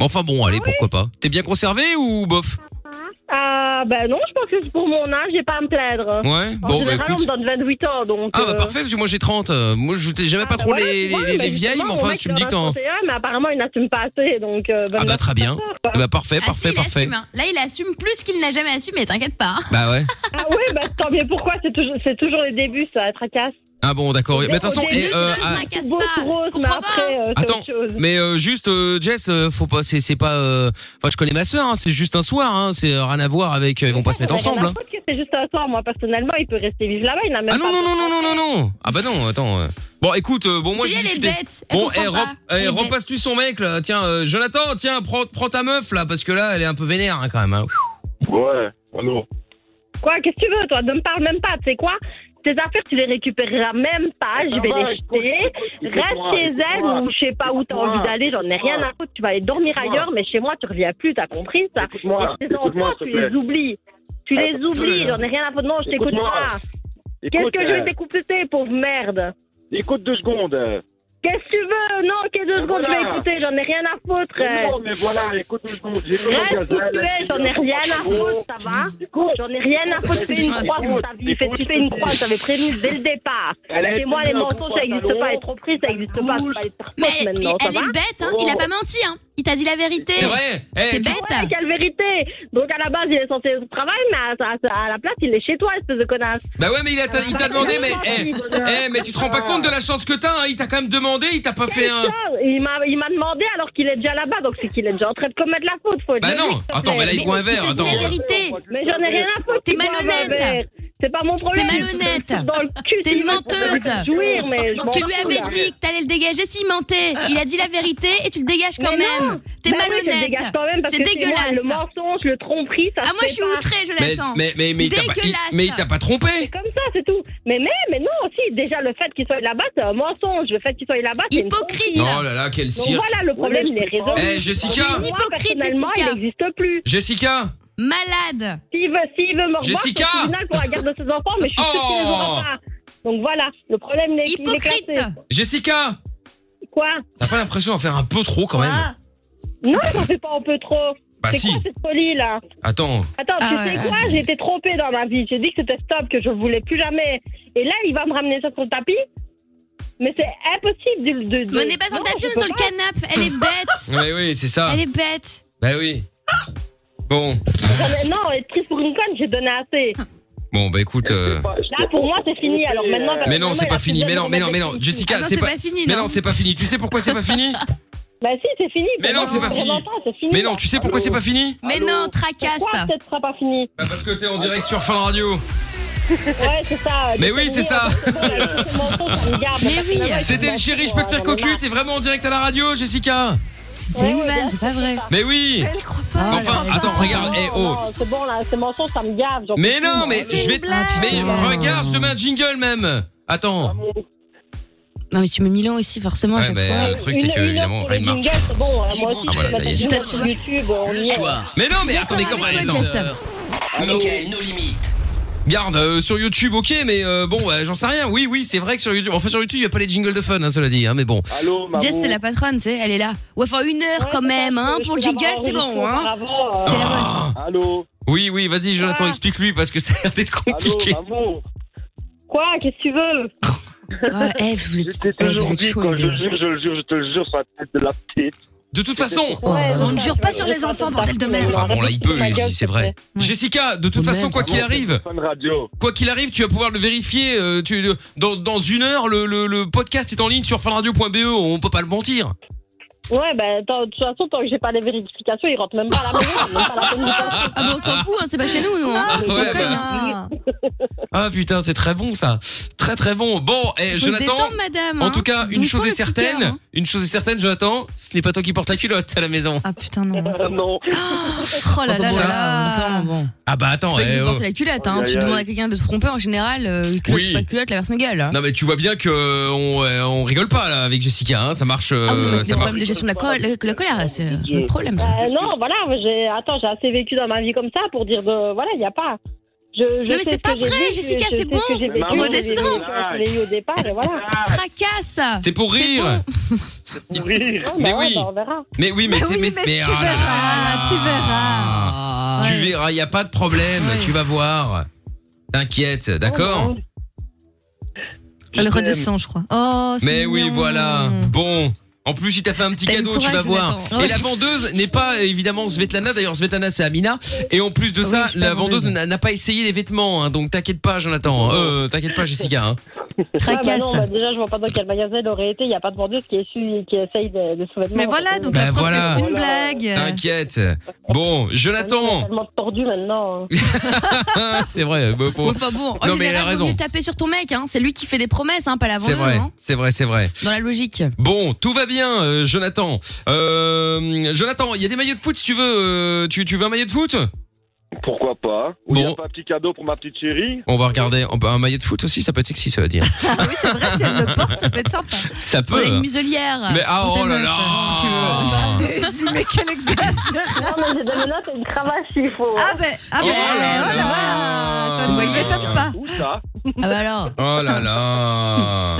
Speaker 2: Mais Enfin bon, allez, pourquoi pas. T'es bien conservé ou bof
Speaker 15: Ah, bah non, je pense que c'est pour mon âge, j'ai pas à me plaindre.
Speaker 2: Ouais,
Speaker 15: en
Speaker 2: bon, bah,
Speaker 15: général,
Speaker 2: écoute.
Speaker 15: on me donne 28 ans, donc.
Speaker 2: Ah
Speaker 15: euh,
Speaker 2: bah
Speaker 15: ah, ben, bah
Speaker 2: parfait, parce que moi j'ai 30. euh, Moi je t'ai jamais pas trop
Speaker 15: voilà,
Speaker 2: les,
Speaker 15: tu vois,
Speaker 2: les- les
Speaker 15: mais
Speaker 2: vieilles,
Speaker 15: justement,
Speaker 2: mais
Speaker 15: mon
Speaker 2: enfin
Speaker 15: mec,
Speaker 2: tu me
Speaker 15: il
Speaker 2: dis
Speaker 15: en
Speaker 2: que
Speaker 15: a
Speaker 2: t'en...
Speaker 15: 31, mais apparemment, il n'assume pas assez, donc. euh,
Speaker 2: Ah bah
Speaker 15: 29,
Speaker 2: très bien.
Speaker 15: quoi.
Speaker 2: Ah bah parfait,
Speaker 8: Ah, si,
Speaker 2: parfait,
Speaker 8: il
Speaker 2: parfait.
Speaker 8: assume. hein. Là, il assume plus qu'il n'a jamais assumé. T'inquiète pas.
Speaker 2: Bah ouais.
Speaker 15: Ah ouais, bah tant mieux, pourquoi C'est toujours, c'est toujours les débuts, ça, tracasse.
Speaker 2: Ah bon, d'accord. Mais de toute façon,
Speaker 15: Au début,
Speaker 2: eh, euh,
Speaker 8: Ne
Speaker 2: ah,
Speaker 8: tracasse
Speaker 15: Beau
Speaker 8: pas.
Speaker 15: rose, mais
Speaker 8: Comprends pas.
Speaker 15: après, euh, c'est
Speaker 2: Attends,
Speaker 15: autre chose.
Speaker 2: mais euh, juste euh, Jess, euh, faut pas, c'est c'est pas, euh, enfin je connais ma sœur, hein, c'est juste un soir, hein, c'est euh, rien à voir avec, euh, ils vont pas se mettre
Speaker 15: J'en ai rien
Speaker 2: ensemble.
Speaker 15: à
Speaker 2: hein.
Speaker 15: foutre ben, que C'est juste un soir, moi, personnellement, il peut rester vivre là-bas, il n'a même
Speaker 2: Ah non
Speaker 15: pas
Speaker 2: non non non non non non. Ah bah non, attends. euh. Bon écoute, euh, bon moi
Speaker 8: Tu
Speaker 2: j'ai
Speaker 8: dis, elle est
Speaker 2: discuté.
Speaker 8: bête. Elle
Speaker 2: Bon,
Speaker 8: comprend
Speaker 2: eh,
Speaker 8: pas.
Speaker 2: rep- eh,
Speaker 8: Elle est bête.
Speaker 2: repasse-tu son mec là, tiens, euh, Jonathan, tiens, prends, prends ta meuf là, parce que là elle est un peu vénère hein, quand même. hein.
Speaker 9: Ouais, allô.
Speaker 15: Quoi, qu'est-ce que tu veux, toi Ne me parle même pas, tu sais quoi Tes affaires, tu les récupéreras même pas, je vais les jeter. Reste chez elle ou je sais pas où t'as envie d'aller, j'en ai rien à foutre. Tu vas aller dormir ailleurs, mais chez moi, tu reviens plus, t'as compris ça
Speaker 9: Écoute-moi,
Speaker 15: Et tes
Speaker 9: écoute-moi,
Speaker 15: enfants,
Speaker 9: s'il
Speaker 15: tu
Speaker 9: te plaît.
Speaker 15: les oublies. Tu les
Speaker 9: Écoute-moi.
Speaker 15: oublies, j'en ai rien à foutre. Non, je t'écoute
Speaker 9: Écoute-moi.
Speaker 15: pas. Qu'est-ce
Speaker 9: Écoute,
Speaker 15: que je vais
Speaker 9: euh,
Speaker 15: t'écouter, pauvre merde
Speaker 9: Écoute deux secondes. euh.
Speaker 15: Qu'est-ce que tu veux Non, qu'est-ce que
Speaker 9: Ben
Speaker 15: je vais
Speaker 9: voilà.
Speaker 15: écouter J'en ai rien à foutre.
Speaker 9: Mais Non,
Speaker 15: euh.
Speaker 9: mais voilà, écoute deux secondes. J'ai le
Speaker 15: Reste où
Speaker 9: magasin,
Speaker 15: tu
Speaker 9: là,
Speaker 15: es, j'en ai rien à foutre, ça va J'en ai rien à foutre, fais une croix pour ta vie, fais, tu fais une croix, t'avais prévenu dès le départ.
Speaker 9: Elle a
Speaker 15: Et moi,
Speaker 9: été
Speaker 15: les
Speaker 9: mise en
Speaker 15: mensonges, ça
Speaker 9: pantalon.
Speaker 15: n'existe pas, les tromperies, ça n'existe pas, c'est pas les performances
Speaker 8: Mais elle,
Speaker 15: maintenant, ça
Speaker 8: elle
Speaker 15: va
Speaker 8: est bête, hein.
Speaker 9: Oh.
Speaker 8: il a pas menti, hein. il t'a dit la vérité.
Speaker 2: C'est vrai. Eh,
Speaker 8: T'es
Speaker 2: tu-
Speaker 8: bête
Speaker 15: Ouais, quelle vérité Donc à la base, il est censé être au travail, mais à, à- à la place, il est chez toi, espèce de connasse.
Speaker 2: Bah ouais, mais il a- il t'a demandé, mais, eh, eh, mais tu te rends pas compte de la chance que t'as, hein, il t'a quand même demandé, il t'a pas fait un.
Speaker 15: Putain, Il m'a il m'a demandé alors qu'il est déjà là-bas, donc c'est qu'il est déjà en train de commettre la faute, faut être
Speaker 2: Bah
Speaker 15: honnête,
Speaker 2: non,
Speaker 15: s'il te
Speaker 2: attends,
Speaker 15: plaît.
Speaker 2: mais là il boit un
Speaker 8: tu
Speaker 2: verre,
Speaker 8: te dis
Speaker 2: attends.
Speaker 8: la vérité.
Speaker 15: Mais j'en ai rien à foutre.
Speaker 8: T'es
Speaker 15: qu'il boive un
Speaker 8: malhonnête.
Speaker 15: verre. C'est pas mon problème.
Speaker 8: T'es malhonnête.
Speaker 15: Je te fous Dans le cul.
Speaker 8: T'es une
Speaker 15: si, mais
Speaker 8: menteuse.
Speaker 15: je peux jouir, mais je m'en
Speaker 8: Tu lui
Speaker 15: fous,
Speaker 8: avais
Speaker 15: là.
Speaker 8: dit que t'allais le dégager s'il mentait. Il a dit la vérité et tu le dégages quand
Speaker 15: Mais
Speaker 8: même.
Speaker 15: non.
Speaker 8: T'es
Speaker 15: Bah oui, je le
Speaker 8: malhonnête.
Speaker 15: dégage quand même parce
Speaker 8: C'est
Speaker 15: que moi,
Speaker 8: dégueulasse.
Speaker 15: Le mensonge, le tromperie, ça
Speaker 8: ah,
Speaker 15: se
Speaker 8: moi je
Speaker 15: fait
Speaker 8: suis
Speaker 15: pas.
Speaker 8: outré,
Speaker 2: Mais,
Speaker 8: Jonathan.
Speaker 2: mais, mais, mais il t'a pas, il-
Speaker 8: Dégueulasse.
Speaker 2: mais il t'a pas trompé.
Speaker 15: C'est comme ça, c'est tout. Mais mais, mais non, aussi, déjà, le fait qu'il soit là-bas, c'est un mensonge. Le fait qu'il soit là-bas, c'est une
Speaker 8: Hypocrite.
Speaker 15: tromperie.
Speaker 2: Oh là là, quel
Speaker 15: Donc
Speaker 2: cirque.
Speaker 15: voilà, le problème, il est résolu.
Speaker 2: Eh, Jessica.
Speaker 15: Moi,
Speaker 8: Une hypocrite,
Speaker 15: personnellement,
Speaker 8: Jessica.
Speaker 15: il n'existe plus.
Speaker 2: Jessica
Speaker 8: Malade.
Speaker 15: S'il veut, s'il veut me revoir,
Speaker 2: Jessica.
Speaker 15: c'est au tribunal pour la garde de ses enfants, mais je suis sûre qu'il ne les aura
Speaker 2: Oh.
Speaker 15: pas. Donc voilà, le problème, il est il est
Speaker 8: Hypocrite.
Speaker 15: classé.
Speaker 2: Jessica
Speaker 15: Quoi
Speaker 2: T'as pas l'impression d'en faire un peu trop Oh, quand
Speaker 15: Ah.
Speaker 2: même
Speaker 15: Non, ça fait pas un peu trop.
Speaker 2: Bah
Speaker 15: c'est
Speaker 2: si.
Speaker 15: quoi cette folie là
Speaker 2: Attends.
Speaker 15: Attends,
Speaker 2: Ah
Speaker 15: tu
Speaker 2: ouais,
Speaker 15: sais quoi J'ai été trompée dans ma vie. J'ai dit que c'était stop, que je voulais plus jamais. Et là, il va me ramener ça sur le tapis Mais c'est impossible de. de, de...
Speaker 8: Mais on n'est pas sur le
Speaker 15: Non,
Speaker 8: tapis,
Speaker 15: je
Speaker 8: on est
Speaker 15: peux
Speaker 8: sur le
Speaker 15: pas.
Speaker 8: canapé. Elle est bête.
Speaker 2: Ouais, oui, c'est ça.
Speaker 8: Elle est bête.
Speaker 2: Bah oui. Bon,
Speaker 15: Non, mais non, être prise pour une conne, j'ai donné assez.
Speaker 8: Ah.
Speaker 2: bon, bah écoute. euh,
Speaker 15: Là, pour moi, c'est fini. Alors maintenant.
Speaker 2: Mais non,
Speaker 15: maintenant,
Speaker 2: c'est
Speaker 15: il
Speaker 2: pas
Speaker 15: a
Speaker 2: fini.
Speaker 15: plus
Speaker 2: Mais
Speaker 15: besoin
Speaker 2: non,
Speaker 15: de
Speaker 2: mais non,
Speaker 15: remettre
Speaker 2: mais
Speaker 15: les
Speaker 2: non,
Speaker 15: filles.
Speaker 2: Jessica, c'est pas. Mais non, c'est pas fini. Tu sais pourquoi c'est pas fini
Speaker 15: Bah si, c'est fini.
Speaker 2: Mais non, c'est pas fini. Mais non, tu sais pourquoi c'est pas fini
Speaker 8: Mais non, tracasse.
Speaker 15: Pourquoi peut-être sera pas fini
Speaker 2: Bah, Parce que t'es en direct sur Fun Radio.
Speaker 15: Ouais, c'est hein. ça.
Speaker 1: Ah,
Speaker 2: Mais oui, c'est ça.
Speaker 1: euh,
Speaker 15: Mais oui.
Speaker 2: C'était le chéri, je peux te faire cocu. T'es vraiment en direct à la radio, Jessica.
Speaker 8: C'est une vanne, c'est pas vrai. Ah,
Speaker 2: Mais oui.
Speaker 1: Ah,
Speaker 2: Enfin, attends, regarde. Eh oh.
Speaker 15: Non, C'est bon, là, ces mensonges, ça me gave. j'en
Speaker 2: Mais
Speaker 15: peux
Speaker 2: non,
Speaker 15: plus,
Speaker 2: mais
Speaker 15: moi. Ah,
Speaker 2: je vais.
Speaker 1: Ah,
Speaker 2: Mais regarde, je te mets un jingle même. Attends.
Speaker 8: Non, mais tu mets Milan aussi, forcément, à
Speaker 2: Ouais,
Speaker 8: chaque
Speaker 2: mais
Speaker 8: fois.
Speaker 2: le truc, c'est que, évidemment, rien ne marche.
Speaker 15: C'est bon, hein, moi aussi,
Speaker 2: Ah, voilà,
Speaker 15: je
Speaker 2: ça y
Speaker 15: vais
Speaker 2: est.
Speaker 15: mettre une vidéo sur YouTube, on y est.
Speaker 2: Bah. Mais non, Ah, mais attendez,
Speaker 1: D'accord
Speaker 2: comment
Speaker 1: avec
Speaker 2: elle
Speaker 1: toi,
Speaker 2: non.
Speaker 1: Jess. Michael, nos limites.
Speaker 2: Garde, euh, sur YouTube, ok, mais euh, bon, ouais, j'en sais rien. Oui, oui, c'est vrai que sur YouTube, enfin sur YouTube, il n'y a pas les jingles de fun, hein, cela dit, hein, mais bon. Allô,
Speaker 15: Bah,
Speaker 8: Jess, c'est la patronne, tu sais, elle est là. Ouais, enfin, une heure quand même, hein. Pour le jingle, c'est bon, hein. C'est la bosse.
Speaker 2: Allô. Ah. Oui, oui, vas-y, Jonathan, explique-lui parce que ça a l'air d'être compliqué.
Speaker 15: Quoi Qu'est-ce que tu veux
Speaker 8: eh, vous
Speaker 12: êtes, je t'ai toujours dit, quand je le jure, je le jure, je te le jure sur la tête de la petite.
Speaker 2: De toute façon,
Speaker 6: on ne jure pas sur les enfants, bordel de merde.
Speaker 2: Enfin bon, là, il peut, il- c'est vrai. Jessica, de toute
Speaker 12: Ouais,
Speaker 2: façon, quoi
Speaker 12: ça
Speaker 2: qu'il
Speaker 12: va.
Speaker 2: arrive, quoi qu'il arrive, tu vas pouvoir le vérifier. euh, tu, le- dans, dans une heure, le, le- le podcast est en ligne sur fanradio.be. E, On peut pas le mentir.
Speaker 15: Ouais, ben, tant- de toute façon, tant que j'ai pas les vérifications, ils rentrent même pas à la maison. c'est même pas la peine de faire.
Speaker 8: Ah, bon, on s'en fout, hein, c'est pas chez nous, nous. hein.
Speaker 2: Ah, ouais,
Speaker 8: On cogne, hein.
Speaker 2: bah. Ah putain, c'est très bon ça, très très bon. Bon,
Speaker 8: Faut
Speaker 2: eh,
Speaker 8: se
Speaker 2: Jonathan.
Speaker 8: détendre, madame,
Speaker 2: en
Speaker 8: hein.
Speaker 2: tout cas, une
Speaker 8: Doucement,
Speaker 2: chose est
Speaker 8: le petit
Speaker 2: certaine,
Speaker 8: cœur, hein.
Speaker 2: une chose est certaine, Jonathan, ce n'est pas toi qui portes la culotte à la maison. Ah putain non. non.
Speaker 6: Oh là là là là.
Speaker 2: Ah bah
Speaker 8: C'est
Speaker 2: attends.
Speaker 8: pas
Speaker 2: eh,
Speaker 8: qu'il
Speaker 2: oh.
Speaker 8: porte la culotte, hein.
Speaker 2: Aïe,
Speaker 8: Tu
Speaker 2: aïe,
Speaker 8: demandes
Speaker 2: aïe.
Speaker 8: à quelqu'un de se tromper, en général, euh, culotte
Speaker 2: Oui.
Speaker 8: ou pas culotte, la personne gueule, hein.
Speaker 2: Non mais tu vois bien que euh, on, euh, on rigole pas là avec Jessica, hein, ça marche. euh,
Speaker 8: Ah oui, mais c'est
Speaker 2: ça
Speaker 8: des
Speaker 2: marche.
Speaker 8: problèmes de gestion de la, col- la- la colère, là, c'est un problème, ça.
Speaker 15: Euh, non, voilà, j'ai, attends, j'ai assez vécu dans ma vie comme ça pour dire de, voilà, il y a pas. Je, je
Speaker 8: Non,
Speaker 15: sais
Speaker 8: mais c'est
Speaker 15: ce
Speaker 8: pas
Speaker 15: que j'ai
Speaker 8: vrai,
Speaker 15: vécu,
Speaker 8: Jessica,
Speaker 15: je
Speaker 8: c'est
Speaker 15: sais
Speaker 8: bon.
Speaker 15: ce que j'ai vécu,
Speaker 8: Maman,
Speaker 15: j'ai vécu, ce
Speaker 8: redescends.
Speaker 15: que Je l'ai eu au départ, et Ah, voilà.
Speaker 8: Tracasse
Speaker 2: C'est pour rire.
Speaker 15: pour
Speaker 2: rire. Mais
Speaker 15: Mais oui.
Speaker 2: oui.
Speaker 15: on verra.
Speaker 2: Mais oui, mais,
Speaker 15: Bah
Speaker 2: tu-
Speaker 15: oui,
Speaker 2: mais,
Speaker 15: mais
Speaker 2: mais
Speaker 15: tu
Speaker 2: ah là
Speaker 15: verras,
Speaker 2: là. Ah,
Speaker 15: tu
Speaker 2: Tu
Speaker 15: Ouais.
Speaker 2: verras, y a pas de problème, tu vas voir. T'inquiète,
Speaker 15: Oh,
Speaker 2: d'accord.
Speaker 6: Elle redescend, je crois. Oh, c'est
Speaker 2: Mais oui,
Speaker 6: mignon.
Speaker 2: voilà. Bon. En plus, il t'a fait un petit
Speaker 6: T'as eu
Speaker 2: cadeau,
Speaker 6: le
Speaker 2: tu vas
Speaker 6: courage,
Speaker 2: voir.
Speaker 6: Jonathan.
Speaker 2: Et la vendeuse n'est pas évidemment Svetlana. D'ailleurs, Svetlana, c'est Amina. Et en plus de ça, la vendeuse n'a n'a pas essayé les vêtements. hein. donc, t'inquiète pas, Jonathan. Euh, t'inquiète pas, Jessica. hein.
Speaker 15: Tracasse. non, bah, déjà, je vois pas dans quel magasin elle aurait été. Il n'y a pas de vendeuse qui, essuie- qui essaye de, de se
Speaker 6: Mais voilà, donc la
Speaker 2: Bah,
Speaker 6: preuve que
Speaker 2: voilà.
Speaker 6: c'est une blague.
Speaker 2: T'inquiète. Bon,
Speaker 15: C'est
Speaker 2: Jonathan.
Speaker 15: tellement tordu maintenant. hein.
Speaker 2: c'est vrai. bah, bon.
Speaker 8: Bon, Enfin bon, Oh, en
Speaker 2: non, mais elle a
Speaker 8: général, vaut
Speaker 2: raison.
Speaker 8: mieux taper sur ton mec, hein. C'est lui qui fait des promesses, hein, pas la
Speaker 2: C'est
Speaker 8: vendeuse,
Speaker 2: vrai.
Speaker 8: hein.
Speaker 2: C'est vrai, c'est vrai.
Speaker 8: Dans la logique.
Speaker 2: Bon, tout va bien, euh, Jonathan. Euh, Jonathan, il y a des maillots de foot si tu veux. euh, tu, tu veux un maillot de foot
Speaker 12: Pourquoi pas Ou y a pas un petit cadeau pour ma petite chérie
Speaker 2: On va regarder on peut- un maillot de foot aussi, ça peut être sexy, ça veut dire.
Speaker 8: Ah
Speaker 2: oui, c'est
Speaker 8: On
Speaker 2: vrai,
Speaker 8: a
Speaker 2: si elle
Speaker 8: une
Speaker 2: le porte, ça peut être sympa. Ça peut.
Speaker 8: muselière.
Speaker 2: Mais ah
Speaker 8: Pour
Speaker 2: oh
Speaker 8: tes
Speaker 2: là
Speaker 8: meufs,
Speaker 2: là.
Speaker 8: hein, si tu veux.
Speaker 6: Dis, mais quel exagère
Speaker 15: Non, mais j'ai des menottes et une cravache s'il faut.
Speaker 6: Ah ben, ah ben, oh là là,
Speaker 2: Ah,
Speaker 6: ça ne
Speaker 2: là.
Speaker 6: m'étonne pas.
Speaker 8: Ah bah alors.
Speaker 2: Oh là là.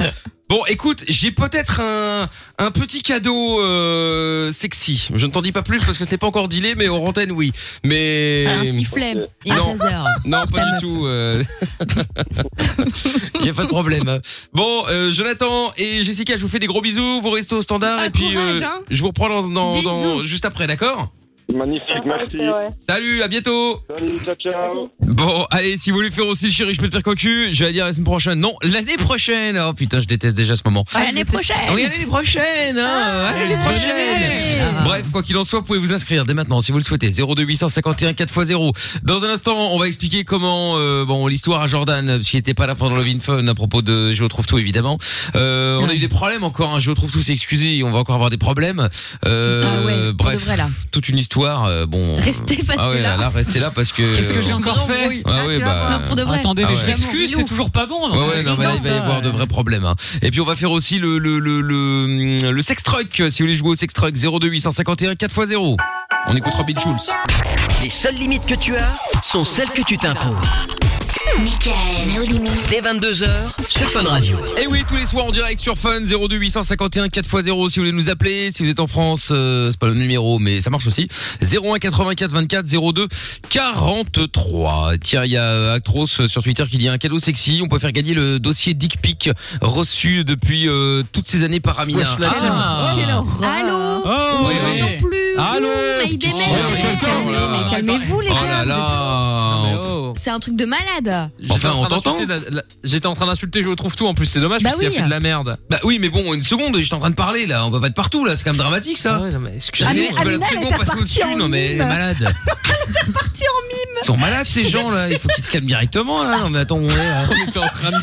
Speaker 2: Bon, écoute, j'ai peut-être un, un petit cadeau euh, sexy. Je ne t'en dis pas plus parce que ce n'est pas encore dealé, mais au antenne, oui. Mais
Speaker 8: Un sifflet et un
Speaker 2: Non.
Speaker 8: taser.
Speaker 2: Non,
Speaker 8: Pour
Speaker 2: pas
Speaker 8: ta
Speaker 2: du
Speaker 8: meuf.
Speaker 2: tout. euh. Il n'y a pas de problème. hein. Bon, euh, Jonathan et Jessica, je vous fais des gros bisous. Vous restez au standard et puis
Speaker 12: courage,
Speaker 2: euh,
Speaker 12: hein.
Speaker 2: je vous reprends dans, dans- dans-
Speaker 12: Bisous.
Speaker 2: juste après, d'accord
Speaker 12: Magnifique, merci.
Speaker 2: Salut, à bientôt.
Speaker 12: Salut, ciao, ciao.
Speaker 2: Bon, allez, si vous voulez faire aussi le chéri, je peux te faire cocu. Je vais dire la semaine prochaine. Non, l'année prochaine. Oh putain, je déteste déjà ce moment.
Speaker 8: À Bah, l'année prochaine. Ah.
Speaker 2: Oui, à l'année prochaine. Hein. À l'année prochaine. Bref, quoi qu'il en soit, vous pouvez vous inscrire dès maintenant si vous le souhaitez. 02851 4x0. Dans un instant, on va expliquer comment euh, bon l'histoire à Jordan parce qu'il n'était pas là pendant le Vin Fun à propos de Je trouve tout évidemment. Euh, on a eu des problèmes encore. Hein. Je trouve tout, c'est excusé. On va encore avoir des problèmes. Euh, bref,
Speaker 8: Ah de vrai, là.
Speaker 2: toute une histoire. euh, bon,
Speaker 8: Restez parce
Speaker 2: ah
Speaker 8: que
Speaker 2: ouais,
Speaker 8: là-
Speaker 2: restez là parce que.
Speaker 5: Qu'est-ce que j'ai encore fait
Speaker 2: Ah ouais, bah-
Speaker 5: Non, pour de vrai. Attendez,
Speaker 2: Ah
Speaker 5: mais
Speaker 2: ouais.
Speaker 5: je m'excuse, c'est toujours pas bon.
Speaker 2: Ouais, ouais, non, mais là, il va y avoir de vrais problèmes. hein. Et puis on va faire aussi le le le le, le sex truck. Si vous voulez jouer au sex truck 02851 4x0. On écoutera Beat Jules.
Speaker 1: Les seules limites que tu as sont celles que tu t'imposes.
Speaker 10: Michael, nos limites.
Speaker 1: dès 22h sur Fun Radio.
Speaker 2: Et oui, tous les soirs en direct sur Fun 02851 4x0 si vous voulez nous appeler, si vous êtes en France, euh, c'est pas le numéro mais ça marche aussi. 01 84 24 02 43. Tiens, il y a euh, Actros sur Twitter qui dit un cadeau sexy, on peut faire gagner le dossier dick pic reçu depuis euh, toutes ces années par Amina.
Speaker 6: Wesh, la Oh,
Speaker 2: Ah.
Speaker 6: quelle horreur.
Speaker 8: Allô
Speaker 2: Oh,
Speaker 8: On
Speaker 2: oui,
Speaker 8: vous
Speaker 2: oui.
Speaker 8: entend plus
Speaker 2: Allô
Speaker 8: Mais
Speaker 2: Qu'est-ce qu'il y a avec quelqu'un, là
Speaker 8: Mais calmez-vous les
Speaker 2: Oh là
Speaker 8: gars
Speaker 6: Ah,
Speaker 2: là
Speaker 8: C'est un truc de malade
Speaker 4: Enfin, on t'entend J'étais en train d'insulter, je retrouve tout en plus, c'est dommage
Speaker 8: Bah
Speaker 4: parce qu'il
Speaker 8: oui.
Speaker 4: a fait de la merde.
Speaker 2: Bah oui, mais bon, une seconde, j'étais en train de parler là, on peut pas être partout là, c'est quand même dramatique ça.
Speaker 4: Ouais, non, mais
Speaker 2: Ah, mais ils veulent absolument passer au-dessus, non mais elle est malade.
Speaker 6: parti en mime.
Speaker 2: Ils sont malades ces gens là, il faut qu'ils se calment directement là. Non mais attends, on est là.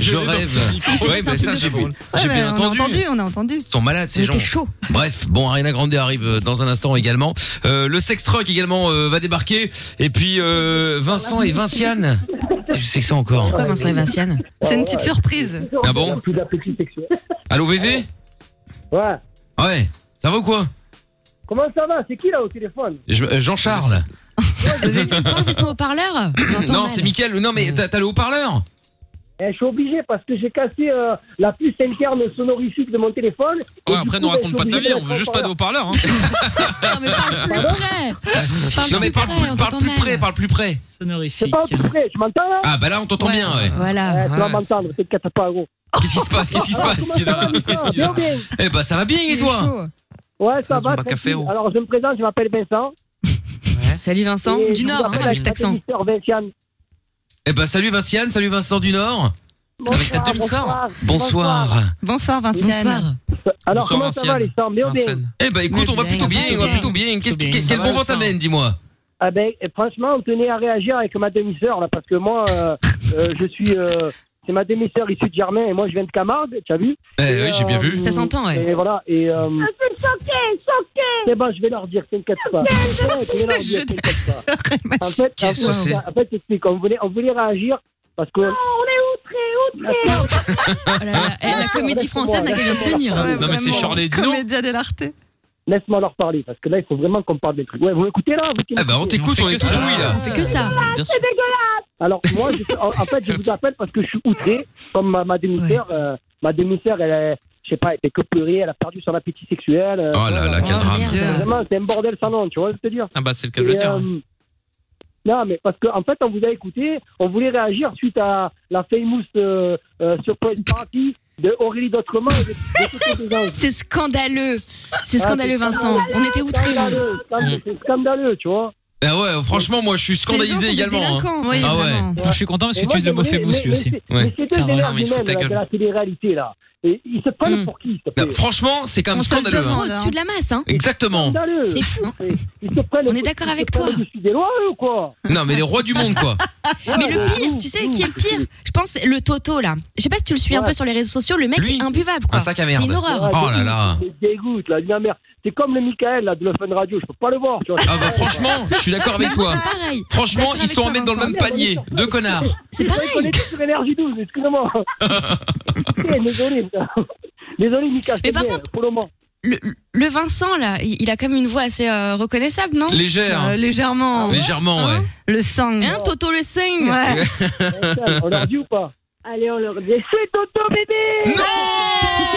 Speaker 2: Je
Speaker 4: gueuler dans
Speaker 2: rêve.
Speaker 4: le micro.
Speaker 2: Ouais, bah ça j'ai
Speaker 6: Ouais,
Speaker 2: j'ai
Speaker 6: mais
Speaker 2: bien
Speaker 6: on a
Speaker 2: entendu.
Speaker 6: entendu, on a entendu.
Speaker 2: Ils sont malades ces
Speaker 6: Il
Speaker 2: gens.
Speaker 6: était chaud.
Speaker 2: Bref, bon Ariana Grande arrive euh, dans un instant également. Euh, le sex truck également euh, va débarquer et puis euh, Vincent et Vinciane. Qu'est-ce que c'est que ça encore
Speaker 8: Pourquoi Vincent et Vinciane
Speaker 6: C'est une petite surprise.
Speaker 2: Ah bon Allô VV
Speaker 14: Ouais.
Speaker 2: Ouais, ça va ou quoi
Speaker 14: Comment ça va C'est qui là au téléphone
Speaker 2: Je- euh, Jean-Charles.
Speaker 8: Ils sont au parleur
Speaker 2: Non, c'est Mickaël. Non mais t'as t'as le haut-parleur
Speaker 14: Eh, Je suis obligé parce que j'ai cassé euh, la puce interne sonorifique de mon téléphone. et
Speaker 4: Ouais,
Speaker 14: du
Speaker 4: après,
Speaker 14: coup,
Speaker 4: nous
Speaker 14: ben, je
Speaker 4: raconte
Speaker 14: suis
Speaker 4: pas de ta vie,
Speaker 14: obligé
Speaker 4: on
Speaker 14: mettre
Speaker 4: veut
Speaker 14: en
Speaker 4: juste pas de
Speaker 14: parleur.
Speaker 4: haut-parleur. hein.
Speaker 2: Ah Non mais parle plus, parle plus près, parle plus près.
Speaker 14: C'est pas au près, tu m'entends là
Speaker 2: Ah bah là on t'entend bien ouais.
Speaker 14: Ouais, Tu vas
Speaker 2: Ouais.
Speaker 14: m'entendre, t'inquiète pas, gros.
Speaker 2: Qu'est-ce qui se passe Qu'est-ce qui se
Speaker 14: Ah,
Speaker 2: passe
Speaker 14: comment ça va, Vincent Bien, bien.
Speaker 2: Eh bah ça va bien et toi
Speaker 14: Ouais, ça
Speaker 2: Zumba
Speaker 14: va.
Speaker 2: Caféro.
Speaker 14: tranquille. Alors, je me présente, je m'appelle Vincent.
Speaker 8: Salut Vincent,
Speaker 14: Et
Speaker 8: du
Speaker 14: je vous
Speaker 8: Nord,
Speaker 14: appelle
Speaker 8: avec cet
Speaker 14: la
Speaker 8: accent.
Speaker 14: demi-sœur Vinciane.
Speaker 2: Eh bah salut Vinciane, salut Vincent du Nord. Avec ta
Speaker 14: Bonsoir.
Speaker 2: Bonsoir.
Speaker 6: Bonsoir Vincent. Bonsoir.
Speaker 14: Alors,
Speaker 2: Bonsoir,
Speaker 14: comment ça va,
Speaker 2: Vinciane.
Speaker 14: les gens Bien, bien.
Speaker 2: Eh bah écoute, on va plutôt bien, on va plutôt bien. Qu'est-ce qui- quel- quel bon vent t'amène, dis-moi
Speaker 14: Ah ben, eh, franchement, on tenait à réagir avec ma demi-sœur, là, parce que moi, euh, euh, je suis. euh, c'est ma demi-sœur issue de Germain, et moi, je viens de Camargue, tu as vu euh,
Speaker 2: Eh oui, j'ai bien vu.
Speaker 8: Ça s'entend, ouais.
Speaker 14: Et voilà, et. Euh, c'est bon, je vais leur dire, t'inquiète pas. C'est bon, je vais leur dire, t'inquiète pas. En fait, en
Speaker 2: Qu'est-ce que
Speaker 14: fait,
Speaker 2: c'est
Speaker 14: en fait, t'expliques, on voulait, on voulait réagir parce que.
Speaker 2: Ah,
Speaker 15: on est outré, outré.
Speaker 8: Eh, la comédie française
Speaker 14: euh,
Speaker 8: n'a qu'à bien se tenir. hein.
Speaker 4: Non, mais c'est Charlie Dino.
Speaker 14: Laisse-moi leur parler, parce que là, il faut vraiment qu'on parle des trucs. Ouais, vous m'écoutez là vous qui
Speaker 2: Eh ben, on
Speaker 14: m'écoutez
Speaker 2: t'écoute, on est tout oui là.
Speaker 8: On fait que ça.
Speaker 15: C'est dégueulasse.
Speaker 14: Alors moi, je- en, en fait, je vous appelle parce que je suis outré, comme ma, ma demi-sœur. euh, ma demi-sœur, elle, est- je sais pas, elle fait que pleurer, elle a perdu son appétit sexuel. euh,
Speaker 2: Oh là là, quel drame.
Speaker 14: c'est Vraiment, c'est un bordel sans nom, tu vois, je veux te dire.
Speaker 4: Ah bah, c'est le cas de le
Speaker 14: Et,
Speaker 4: dire.
Speaker 14: euh, non, mais parce qu'en en fait, on vous a écouté, on voulait réagir suite à la famous euh, euh, surprise party de Aurélie D'autrement. et de- de- de- de- de-
Speaker 8: C'est scandaleux. C'est
Speaker 14: Ah,
Speaker 8: scandaleux, Vincent. On était outrés.
Speaker 14: Scandaleux, scandaleux, C'est scandaleux, tu vois.
Speaker 2: Ah ouais, franchement moi je suis scandalisé également. hein. Ah ouais.
Speaker 5: Je suis content parce que tu
Speaker 14: Et moi,
Speaker 5: utilises le mot
Speaker 14: j'aimerais-
Speaker 5: Famous
Speaker 14: mais-
Speaker 5: lui aussi.
Speaker 14: mais c'est- Mais c'est deux
Speaker 5: Tiens,
Speaker 14: délires
Speaker 5: non, mais il se fout de ta
Speaker 14: humaines, là, de la
Speaker 5: gueule.
Speaker 14: télé-réalité, là. Et ils se prennent
Speaker 8: Mm.
Speaker 14: pour qui, s'il te
Speaker 2: Non,
Speaker 14: plaît
Speaker 2: franchement, c'est quand même scandaleux. hein.
Speaker 8: au-dessus de la masse, hein.
Speaker 2: Exactement.
Speaker 14: Scandaleux.
Speaker 8: C'est fou. hein.
Speaker 14: Ils se prennent
Speaker 8: On est d'accord avec toi.
Speaker 14: Je suis des lois, eux, ou quoi Ah,
Speaker 2: Non mais les rois du monde quoi.
Speaker 8: Ah, Mais le pire, tu sais qui est le pire Je pense le Toto là. Je sais pas si tu le suis un peu sur les réseaux sociaux, le mec
Speaker 2: Lui
Speaker 8: est imbuvable quoi.
Speaker 2: Un sac à merde.
Speaker 8: C'est une horreur.
Speaker 2: Oh là là.
Speaker 14: C'est dégoûte, là, la merde. C'est comme le Michael, là, de la Fun Radio, je peux pas le voir, tu vois.
Speaker 2: Ah bah franchement, je suis d'accord avec toi.
Speaker 8: C'est pareil.
Speaker 2: Franchement,
Speaker 8: D'accord
Speaker 2: ils
Speaker 8: avec
Speaker 2: sont à
Speaker 8: toi,
Speaker 2: mettre dans le
Speaker 8: Vincent.
Speaker 2: même panier, deux connards.
Speaker 8: C'est
Speaker 14: Je connais
Speaker 8: pareil.
Speaker 14: tout sur énergie 12, excusez-moi. Eh, désolé, putain. désolé, Mika,
Speaker 8: Mais
Speaker 14: c'est
Speaker 8: par
Speaker 14: bien,
Speaker 8: contre-
Speaker 14: pour le moment.
Speaker 8: Le, le Vincent là, il il a quand même une voix assez euh, reconnaissable, non
Speaker 2: Légère.
Speaker 6: Euh, légèrement.
Speaker 2: Légèrement, ouais.
Speaker 6: Le sang.
Speaker 8: Hein, Toto le sing
Speaker 6: Ouais.
Speaker 8: Hein
Speaker 14: On leur dit ou pas
Speaker 15: Allez, on leur dit, c'est Toto bébé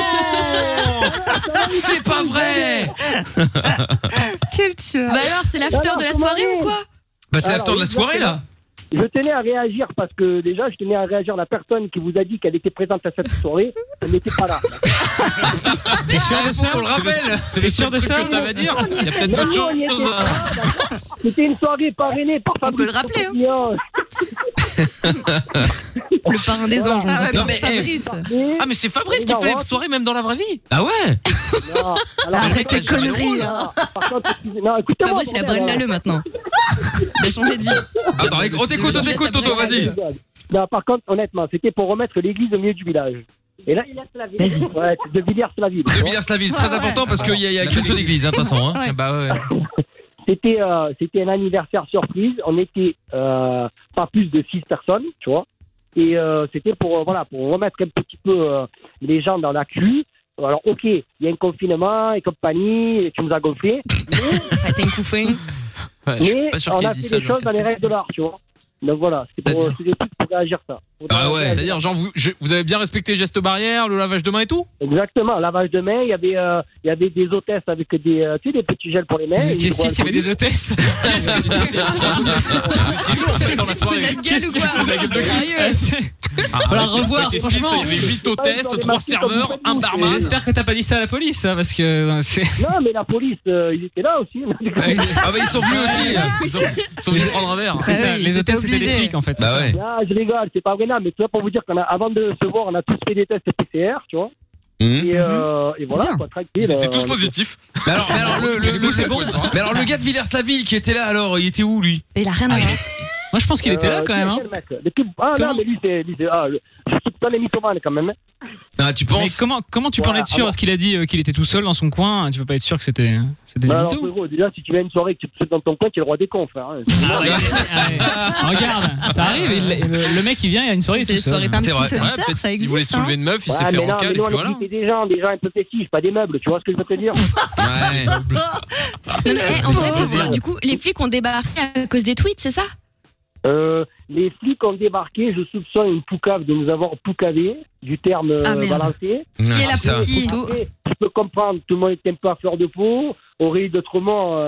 Speaker 2: Oh C'est pas vrai
Speaker 6: Quel tueur.
Speaker 8: Bah alors, c'est l'after
Speaker 14: Alors,
Speaker 8: de la
Speaker 14: comment
Speaker 8: soirée ou
Speaker 14: aller
Speaker 8: quoi
Speaker 2: Bah c'est
Speaker 14: Alors,
Speaker 2: l'after de la soirée là.
Speaker 14: Je tenais à réagir parce que déjà, je tenais à réagir. La personne qui vous a dit qu'elle était présente à cette soirée, elle n'était pas là.
Speaker 12: Ah,
Speaker 4: T'es sûr de ça
Speaker 2: On le rappelle.
Speaker 4: C'est le seul
Speaker 5: de
Speaker 4: truc
Speaker 5: ça
Speaker 4: que t'avais à dire Il y a peut-être
Speaker 14: Non,
Speaker 4: d'autres
Speaker 14: non, il était
Speaker 4: choses. hein.
Speaker 14: pas là, d'accord. C'était une soirée parrainée par Fabrice.
Speaker 6: le rappeler, hein.
Speaker 14: Champignon.
Speaker 8: Le parrain des anges. on
Speaker 6: Ah ouais,
Speaker 8: dit.
Speaker 2: Non, mais,
Speaker 6: Fabrice.
Speaker 14: Et-
Speaker 4: Ah, mais c'est Fabrice qui
Speaker 14: hein.
Speaker 4: fait les soirées, même dans la vraie vie.
Speaker 2: Ah ouais
Speaker 14: Non, alors,
Speaker 6: Arrête tes
Speaker 4: Ah, jamais
Speaker 6: conneries. hein.
Speaker 14: par contre, excusez- non, hein. écoutez-moi,
Speaker 8: Fabrice, il a
Speaker 14: bordel,
Speaker 8: brûlé là le maintenant. Il a changé de vie.
Speaker 2: Attends, on t'écoute, on t'écoute, Toto, vas-y.
Speaker 14: alors. Non, par contre, honnêtement, c'était pour remettre l'église au milieu du village. Et là,
Speaker 8: Vas-y.
Speaker 14: ouais, de Villers la ville.
Speaker 2: De Villers-la-Ville,
Speaker 14: Ah
Speaker 2: c'est très important parce qu'il y a, il y a qu'une seule église, hein, de toute façon. Hein.
Speaker 4: Ah Bah ouais.
Speaker 14: C'était euh, c'était un anniversaire surprise. On était euh, pas plus de six personnes, tu vois. Et euh, c'était pour euh, voilà pour remettre un petit peu euh, les gens dans la queue. Alors ok, il y a un confinement et compagnie, et tu nous as gonflé,
Speaker 8: Ah, t'es une couffée.
Speaker 4: Ouais, je suis
Speaker 14: mais
Speaker 4: pas sûr
Speaker 14: on
Speaker 4: qu'il
Speaker 14: a
Speaker 4: ait dit
Speaker 14: fait
Speaker 4: ça.
Speaker 14: des
Speaker 4: Jean
Speaker 14: choses dans les
Speaker 4: Castex.
Speaker 14: règles de l'art, tu vois. Donc voilà, c'est pour, c'est des trucs pour réagir ça. Pour
Speaker 2: Bah
Speaker 4: Ah ouais.
Speaker 14: réagir.
Speaker 4: C'est-à-dire, genre, vous, je- vous avez bien respecté les gestes barrières, le lavage de mains et tout
Speaker 14: Exactement, lavage de mains, il y avait euh, il y avait des hôtesses avec des euh, tu sais des petits gels pour les mains.
Speaker 5: Vous
Speaker 14: et
Speaker 5: étiez
Speaker 14: une
Speaker 5: six, il y avait des hôtesses.
Speaker 4: Qu'est-ce que c'est de la gueule de qui
Speaker 5: Sérieux Falloir revoir, franchement. Oh,
Speaker 4: Il y avait 8 hôtesses, 3 serveurs, un barman.
Speaker 5: J'espère que t'as pas dit ça à la police, hein, parce que non, c'est.
Speaker 14: Non, mais la police, euh, ils étaient là aussi.
Speaker 5: Ah,
Speaker 2: bah, ils sont venus aussi, là. Ils sont-
Speaker 4: ils sont venus prendre un verre.
Speaker 5: C'est
Speaker 14: Ah
Speaker 5: ça, les hôtesses c'était des
Speaker 14: obligés.
Speaker 5: flics en fait.
Speaker 2: Bah ouais.
Speaker 14: Ah, je rigole, c'est pas vrai là, mais tout ça pour vous dire qu'on a avant de se voir, on a tous fait des tests PCR, tu vois.
Speaker 4: Mmh.
Speaker 14: Et,
Speaker 6: Mhm.
Speaker 5: Mhm.
Speaker 14: euh, et voilà, quoi, tranquille.
Speaker 2: C'était
Speaker 14: euh,
Speaker 2: tous
Speaker 4: positifs.
Speaker 2: Mais alors, mais alors, le, le- le- mais alors, le gars de Villers-la-Ville qui était là, alors, il était où lui Ah,
Speaker 6: Il a rien à voir.
Speaker 5: Moi je pense
Speaker 14: Euh,
Speaker 2: qu'il était là, quand même, hein.
Speaker 14: quel mec Depuis- Ah non, mais lui, c'est. lui, c'est- Ah, le- je suis pas les mythomanes quand même. hein.
Speaker 2: Ah, tu
Speaker 5: penses comment, comment tu peux en
Speaker 14: Voilà,
Speaker 5: être sûr
Speaker 14: ah,
Speaker 5: Parce qu'il a dit euh, qu'il était tout seul dans son coin, tu peux pas être sûr que c'était hein. c'était
Speaker 14: Bah
Speaker 5: des
Speaker 14: alors,
Speaker 5: mythos.
Speaker 14: frérot, déjà, si tu viens une soirée et que tu te fais dans ton coin, tu es le roi des cons, frère. hein.
Speaker 5: Ah, bah, Regarde, ça arrive, il- le, le mec il vient, il y a une soirée, il est tout seul.
Speaker 4: il voulait
Speaker 5: hein.
Speaker 4: soulever une meuf, il s'est
Speaker 14: hein. Ouais,
Speaker 4: fait
Speaker 14: mais non,
Speaker 4: rencale,
Speaker 14: mais
Speaker 4: et puis
Speaker 14: nous, on est
Speaker 4: voilà.
Speaker 14: des- des gens, des gens un peu festifs, pas des meubles, tu vois ce que je veux te dire
Speaker 8: Non, mais, eh, en fait, au soir, du coup, les flics ont débarqué à cause des tweets, c'est ça
Speaker 14: Euh, les flics ont débarqué, je soupçonne une poucave de nous avoir poucavé, du terme euh,
Speaker 8: Ah, merde.
Speaker 14: balancé.
Speaker 2: Qui est la c'est ça. poucave
Speaker 14: Après, Je peux comprendre, tout le monde était un peu à fleur de peau. Aurélie d'autrement,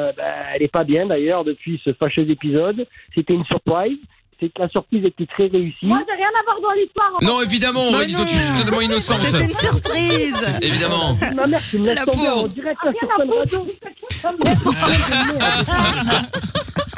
Speaker 14: elle est pas bien d'ailleurs depuis ce fâcheux épisode. C'était une surprise. C'est que la surprise était très réussie.
Speaker 15: Moi, j'ai rien à voir dans l'histoire. en
Speaker 2: Non,
Speaker 15: fait.
Speaker 2: évidemment, on va dire tout de suite, je suis totalement innocente.
Speaker 15: C'était une surprise.
Speaker 2: Évidemment.
Speaker 14: Ma mère, tu me laisses
Speaker 15: La
Speaker 14: tomber
Speaker 15: pauvre.
Speaker 14: en direct
Speaker 8: Ah,
Speaker 14: là, sur Fun Radio.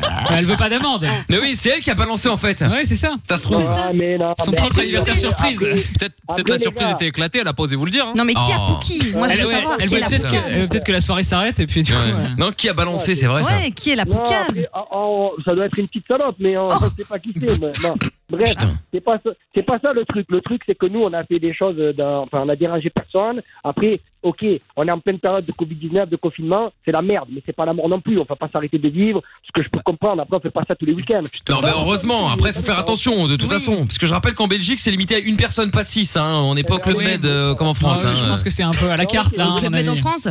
Speaker 2: Bah,
Speaker 5: Elle veut pas d'amende.
Speaker 2: Mais oui, c'est elle qui a balancé en fait.
Speaker 5: Ouais, c'est ça.
Speaker 2: Ça se trouve.
Speaker 14: Ah, mais non,
Speaker 2: Son
Speaker 14: mais
Speaker 2: propre
Speaker 14: après,
Speaker 2: anniversaire
Speaker 14: après,
Speaker 2: surprise.
Speaker 4: Peut-être
Speaker 14: après,
Speaker 4: peut-être la
Speaker 14: les
Speaker 4: surprise
Speaker 14: gars,
Speaker 4: était éclatée, elle a pas osé vous le dire. hein.
Speaker 6: Non, mais qui a
Speaker 2: Oh.
Speaker 6: Pouki Moi, je
Speaker 5: elle
Speaker 6: veux
Speaker 5: ouais,
Speaker 6: savoir
Speaker 5: elle
Speaker 6: qui est
Speaker 5: veut
Speaker 6: la
Speaker 5: peut-être que,
Speaker 6: poucave.
Speaker 2: Euh,
Speaker 5: elle veut peut-être que la soirée s'arrête et puis du coup. euh,
Speaker 2: Non, qui a balancé, c'est vrai ça.
Speaker 6: Ouais, qui est la Oh.
Speaker 14: Non,
Speaker 6: poucave
Speaker 14: après, en- en- ça doit être une petite salope, mais on ne sait pas qui c'est. mais non. Bref, c'est pas, ça- c'est pas ça le truc. Le truc, c'est que nous, on a fait des choses, dans, enfin, on a dérangé personne. Après, ok, on est en pleine période de Covid-19, de confinement, c'est la merde, mais c'est pas la mort non plus. On ne va pas s'arrêter de vivre, ce que je peux comprendre. Après, on fait pas ça tous les week-ends.
Speaker 2: Non, mais heureusement, après, faut faire attention, de toute façon. Parce que je rappelle qu'en Belgique, c'est limité à une personne, pas six, hein. On n'est pas au Club
Speaker 5: Oui.
Speaker 2: Med, euh, comme en France,
Speaker 5: ouais,
Speaker 2: hein.
Speaker 5: Je pense que c'est un peu à la carte là.
Speaker 8: Au Club
Speaker 5: à mon
Speaker 8: Med en
Speaker 5: avis.
Speaker 8: France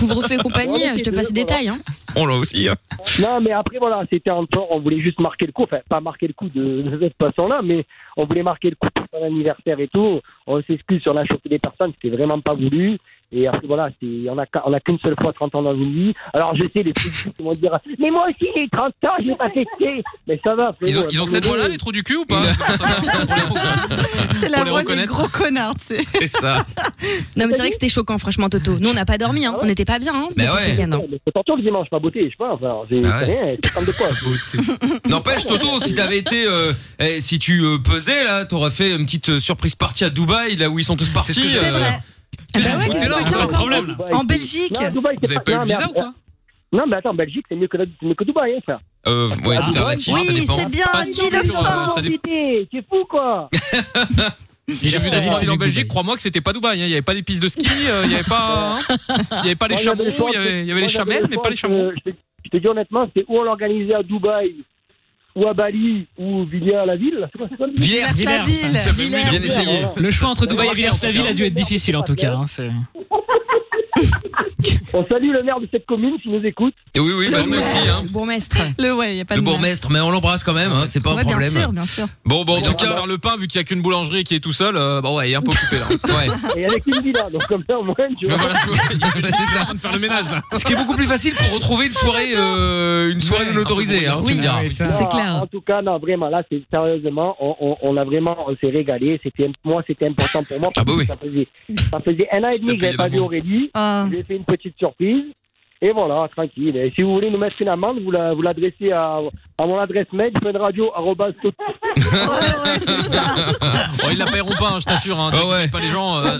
Speaker 8: Couvre-feu et compagnie, je te passe les détails. Hein.
Speaker 2: On l'a aussi, hein.
Speaker 14: Non, mais après, voilà, c'était un temps, on voulait juste marquer le coup, enfin, pas marquer le coup de, de cette façon-là, mais on voulait marquer le coup pour son anniversaire et tout. On s'excuse sur la choqué des personnes, c'était vraiment pas voulu. Et après, voilà, c'est- on a, qu'à- on a qu'une seule fois 30 ans dans une vie. Alors, je sais, les petits qui vont dire, mais moi aussi, j'ai 30 ans, j'ai pas fêté. Mais ça va,
Speaker 4: Ils ont,
Speaker 14: frérot,
Speaker 4: ils ont
Speaker 14: attendez.
Speaker 4: cette voix-là, les trous du cul ou pas
Speaker 6: C'est la
Speaker 4: Pour les
Speaker 6: voix des
Speaker 4: reconnaître.
Speaker 6: gros connards, tu sais.
Speaker 2: C'est ça.
Speaker 8: Non, mais c'est vrai que c'était choquant, franchement, Toto. Nous, on n'a pas dormi,
Speaker 15: Ah
Speaker 8: hein. on n'était pas bien. Hein,
Speaker 2: Bah
Speaker 8: depuis
Speaker 2: ouais.
Speaker 8: ce week-end, hein.
Speaker 14: Mais c'est attention le dimanche, pas beauté, je sais pas, enfin, c'est
Speaker 4: Bah
Speaker 2: Ah ouais.
Speaker 14: c'est rien, c'est comme de quoi.
Speaker 2: N'empêche, Toto, si t'avais été, euh, eh, si tu euh, pesais, là, t'aurais fait une petite euh, surprise partie à Dubaï, là où ils sont tous partis.
Speaker 4: que c'est
Speaker 2: euh,
Speaker 4: vrai.
Speaker 8: Ah bah ouais,
Speaker 4: Vous
Speaker 8: qu'est-ce
Speaker 4: êtes
Speaker 8: que
Speaker 4: là,
Speaker 8: c'est
Speaker 4: on a
Speaker 8: que
Speaker 4: un
Speaker 8: encore
Speaker 4: problème.
Speaker 14: Dubaï,
Speaker 6: En
Speaker 14: c'est-
Speaker 6: Belgique
Speaker 14: Non, Dubaï, c'est
Speaker 4: Vous avez pas eu le
Speaker 14: non, mais-
Speaker 4: visa ou quoi
Speaker 14: Non, mais attends, Belgique, c'est mieux que, la- mieux que Dubaï, hein, frère.
Speaker 2: euh, ouais, tout est relatif, ça
Speaker 6: Ah, Oui,
Speaker 2: dépend.
Speaker 6: c'est bien,
Speaker 4: Pas
Speaker 6: dis
Speaker 4: sûr,
Speaker 6: le
Speaker 4: sûr, euh,
Speaker 6: fort.
Speaker 4: ça dépend.
Speaker 14: Pété, C'est fou, quoi.
Speaker 4: J'ai vu
Speaker 5: Ouais.
Speaker 4: David c'est en
Speaker 5: Dubaï.
Speaker 4: Belgique, crois-moi que c'était pas Dubaï. hein. Il y avait pas les pistes de ski, euh, il y avait pas, hein. il y avait pas les
Speaker 14: Moi, j'avais
Speaker 4: chameaux,
Speaker 14: le choix
Speaker 4: il y avait, il y avait
Speaker 14: entre-
Speaker 4: les
Speaker 14: Ah. moi, j'avais
Speaker 4: chamelles,
Speaker 14: le
Speaker 4: mais
Speaker 14: choix
Speaker 4: pas les chameaux.
Speaker 14: entre- Je te, je te dis honnêtement, c'est ou on l'organisait à Dubaï, ou à Bali, ou Villers à la ville. C'est quoi, c'est quoi le truc
Speaker 2: Villers.
Speaker 5: Villers.
Speaker 2: Bien essayé.
Speaker 5: Le choix entre Dubaï et Villers-la-Ville a dû être difficile en tout cas. hein, c'est-
Speaker 14: On salue le maire de cette commune qui nous écoute.
Speaker 2: Et oui, oui, bah, nous aussi, hein.
Speaker 8: Bourgmestre.
Speaker 6: Le ouais, y a pas
Speaker 2: Le
Speaker 6: de mal.
Speaker 2: bourgmestre, mais on l'embrasse quand même, hein, c'est pas un
Speaker 6: Ouais, bien
Speaker 2: problème.
Speaker 6: sûr, bien sûr.
Speaker 2: Bon, bon, en
Speaker 4: En
Speaker 2: tout
Speaker 4: tout cas,
Speaker 2: cas,
Speaker 4: faire le pain, vu qu'il y a qu'une boulangerie qui est tout seul, euh, bah ouais, il est un peu occupé là.
Speaker 2: ouais.
Speaker 14: Et avec une villa, donc comme ça, au moins, tu vois.
Speaker 4: Voilà, tu vois, il est
Speaker 2: Bah, c'est ça.
Speaker 4: en train de faire le ménage là.
Speaker 2: Ce qui est beaucoup plus facile pour retrouver une soirée, euh, une soirée
Speaker 5: Ouais,
Speaker 2: non
Speaker 4: Ah,
Speaker 2: autorisée, hein, tu me diras.
Speaker 5: Ouais, ça-
Speaker 14: Non,
Speaker 8: clair.
Speaker 14: En tout cas, non, vraiment, là, c'est sérieusement, on, on, on a vraiment, on s'est régalé. C'était, moi, c'était important pour moi.
Speaker 2: Ah bah
Speaker 14: parce que
Speaker 2: oui.
Speaker 14: ça, faisait, ça faisait un an et demi
Speaker 2: C'était
Speaker 14: que j'avais
Speaker 2: payé
Speaker 14: pas vu
Speaker 2: d'avant.
Speaker 14: Aurélie.
Speaker 6: Ah.
Speaker 14: J'ai fait une petite surprise. Et voilà, tranquille. Et si vous voulez nous mettre une amende, vous la- vous l'adressez à, à mon adresse mail, funradio.
Speaker 4: Bon, ils la paieront pas, hein, je t'assure. Hein,
Speaker 2: Ah
Speaker 4: T'inquiète
Speaker 2: ouais.
Speaker 4: pas les gens. euh,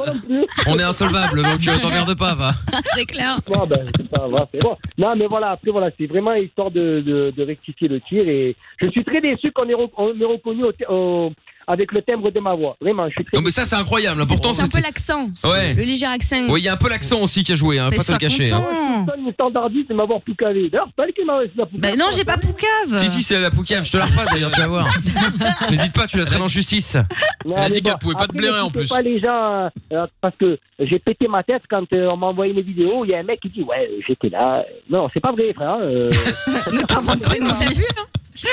Speaker 2: On est insolvable, donc euh, t'emmerdes pas, va.
Speaker 8: C'est clair.
Speaker 6: Ah,
Speaker 14: Non,
Speaker 6: bah,
Speaker 14: ben, ça va, c'est bon. Non, mais voilà, après, voilà, c'est vraiment histoire de, de, de rectifier le tir. Et je suis très déçu qu'on ait, re- on ait reconnu au thé- au- avec le timbre de ma voix. Vraiment, je suis très
Speaker 2: Non, mais ça, c'est incroyable. L'important,
Speaker 8: C'est un peu
Speaker 2: c'est.
Speaker 8: l'accent.
Speaker 2: Ouais.
Speaker 8: Le léger accent.
Speaker 2: Oui, il y a un peu l'accent aussi qui a joué, hein,
Speaker 6: Mais
Speaker 2: pas te
Speaker 6: sois
Speaker 2: le cacher. hein.
Speaker 6: content.
Speaker 14: Personne ne standardise de m'avoir tout cavé. D'ailleurs, c'est pas elle qui m'a la poucave.
Speaker 6: Ben non, j'ai pas poucave.
Speaker 2: Si, si, c'est la poucave, je te la repasse d'ailleurs, tu vas voir. N'hésite pas, tu la traînes en justice.
Speaker 14: Non,
Speaker 4: Elle a dit
Speaker 14: mais
Speaker 4: qu'elle pouvait pas te
Speaker 14: après,
Speaker 4: blairer, en
Speaker 14: n'écoutez
Speaker 4: plus.
Speaker 14: pas les gens, euh, parce que j'ai pété ma tête quand euh, on m'a envoyé mes vidéos. Il y a un mec qui dit Ouais, j'étais là. Non, c'est pas vrai, frère. euh,
Speaker 6: Ne t'invente pas.
Speaker 8: Oui, mais t'as vu, hein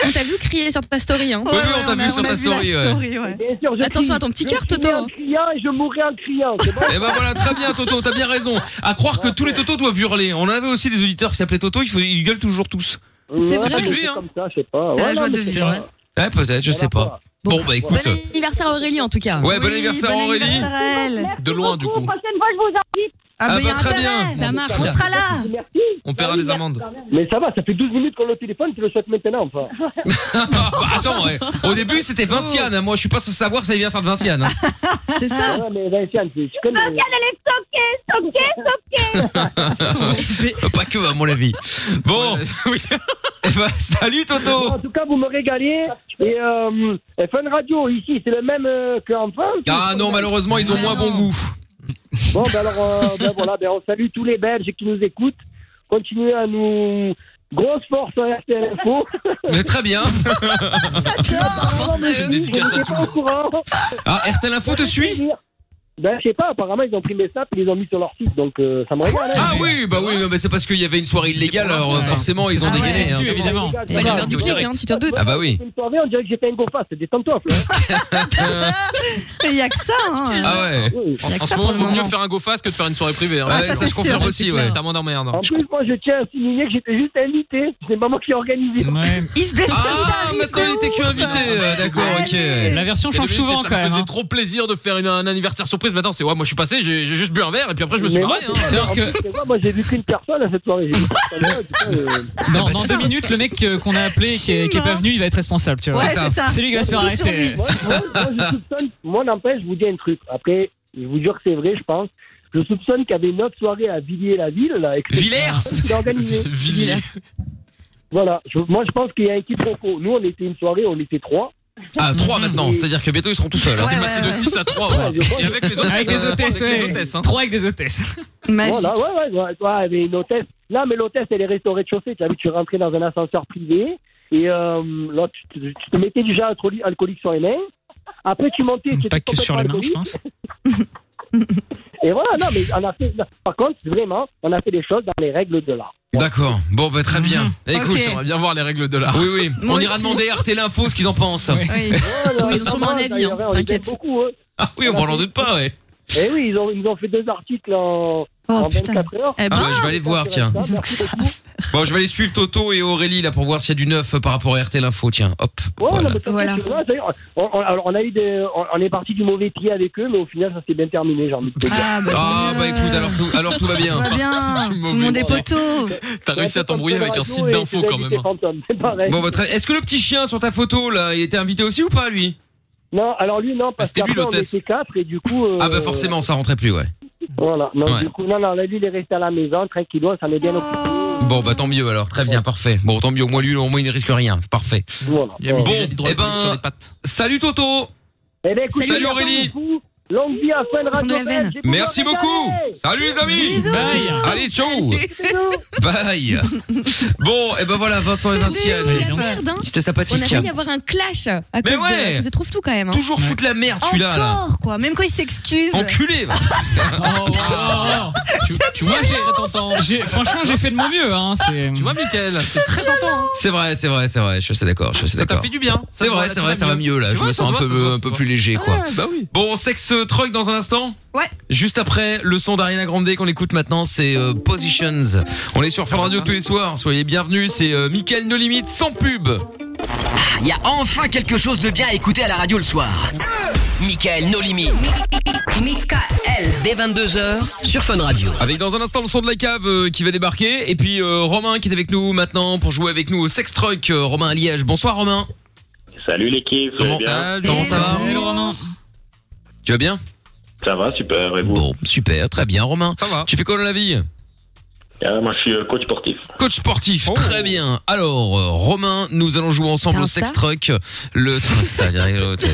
Speaker 8: On t'a vu crier sur ta story, hein
Speaker 2: Oui, oui, on t'a vu sur ta story, ouais.
Speaker 14: Bien sûr, je
Speaker 8: Attention
Speaker 14: crie.
Speaker 8: à ton petit
Speaker 14: Je
Speaker 8: cœur,
Speaker 14: criais
Speaker 8: Toto.
Speaker 14: en criant et je mourrai en criant. C'est bon
Speaker 2: Et ben voilà, très bien Toto, t'as bien raison. À croire que tous les Totos doivent hurler. On avait aussi des auditeurs qui s'appelaient Toto, ils, faut- ils gueulent toujours tous.
Speaker 14: Ouais,
Speaker 2: pas
Speaker 14: c'est
Speaker 2: lui, hein.
Speaker 14: comme ça, je sais pas.
Speaker 2: la
Speaker 6: Ah,
Speaker 14: Ouais, non, mais
Speaker 2: joie de
Speaker 14: c'est
Speaker 6: hein.
Speaker 2: vivre.
Speaker 14: pas-
Speaker 2: Ouais, Eh, peut-être, je sais pas. Bon, bah écoute.
Speaker 8: Bon anniversaire à Aurélie en tout cas.
Speaker 2: Ouais, bon anniversaire à Aurélie. De loin du coup.
Speaker 15: prochaine fois, je vous invite.
Speaker 2: Ah, bah, très bien.
Speaker 8: Ça marche.
Speaker 2: Tiens.
Speaker 6: Ah,
Speaker 15: là.
Speaker 2: On paiera
Speaker 6: Bah
Speaker 2: les amendes.
Speaker 14: Mais ça va, ça fait 12 minutes qu'on est au téléphone, tu le souhaites maintenant, enfin.
Speaker 2: Ah, bah, attends, ouais. au début c'était Vinciane. hein. Moi, je suis pas sans savoir c'est l'anniversaire de Vinciane. hein.
Speaker 8: C'est ça.
Speaker 14: Ouais, Ah, mais Vinciane, tu tu connais.
Speaker 15: elle est stockée, stockée, stockée.
Speaker 2: pas que à mon avis. Bon, Eh ben, salut
Speaker 14: En
Speaker 2: Toto.
Speaker 14: tout cas, vous me régalez. Et euh, FN Radio, ici, c'est le même euh, qu'en France
Speaker 2: Ah non, malheureusement ils ont moins bon goût.
Speaker 14: Bon, ben alors, euh, ben voilà, ben on salue tous les Belges qui nous écoutent. Continuez à nous. Grosse force à RTL Info.
Speaker 2: Mais très bien.
Speaker 14: Je n'étais pas au courant.
Speaker 2: Ah, RTL Info te suit
Speaker 14: Ben, je sais pas, apparemment, ils ont pris mes snaps, ils les ont mis sur leur site, donc euh, ça me régale. hein.
Speaker 2: Ah oui, bah oui, non, mais c'est parce qu'il y avait une soirée illégale, alors euh, forcément ils ont dégainé. hein.
Speaker 8: Fallait faire du clic, hein, tu t'en doutes.
Speaker 2: Ah bah oui.
Speaker 14: C'est une soirée, on dirait que j'ai fait un gros face, détends-toi.
Speaker 6: Il y a que ça, hein.
Speaker 4: Ah ouais.
Speaker 6: Il y a
Speaker 4: En, en
Speaker 6: que
Speaker 4: ce
Speaker 6: ça
Speaker 4: moment,
Speaker 6: pour
Speaker 4: il
Speaker 6: le
Speaker 4: vaut mieux
Speaker 6: moment.
Speaker 4: faire un go fast que de faire une soirée privée. hein.
Speaker 2: Ouais, ça, je confirme aussi, ouais. Ah,
Speaker 4: T'as moins d'emmerde.
Speaker 14: En plus, moi, je tiens à souligner que j'étais juste invité. C'est pas moi qui ai organisé.
Speaker 6: Il se
Speaker 2: Ah, maintenant il était que invité. euh, D'accord, ok.
Speaker 5: La version
Speaker 4: Il y a
Speaker 5: change
Speaker 4: des minutes,
Speaker 5: souvent,
Speaker 4: ça
Speaker 5: quand
Speaker 4: me
Speaker 5: même,
Speaker 4: faisait
Speaker 5: hein.
Speaker 4: trop plaisir de faire une- un anniversaire surprise. Maintenant, c'est ouais, moi je suis passé, j'ai j'ai juste bu un verre et puis après je me suis
Speaker 14: Mais
Speaker 4: barré.
Speaker 14: moi,
Speaker 4: hein.
Speaker 14: c'est- en plus, c'est vrai, Moi, j'ai vu qu'une personne à cette soirée. J'ai vu personne, ouais, putain, euh,
Speaker 5: Dans, dans deux minutes, le mec euh, qu'on a appelé, qui est, qui est pas venu, il va être responsable, tu vois.
Speaker 14: Ouais, C'est ça. c'est ça.
Speaker 5: C'est lui qui va se faire
Speaker 14: Tout
Speaker 6: sur lui.
Speaker 5: arrêter.
Speaker 14: Moi, moi, moi, je soupçonne, moi, n'empêche, je vous dis un truc. Après, je vous jure que c'est vrai, je pense. Je soupçonne qu'il y avait une autre soirée à Villiers-la-Ville, là. et que c'est
Speaker 2: Villers
Speaker 14: personne qui l'a organisée.
Speaker 4: Villiers.
Speaker 14: Voilà. Je- moi, je pense qu'il y a un quiproquo. Nous, on était une soirée, on était trois.
Speaker 2: Ah,
Speaker 5: Mm-hmm.
Speaker 2: 3 maintenant, c'est-à-dire que bientôt ils seront tout seuls. hein.
Speaker 4: Passé de 6 à 3.
Speaker 14: Ouais, je pense-
Speaker 4: Et avec les
Speaker 5: Avec
Speaker 2: euh,
Speaker 5: les hôtesses, ouais.
Speaker 4: hôtesses, hein.
Speaker 5: Trois avec des hôtesses.
Speaker 14: Voilà, ouais, ouais, ouais, ouais, mais une hôtesse. Là, mais l'hôtesse, elle est restée au rez-de-chaussée. Tu as vu, tu rentrais dans un ascenseur privé. Et euh, là, tu, te- tu te mettais déjà alcooli- alcoolique sur les mains. Après, tu montais. tu
Speaker 5: Pas
Speaker 14: étais
Speaker 5: que sur les mains,
Speaker 14: complètement
Speaker 5: je
Speaker 14: alcoolique.
Speaker 5: pense.
Speaker 14: Et voilà, non, mais on a fait. Par contre, vraiment, on a fait des choses dans les règles de l'art.
Speaker 2: D'accord, bon, bah très bien. Écoute,
Speaker 4: On va bien voir les règles de l'art.
Speaker 2: oui, oui,
Speaker 6: Moi
Speaker 2: on ira
Speaker 6: aussi.
Speaker 2: demander à RTL Info ce qu'ils en pensent.
Speaker 14: Oh Ouais,
Speaker 8: ils ont sûrement un
Speaker 14: vraiment,
Speaker 8: avis, hein,
Speaker 14: d'ailleurs, on les aime
Speaker 8: t'inquiète.
Speaker 14: beaucoup, hein.
Speaker 2: Ah oui, on n'en doute pas, ouais.
Speaker 14: Eh oui, ils, ont, ils nous ont fait deux articles en, en 24 heures.
Speaker 6: Eh
Speaker 2: Ah bah, je vais aller voir, tiens.
Speaker 14: Ça, merci beaucoup.
Speaker 2: Bon, je vais aller suivre Toto et Aurélie là pour voir s'il y a du neuf euh, par rapport à RTL Info, tiens, hop.
Speaker 14: Ouais,
Speaker 2: Voilà.
Speaker 14: non, mais ça,
Speaker 8: Voilà.
Speaker 14: c'est- ouais, d'ailleurs, on, on- alors, on a eu des, on, on est parti du mauvais pied avec eux, mais au final, ça s'est bien terminé, j'ai envie de te dire.
Speaker 6: Ah,
Speaker 2: Ah bah écoute, alors tout, alors tout va
Speaker 6: Tout
Speaker 2: bien.
Speaker 6: va bien.
Speaker 4: Je suis
Speaker 6: Tout le monde
Speaker 4: mauvais.
Speaker 6: est poteau.
Speaker 4: T'as réussi à t'embrouiller avec un site d'info quand même. hein.
Speaker 14: C'est pareil.
Speaker 2: Bon, bah, très- est-ce que le petit chien sur ta photo là, il était invité aussi ou pas lui
Speaker 14: Non, alors lui, non, parce
Speaker 4: c'était lui,
Speaker 14: qu'après, on
Speaker 4: l'hôtesse.
Speaker 14: était quatre, et du coup... euh,
Speaker 2: Ah bah forcément, ça rentrait plus, ouais.
Speaker 14: Voilà, non,
Speaker 2: Ouais.
Speaker 14: du coup, non, non, là, lui, il est resté à la maison, tranquille, ça m'est bien occupé.
Speaker 2: Bon, bah tant mieux alors, très bien, parfait. Bon, tant mieux, au moins lui, au moins il ne risque rien, parfait.
Speaker 14: Voilà.
Speaker 4: Il y a mis
Speaker 2: Bon,
Speaker 4: déjà de l'hydroalcoolique
Speaker 2: eh ben-
Speaker 4: sur les pattes.
Speaker 2: Salut Toto
Speaker 14: Eh ben, écoute,
Speaker 8: Salut,
Speaker 14: les gens,
Speaker 2: Aurélie.
Speaker 14: vous, Longue vie à Fun
Speaker 8: Son de la
Speaker 14: Radio
Speaker 8: veine.
Speaker 14: Belge, et
Speaker 2: Merci
Speaker 14: vous me
Speaker 2: beaucoup
Speaker 14: régalez.
Speaker 2: Salut les amis
Speaker 6: Bisous.
Speaker 5: Bye.
Speaker 2: Allez, ciao Bye Bon, et ben voilà, Vincent et
Speaker 8: la
Speaker 2: Vinciane.
Speaker 8: merde, hein. On
Speaker 2: C'était
Speaker 8: a
Speaker 2: sympathique.
Speaker 8: failli avoir un clash à cause
Speaker 2: ouais.
Speaker 8: de, de trouve tout quand même. hein.
Speaker 2: Toujours foutre la merde celui-là là.
Speaker 6: Encore, quoi. Même quand il s'excuse.
Speaker 2: Enculé va.
Speaker 5: Oh, wow. tu, tu vois, j'ai- j'ai- franchement, j'ai fait de mon mieux. Hein, c'est-
Speaker 4: Tu vois, Michael, c'est très tentant. hein.
Speaker 2: C'est vrai, c'est vrai, c'est vrai, je suis assez d'accord, je suis assez
Speaker 4: Ça t'a
Speaker 2: d'accord.
Speaker 4: fait du bien.
Speaker 2: C'est vrai, c'est vrai, ça va mieux là. je me sens un peu, un peu plus léger quoi.
Speaker 4: Bah oui.
Speaker 2: Bon, sexe euh, truck dans un instant.
Speaker 6: Ouais.
Speaker 2: Juste après le son d'Ariana Grande qu'on écoute maintenant, c'est euh, Positions. On est sur Fun Radio tous les soirs. Soyez bienvenus. C'est euh, Mickaël No Limite sans pub.
Speaker 1: Il y a enfin quelque chose de bien à écouter à la radio le soir. Michael No Limit. Michael. Dès 22h sur Fun Radio.
Speaker 2: Avec dans un instant le son de la cave euh, qui va débarquer et puis euh, Romain qui est avec nous maintenant pour jouer avec nous au sex truck. euh, Romain à Liège. Bonsoir Romain.
Speaker 9: Salut l'équipe, vous
Speaker 2: Comment-
Speaker 9: allez bien
Speaker 2: Comment ça va
Speaker 5: Hello, Romain.
Speaker 2: Tu vas bien
Speaker 9: Ça va, super, et vous
Speaker 2: Bon, super, très bien Romain.
Speaker 4: Ça va.
Speaker 2: Tu fais quoi dans la vie
Speaker 9: Ah, Moi, je suis euh, coach sportif.
Speaker 2: Coach sportif, très bien. Alors, euh, Romain, nous allons jouer ensemble
Speaker 8: T'as
Speaker 2: au
Speaker 8: un
Speaker 2: sex
Speaker 8: star
Speaker 2: truck. Le Insta, direct, euh, t'es-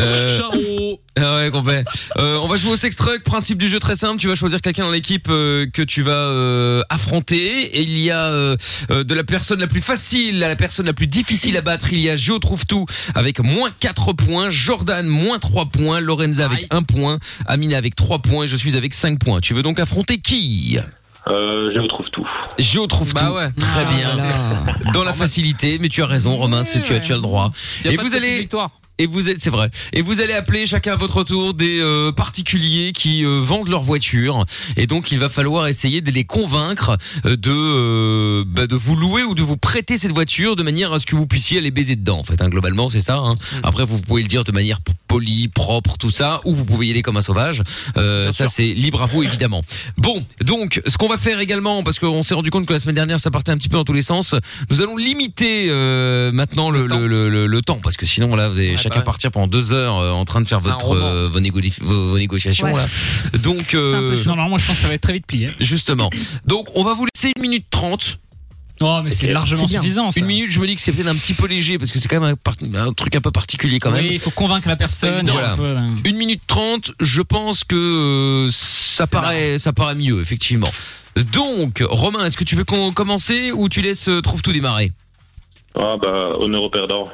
Speaker 2: Euh,
Speaker 4: Charo.
Speaker 2: ah ouais, complet. Euh, on va jouer au sex truck. Principe du jeu très simple. Tu vas choisir quelqu'un dans l'équipe euh, que tu vas euh, affronter. Et il y a euh, euh, de la personne la plus facile à la personne la plus difficile à battre. Il y a Gio trouve tout avec moins 4 points, Jordan moins 3 points, Lorenza avec 1 point, Amina avec 3 points et je suis avec 5 points. Tu veux donc affronter qui
Speaker 12: Euh, je retrouve tout.
Speaker 2: Géo trouve
Speaker 4: Bah
Speaker 2: tout.
Speaker 4: Ah
Speaker 2: Très bien. Dans la facilité, mais tu as raison, Romain, c'est tu as, tu as le droit.
Speaker 4: Y a
Speaker 2: Et
Speaker 4: pas de
Speaker 2: vous
Speaker 4: secret de
Speaker 2: allez.
Speaker 4: victoire.
Speaker 2: Et vous êtes, c'est vrai. Et vous allez appeler chacun à votre tour des euh, particuliers qui euh, vendent leur voiture. Et donc il va falloir essayer de les convaincre euh, de euh, bah, de vous louer ou de vous prêter cette voiture de manière à ce que vous puissiez aller baiser dedans. En fait, hein, globalement c'est ça. hein.
Speaker 4: Mm.
Speaker 2: Après vous pouvez le dire de manière p- polie, propre, tout ça, ou vous pouvez y aller comme un sauvage. Euh, ça c'est libre à vous évidemment. Bon, donc ce qu'on va faire également, parce qu'on s'est rendu compte que la semaine dernière ça partait un petit peu dans tous les sens, nous allons limiter euh, maintenant le, le, le- le- le temps, parce que sinon là vous allez
Speaker 5: bah
Speaker 2: chacun partir pendant deux heures euh, en train de faire votre, euh, vos, négo- vos- vos négociations.
Speaker 5: Ouais.
Speaker 2: Là. Donc euh,
Speaker 5: Non, non, moi je pense que ça va être très vite plié.
Speaker 2: justement, donc on va vous laisser une minute trente.
Speaker 5: Oh, mais c'est
Speaker 2: Ok.
Speaker 5: largement
Speaker 2: bien.
Speaker 5: suffisant.
Speaker 2: Une minute, je me dis que c'est peut-être un petit peu léger parce que c'est quand même un, par- un truc un peu particulier quand même.
Speaker 5: Oui, il faut convaincre la personne.
Speaker 2: Voilà.
Speaker 5: un peu, hein.
Speaker 2: Une minute trente, je pense que euh, ça paraît, ça paraît mieux, effectivement. Donc, Romain, est-ce que tu veux qu'on commencer ou tu laisses euh, trouve tout démarrer
Speaker 12: Ah bah, honneur au perdant.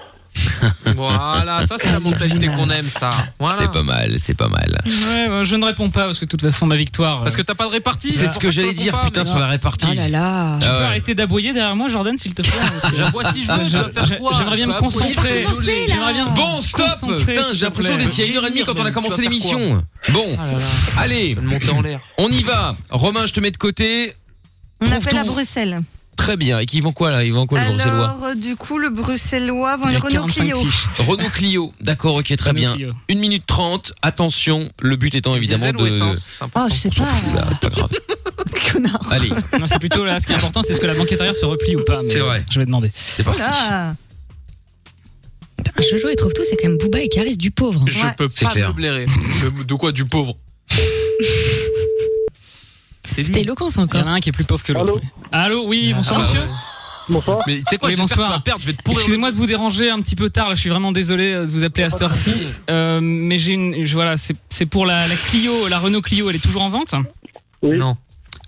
Speaker 4: Voilà, ça c'est la mentalité qu'on aime, ça. Voilà.
Speaker 2: C'est pas mal, c'est pas mal.
Speaker 5: Ouais, bah, je ne réponds pas parce que de toute façon ma victoire. euh,
Speaker 4: Parce que t'as pas de répartie.
Speaker 2: C'est ce que j'allais dire, putain, sur la répartie.
Speaker 5: Oh là
Speaker 8: là.
Speaker 5: Tu peux
Speaker 2: Ah ouais.
Speaker 5: arrêter d'aboyer derrière moi, Jordan, s'il te plaît. parce que-
Speaker 4: J'aboie si je veux,
Speaker 5: Ah,
Speaker 4: je dois faire
Speaker 5: j'a-
Speaker 4: quoi
Speaker 5: J'aimerais bien
Speaker 4: Je
Speaker 5: me
Speaker 4: dois aboyer.
Speaker 5: concentrer.
Speaker 4: Faut commencer, là.
Speaker 5: J'aimerais bien.
Speaker 2: Bon, stop
Speaker 5: concentrer,
Speaker 2: Putain,
Speaker 5: s'il te
Speaker 2: j'ai l'impression
Speaker 5: plaît.
Speaker 2: d'être il y a une heure et demie quand on a commencé l'émission. Bon,
Speaker 4: Ah
Speaker 2: allez, on y va. Romain, je te mets de côté.
Speaker 6: On appelle à Bruxelles.
Speaker 2: Très bien. Et qui vend quoi là Ils vendent quoi le Bruxellois
Speaker 6: Alors, euh, du coup, le Bruxellois vend une Renault Clio.
Speaker 2: Renault Clio, d'accord, ok, très bien. 1 minute 30, attention, le but étant évidemment
Speaker 5: diesel ou
Speaker 2: de...
Speaker 5: essence
Speaker 6: Oh, je sais pas.
Speaker 2: Oula, c'est pas grave. Allez,
Speaker 5: Non, c'est plutôt là. Ce qui est important, c'est ce que la banquette arrière se replie ou pas. mais
Speaker 2: c'est vrai.
Speaker 5: Je vais demander.
Speaker 2: C'est parti.
Speaker 6: Ah.
Speaker 8: Ah, Jojo et trouve tout, c'est quand même Booba et Caris du pauvre.
Speaker 4: Je peux
Speaker 2: C'est
Speaker 4: pas
Speaker 2: clair.
Speaker 4: me blairer. De- De quoi Du pauvre
Speaker 8: C'était éloquent, ça, encore.
Speaker 5: Il y en a un qui est plus pauvre que l'autre. Allô, oui, bonsoir
Speaker 4: Ah.
Speaker 5: monsieur.
Speaker 14: Bonsoir.
Speaker 4: Mais tu sais quoi,
Speaker 5: Oui,
Speaker 4: j'espère que tu
Speaker 5: bonsoir.
Speaker 4: vas perdre, je vais te pourrir.
Speaker 5: Excusez-moi de vous déranger un petit peu tard, là, je suis vraiment désolé euh, de vous appeler à cette heure-ci. Euh, mais j'ai une. je- Voilà, c'est c'est pour la, la Clio, la Renault Clio, elle est toujours en vente
Speaker 4: Non.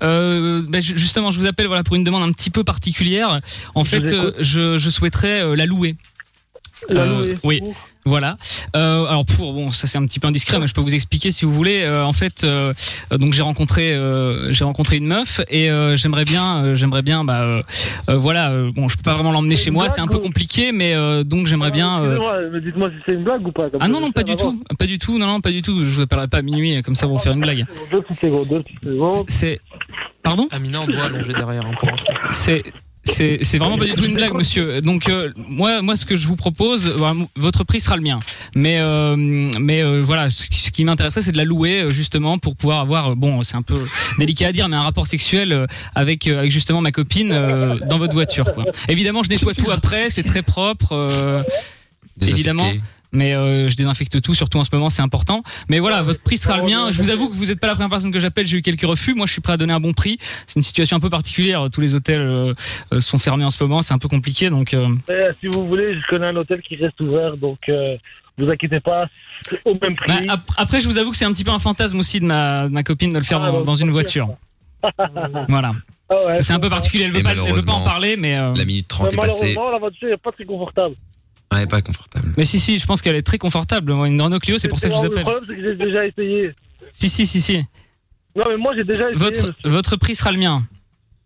Speaker 5: Euh, ben, ju- justement, je vous appelle voilà pour une demande un petit peu particulière. En fait, euh, je, je souhaiterais euh, la louer.
Speaker 11: La
Speaker 5: Euh,
Speaker 11: louer,
Speaker 5: oui. Voilà. Euh, alors pour bon, ça c'est un petit peu indiscret, mais je peux vous expliquer si vous voulez. Euh, en fait, euh, euh, donc j'ai rencontré euh, j'ai rencontré une meuf et euh, j'aimerais bien euh, j'aimerais bien bah euh, euh, voilà euh, bon je peux pas vraiment l'emmener chez moi, c'est un peu compliqué, mais euh, donc j'aimerais bien. euh,
Speaker 11: Excusez-moi, mais dites-moi si c'est une blague ou pas. comme
Speaker 5: Ah
Speaker 11: ça,
Speaker 5: non
Speaker 11: je
Speaker 5: non
Speaker 11: sais,
Speaker 5: pas du
Speaker 11: on va
Speaker 5: tout, pas du tout, non non pas du tout. Je vous appellerai pas à minuit comme ça vous faire une blague.
Speaker 11: voir. Deux petites secondes, deux petites secondes.
Speaker 5: C'est pardon
Speaker 4: Amina, on doit allonger derrière. hein, pour info.
Speaker 5: C'est c'est c'est vraiment pas du tout une blague, monsieur. Donc euh, moi moi ce que je vous propose, euh, bah, votre prix sera le mien. Mais euh, mais euh, voilà, ce qui ce qui m'intéresserait, c'est de la louer euh, justement pour pouvoir avoir euh, bon, c'est un peu délicat à dire, mais un rapport sexuel euh, avec euh, avec justement ma copine euh, dans votre voiture. Quoi. Évidemment, je nettoie tout après, c'est très propre. euh, évidemment. Mais euh, je désinfecte tout, surtout en ce moment, c'est important. Mais voilà, votre prix sera le mien. Je vous avoue que vous n'êtes pas la première personne que j'appelle. J'ai eu quelques refus. Moi, je suis prêt à donner un bon prix. C'est une situation un peu particulière. Tous les hôtels euh, euh, sont fermés en ce moment. C'est un peu compliqué. Donc, euh,
Speaker 11: Eh, si vous voulez, je connais un hôtel qui reste ouvert, donc euh, vous inquiétez pas, c'est au même prix.
Speaker 5: bah, ap- après, je vous avoue que c'est un petit peu un fantasme aussi de ma, de ma copine de le faire
Speaker 11: Ah,
Speaker 5: dans, dans une voiture. Voilà. c'est un peu particulier. Elle veut,
Speaker 2: Et
Speaker 5: pas, elle veut pas
Speaker 2: malheureusement,
Speaker 5: en parler, mais. euh,
Speaker 2: La minute 30
Speaker 11: Mais
Speaker 2: est passée.
Speaker 11: Bah, malheureusement, la voiture n'est pas très confortable.
Speaker 2: Ouais, pas confortable.
Speaker 5: Mais si, si, je pense qu'elle est très confortable. Moi, une Renault Clio, c'est pour ça que je vous
Speaker 11: Le
Speaker 5: appelle.
Speaker 11: problème, c'est que j'ai déjà essayé.
Speaker 5: Si, si, si, si.
Speaker 11: Non, mais moi, j'ai déjà essayé.
Speaker 5: Votre, votre prix sera le mien.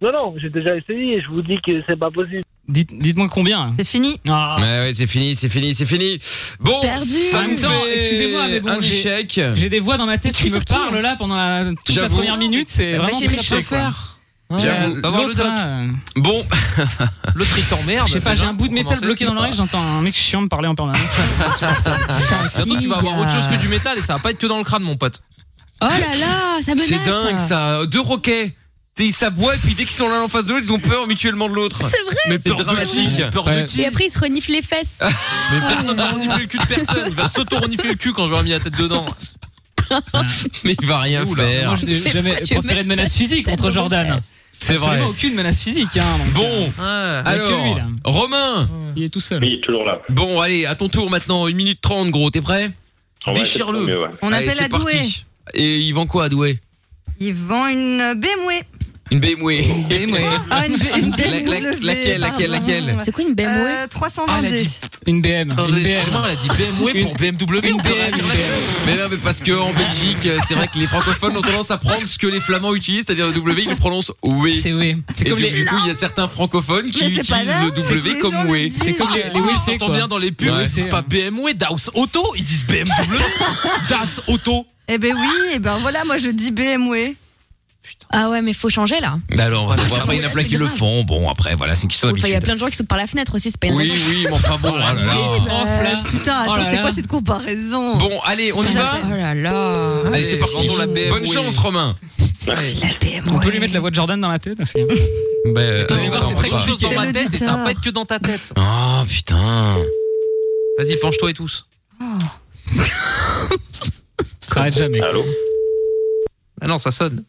Speaker 11: Non, non, j'ai déjà essayé et je vous dis que c'est pas possible.
Speaker 5: Dites- Dites-moi combien.
Speaker 6: C'est fini.
Speaker 5: Ah.
Speaker 2: Ouais, ouais, c'est fini, c'est fini, c'est fini. Bon, ça
Speaker 5: En
Speaker 2: nous
Speaker 5: même temps,
Speaker 2: fait
Speaker 5: Ah, excusez-moi, mais bon,
Speaker 2: un
Speaker 5: j'ai-
Speaker 2: échec.
Speaker 5: J'ai des voix dans ma tête qui me
Speaker 2: sur qui,
Speaker 5: parlent là pendant la, toute la
Speaker 2: J'avoue.
Speaker 5: première minute, c'est
Speaker 2: Bah,
Speaker 5: vraiment
Speaker 2: j'ai
Speaker 5: très
Speaker 2: mes
Speaker 5: peu
Speaker 2: chèques, quoi.
Speaker 5: faire.
Speaker 2: J'avoue.
Speaker 5: Ouais,
Speaker 2: Va voir le
Speaker 5: l'autre,
Speaker 2: doc.
Speaker 5: là, euh,
Speaker 2: Bon.
Speaker 4: L'autre, il t'emmerde.
Speaker 5: Je sais pas, j'ai un bout de métal bloqué dans l'oreille, j'entends un mec chiant me parler en permanence.
Speaker 4: Bientôt, Ah, tu vas avoir autre chose que du métal et ça va pas être que dans le crâne, mon pote.
Speaker 8: Oh là là, ça menace.
Speaker 2: C'est dingue ça, deux roquets. Tu sais, Ils s'aboient et puis dès qu'ils sont l'un en face de l'autre, ils ont peur mutuellement de l'autre.
Speaker 8: C'est vrai.
Speaker 2: Mais
Speaker 4: C'est
Speaker 2: peur dramatique.
Speaker 4: dramatique. Peur de qui
Speaker 8: Et après, il se renifle les fesses.
Speaker 4: Mais personne va renifler le cul de personne. Il va s'auto-renifler le cul quand j'aurai mis la tête dedans.
Speaker 2: Mais il va rien faire.
Speaker 5: Moi, je n'ai jamais
Speaker 8: Je vais
Speaker 5: préféré de menace physique contre Jordan.
Speaker 2: C'est vrai.
Speaker 5: Absolument aucune menace physique. Hein, donc,
Speaker 2: Bon,
Speaker 4: euh,
Speaker 5: il y a que lui,
Speaker 2: alors,
Speaker 5: là.
Speaker 2: Romain.
Speaker 5: il est tout seul.
Speaker 9: Oui, toujours là.
Speaker 2: Bon, allez, à ton tour maintenant, 1 minute 30, gros, t'es prêt
Speaker 9: Ouais,
Speaker 2: Déchire-le.
Speaker 9: c'est mieux, ouais.
Speaker 6: On
Speaker 2: Allez,
Speaker 6: appelle
Speaker 2: c'est
Speaker 6: à Douai.
Speaker 2: parti. Et ils vendent quoi à Douai
Speaker 6: Il vend une BMW.
Speaker 2: Une BMW.
Speaker 6: Ah, une, B- une
Speaker 2: La- la-
Speaker 6: BMW,
Speaker 2: laquelle, laquelle,
Speaker 6: pardon.
Speaker 2: laquelle
Speaker 8: C'est quoi une BMW
Speaker 6: euh, 322.
Speaker 5: Une BM.
Speaker 2: Attendez,
Speaker 5: une BM.
Speaker 2: excusez-moi, elle a dit BMW
Speaker 5: pour
Speaker 2: BMW.
Speaker 5: Une BM.
Speaker 2: Mais non, mais parce que en Belgique, euh, c'est vrai que les francophones ont tendance à prendre ce que les Flamands utilisent, c'est-à-dire le W, ils le prononcent oui.
Speaker 5: C'est oui. C'est
Speaker 2: Et
Speaker 5: comme
Speaker 2: du,
Speaker 5: les-
Speaker 2: du coup, il y a certains francophones qui utilisent le W comme oui.
Speaker 5: C'est comme
Speaker 4: Ah,
Speaker 5: les, les WC,
Speaker 4: T'entends
Speaker 5: quoi.
Speaker 4: bien dans les pubs,
Speaker 2: Ouais.
Speaker 4: ils disent pas BMW, Daus Auto, ils disent BMW, Das Auto.
Speaker 6: Eh ben oui, eh ben voilà, moi je dis BMW.
Speaker 8: Ah ouais, mais faut changer là.
Speaker 2: Bah alors,
Speaker 4: Ah,
Speaker 8: Ouais,
Speaker 2: bon, après, il y en a plein qui le font. Bon, après, voilà, c'est qui sont
Speaker 8: Enfin, il y a
Speaker 2: habitués.
Speaker 8: plein de gens qui sautent par la fenêtre aussi, c'est pas une
Speaker 2: Oui,
Speaker 8: raison.
Speaker 2: oui, mais enfin bon, oh là là.
Speaker 6: Euh, Putain, attends,
Speaker 8: Oh là
Speaker 6: c'est
Speaker 8: là.
Speaker 6: quoi cette comparaison
Speaker 2: Bon, allez, on y va
Speaker 8: Oh là
Speaker 5: Ah.
Speaker 8: là.
Speaker 2: Allez, c'est parti.
Speaker 4: vendons la BMW.
Speaker 2: Bonne chance, Romain.
Speaker 5: On peut lui mettre la voix de Jordan dans la tête aussi. hein,
Speaker 2: Bah,
Speaker 4: Tu vas voir, c'est très compliqué dans ma
Speaker 5: C'est
Speaker 4: tête et ça va
Speaker 5: l'auditeur.
Speaker 4: pas être que dans ta tête.
Speaker 2: Oh putain.
Speaker 4: Vas-y, penche-toi et tous.
Speaker 6: Oh.
Speaker 5: Ça arrête jamais.
Speaker 4: Allô Ah non, ça sonne.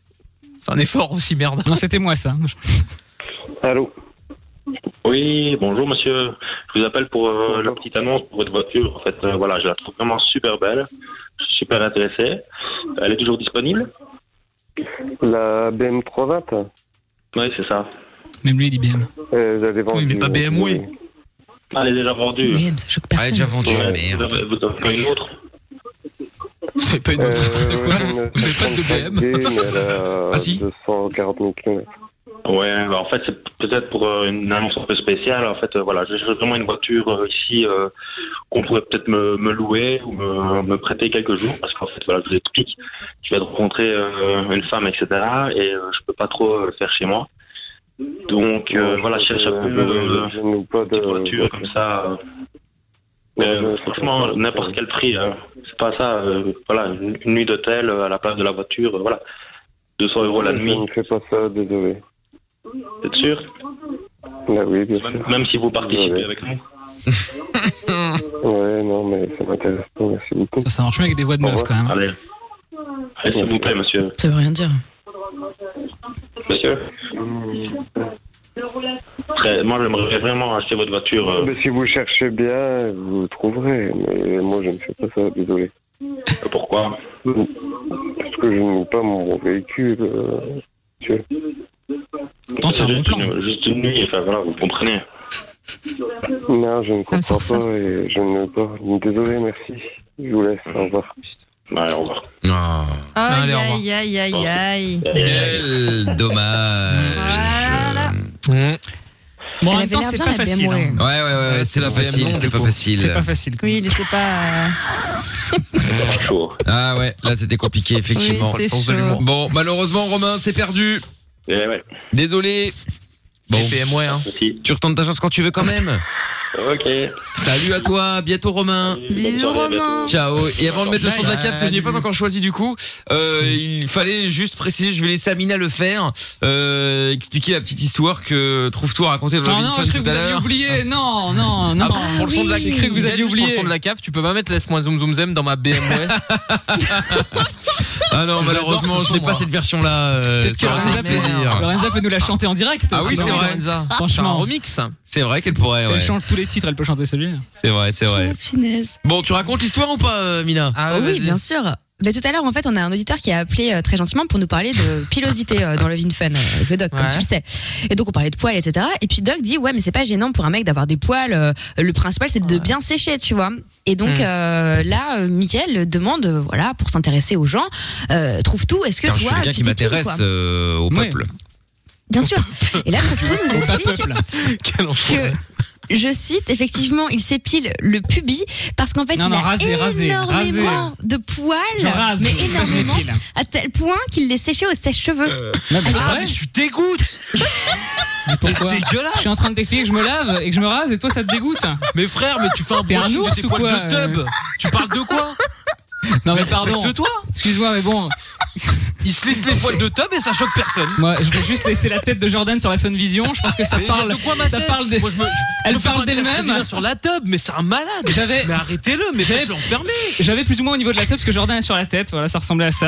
Speaker 4: Fais un effort aussi, merde.
Speaker 5: Non, c'était moi ça.
Speaker 9: Allô Oui, bonjour monsieur. Je vous appelle pour euh, la petite annonce pour votre voiture. En fait, euh, voilà, je la trouve vraiment super belle. Je suis super intéressé. Elle est toujours disponible
Speaker 16: La BM 320
Speaker 9: Oui, c'est ça.
Speaker 5: Même lui, il dit bien.
Speaker 16: euh, Vous avez vendu.
Speaker 9: mais pas BMW. Ah, elle est déjà vendue.
Speaker 8: BM, ça choque personne.
Speaker 9: Elle est déjà vendue, merde. Vous avez, vous avez pas une autre
Speaker 16: Vous n'avez pas Euh, une autre Vous n'avez pas de BM Ah si 240 000 km.
Speaker 9: Ouais, bah, en fait, c'est peut-être pour euh, une annonce un peu spéciale. En fait, euh, voilà, j'ai vraiment une voiture euh, ici euh, qu'on pourrait peut-être me, me louer ou me, me prêter quelques jours parce qu'en fait, voilà, je vous explique. Je viens de rencontrer euh, une femme, etc. Et euh, je peux pas trop euh, le faire chez moi. Donc, euh, voilà, je cherche un peu euh,
Speaker 16: de
Speaker 9: voiture comme ça. euh. Mais, euh, franchement, n'importe quel prix, hein. c'est pas ça. euh, voilà, une, une nuit d'hôtel euh, à la place de la voiture, euh, voilà, 200 euros la nuit.
Speaker 16: Je ne fais pas ça, désolé.
Speaker 9: Vous êtes sûr
Speaker 16: Bah oui, bien sûr.
Speaker 9: Même si vous participez avec nous.
Speaker 16: Ouais, non, mais ça m'intéresse pas, merci beaucoup.
Speaker 5: Ça marche mieux avec des voix de meufs quand même.
Speaker 9: Allez. Allez, s'il vous plaît, monsieur.
Speaker 8: Ça veut rien dire.
Speaker 9: Monsieur Très- Moi, j'aimerais vraiment acheter votre voiture. euh,
Speaker 16: Mais si vous cherchez bien, vous trouverez. Mais moi, je ne fais pas ça, désolé.
Speaker 9: Pourquoi
Speaker 16: Parce que je n'ai pas mon véhicule. euh, monsieur.
Speaker 9: juste, une, juste une nuit, enfin voilà, vous comprenez.
Speaker 16: Non, je ne
Speaker 5: Ah,
Speaker 16: comprends pas et je ne parle. Désolé, merci. Je vous laisse. Au revoir.
Speaker 9: Ouais, au revoir.
Speaker 5: Ah.
Speaker 6: Aïe, aïe, aïe, aïe, aïe.
Speaker 2: Quel dommage.
Speaker 4: Mmh.
Speaker 5: Bon, en
Speaker 6: Elle
Speaker 5: même temps,
Speaker 6: avait l'air
Speaker 5: c'est
Speaker 6: bien,
Speaker 5: pas
Speaker 6: la
Speaker 5: facile.
Speaker 6: BMW.
Speaker 5: hein.
Speaker 2: Ouais, ouais, ouais, c'était pas facile, c'était pas facile.
Speaker 5: C'est pas facile.
Speaker 6: Oui, il était pas. euh,
Speaker 2: Ah ouais, là c'était compliqué effectivement.
Speaker 6: Oui, c'est Sens de chaud. l'humour.
Speaker 2: Bon, malheureusement Romain, c'est perdu. Désolé. Bon. Tu retentes ta chance quand tu veux quand même.
Speaker 9: ok.
Speaker 2: Salut à toi, à bientôt Romain.
Speaker 6: Bisous, Romain.
Speaker 2: Ciao. Et avant de mettre le son de la
Speaker 6: Bye.
Speaker 2: cave que je n'ai pas encore choisi du coup, euh, il fallait juste préciser, je vais laisser Amina le faire, euh, expliquer la petite histoire que trouve-toi raconter dans la
Speaker 5: Non,
Speaker 2: vie
Speaker 5: Oh non,
Speaker 2: de
Speaker 5: je
Speaker 2: femme
Speaker 5: croyais
Speaker 2: tout
Speaker 5: que
Speaker 2: à
Speaker 5: vous aviez
Speaker 2: l'heure. Ah,
Speaker 5: oublié. Non,
Speaker 17: Ah
Speaker 5: non, non.
Speaker 4: pour le fond de la
Speaker 5: Je croyais que vous aviez
Speaker 4: Juste Pour le
Speaker 5: oublié.
Speaker 4: fond de la cave, tu peux pas mettre laisse-moi zoom zoom zem dans ma BMW.
Speaker 2: Ah non, malheureusement, je n'ai pas cette euh, version là.
Speaker 5: Peut-être que Lorenza peut, Lorenza peut nous la chanter en direct.
Speaker 2: Ah oui,
Speaker 5: sinon,
Speaker 2: Ah c'est vrai.
Speaker 5: Lorenza.
Speaker 2: Ah,
Speaker 5: Franchement.
Speaker 2: c'est un
Speaker 5: remix.
Speaker 2: C'est vrai qu'elle pourrait, ouais.
Speaker 5: Elle chante tous les titres, elle peut chanter celui-là.
Speaker 2: C'est vrai, c'est vrai.
Speaker 8: Finesse.
Speaker 2: Bon, tu racontes l'histoire ou pas, euh, Mina
Speaker 8: Oh oui, bien sûr. Mais tout à l'heure, en fait, on a un auditeur qui a appelé euh, très gentiment pour nous parler de pilosité euh, dans le VinFun, euh, le doc, comme
Speaker 1: Ouais.
Speaker 8: tu le sais. Et donc, on parlait de poils, etc. Et puis, doc dit, ouais, mais c'est pas gênant pour un mec d'avoir des poils. euh, le principal, c'est de bien sécher, tu vois. Et donc,
Speaker 2: Hmm.
Speaker 1: Mm.
Speaker 8: euh, là, euh, Mickaël demande, euh, voilà, pour s'intéresser aux gens, euh, trouve tout. Est-ce que
Speaker 2: Putain, je
Speaker 8: toi,
Speaker 2: suis le gars
Speaker 8: tu
Speaker 2: qui
Speaker 8: t'épiles ou
Speaker 2: m'intéresse
Speaker 8: quoi
Speaker 2: euh, au peuple.
Speaker 8: Bien sûr. Et là, Trouve-Tout nous explique
Speaker 2: Quel
Speaker 8: que, je cite, effectivement, il s'épile le pubis parce qu'en fait,
Speaker 5: Non,
Speaker 8: il
Speaker 5: non,
Speaker 8: a
Speaker 5: rasez, rasez,
Speaker 8: énormément
Speaker 5: rasez.
Speaker 8: de poils,
Speaker 5: Je rase,
Speaker 8: mais
Speaker 5: je me
Speaker 8: énormément,
Speaker 5: dépile.
Speaker 8: à tel point qu'il les séchait au sèche-cheveux.
Speaker 2: Euh.
Speaker 5: Non, hein. mais c'est
Speaker 8: Ah,
Speaker 5: vrai.
Speaker 8: mais
Speaker 2: tu dégoûtes
Speaker 5: Mais pourquoi Je suis en train de t'expliquer que je me lave et que je me rase et toi ça te dégoûte.
Speaker 4: Mais frère, mais tu fais un
Speaker 5: T'es un
Speaker 4: brushing de
Speaker 5: ours
Speaker 4: tes
Speaker 5: ou
Speaker 4: poils
Speaker 5: quoi
Speaker 4: de tub.
Speaker 5: euh
Speaker 4: tu parles de quoi
Speaker 5: Non mais,
Speaker 4: Mais
Speaker 5: pardon.
Speaker 4: respecte-toi.
Speaker 5: Excuse-moi mais bon.
Speaker 4: Ils se laissent les poils de tub et ça choque personne.
Speaker 5: Moi, je vais juste laisser la tête de Jordan sur la Fun Vision. Je pense que ça
Speaker 4: Mais
Speaker 5: parle.
Speaker 4: de quoi ma
Speaker 5: ça
Speaker 4: tête
Speaker 5: parle des.
Speaker 4: Moi, je me- je-
Speaker 5: Elle
Speaker 4: je peux
Speaker 5: parle
Speaker 4: pas dire
Speaker 5: d'elle-même.
Speaker 4: président sur la tub, mais c'est un malade.
Speaker 5: J'avais.
Speaker 4: Mais arrêtez-le, mais
Speaker 5: j'avais-
Speaker 4: faites-le enfermer.
Speaker 5: J'avais plus ou moins au niveau de la tête parce que Jordan est sur la tête. Voilà, ça ressemblait à ça.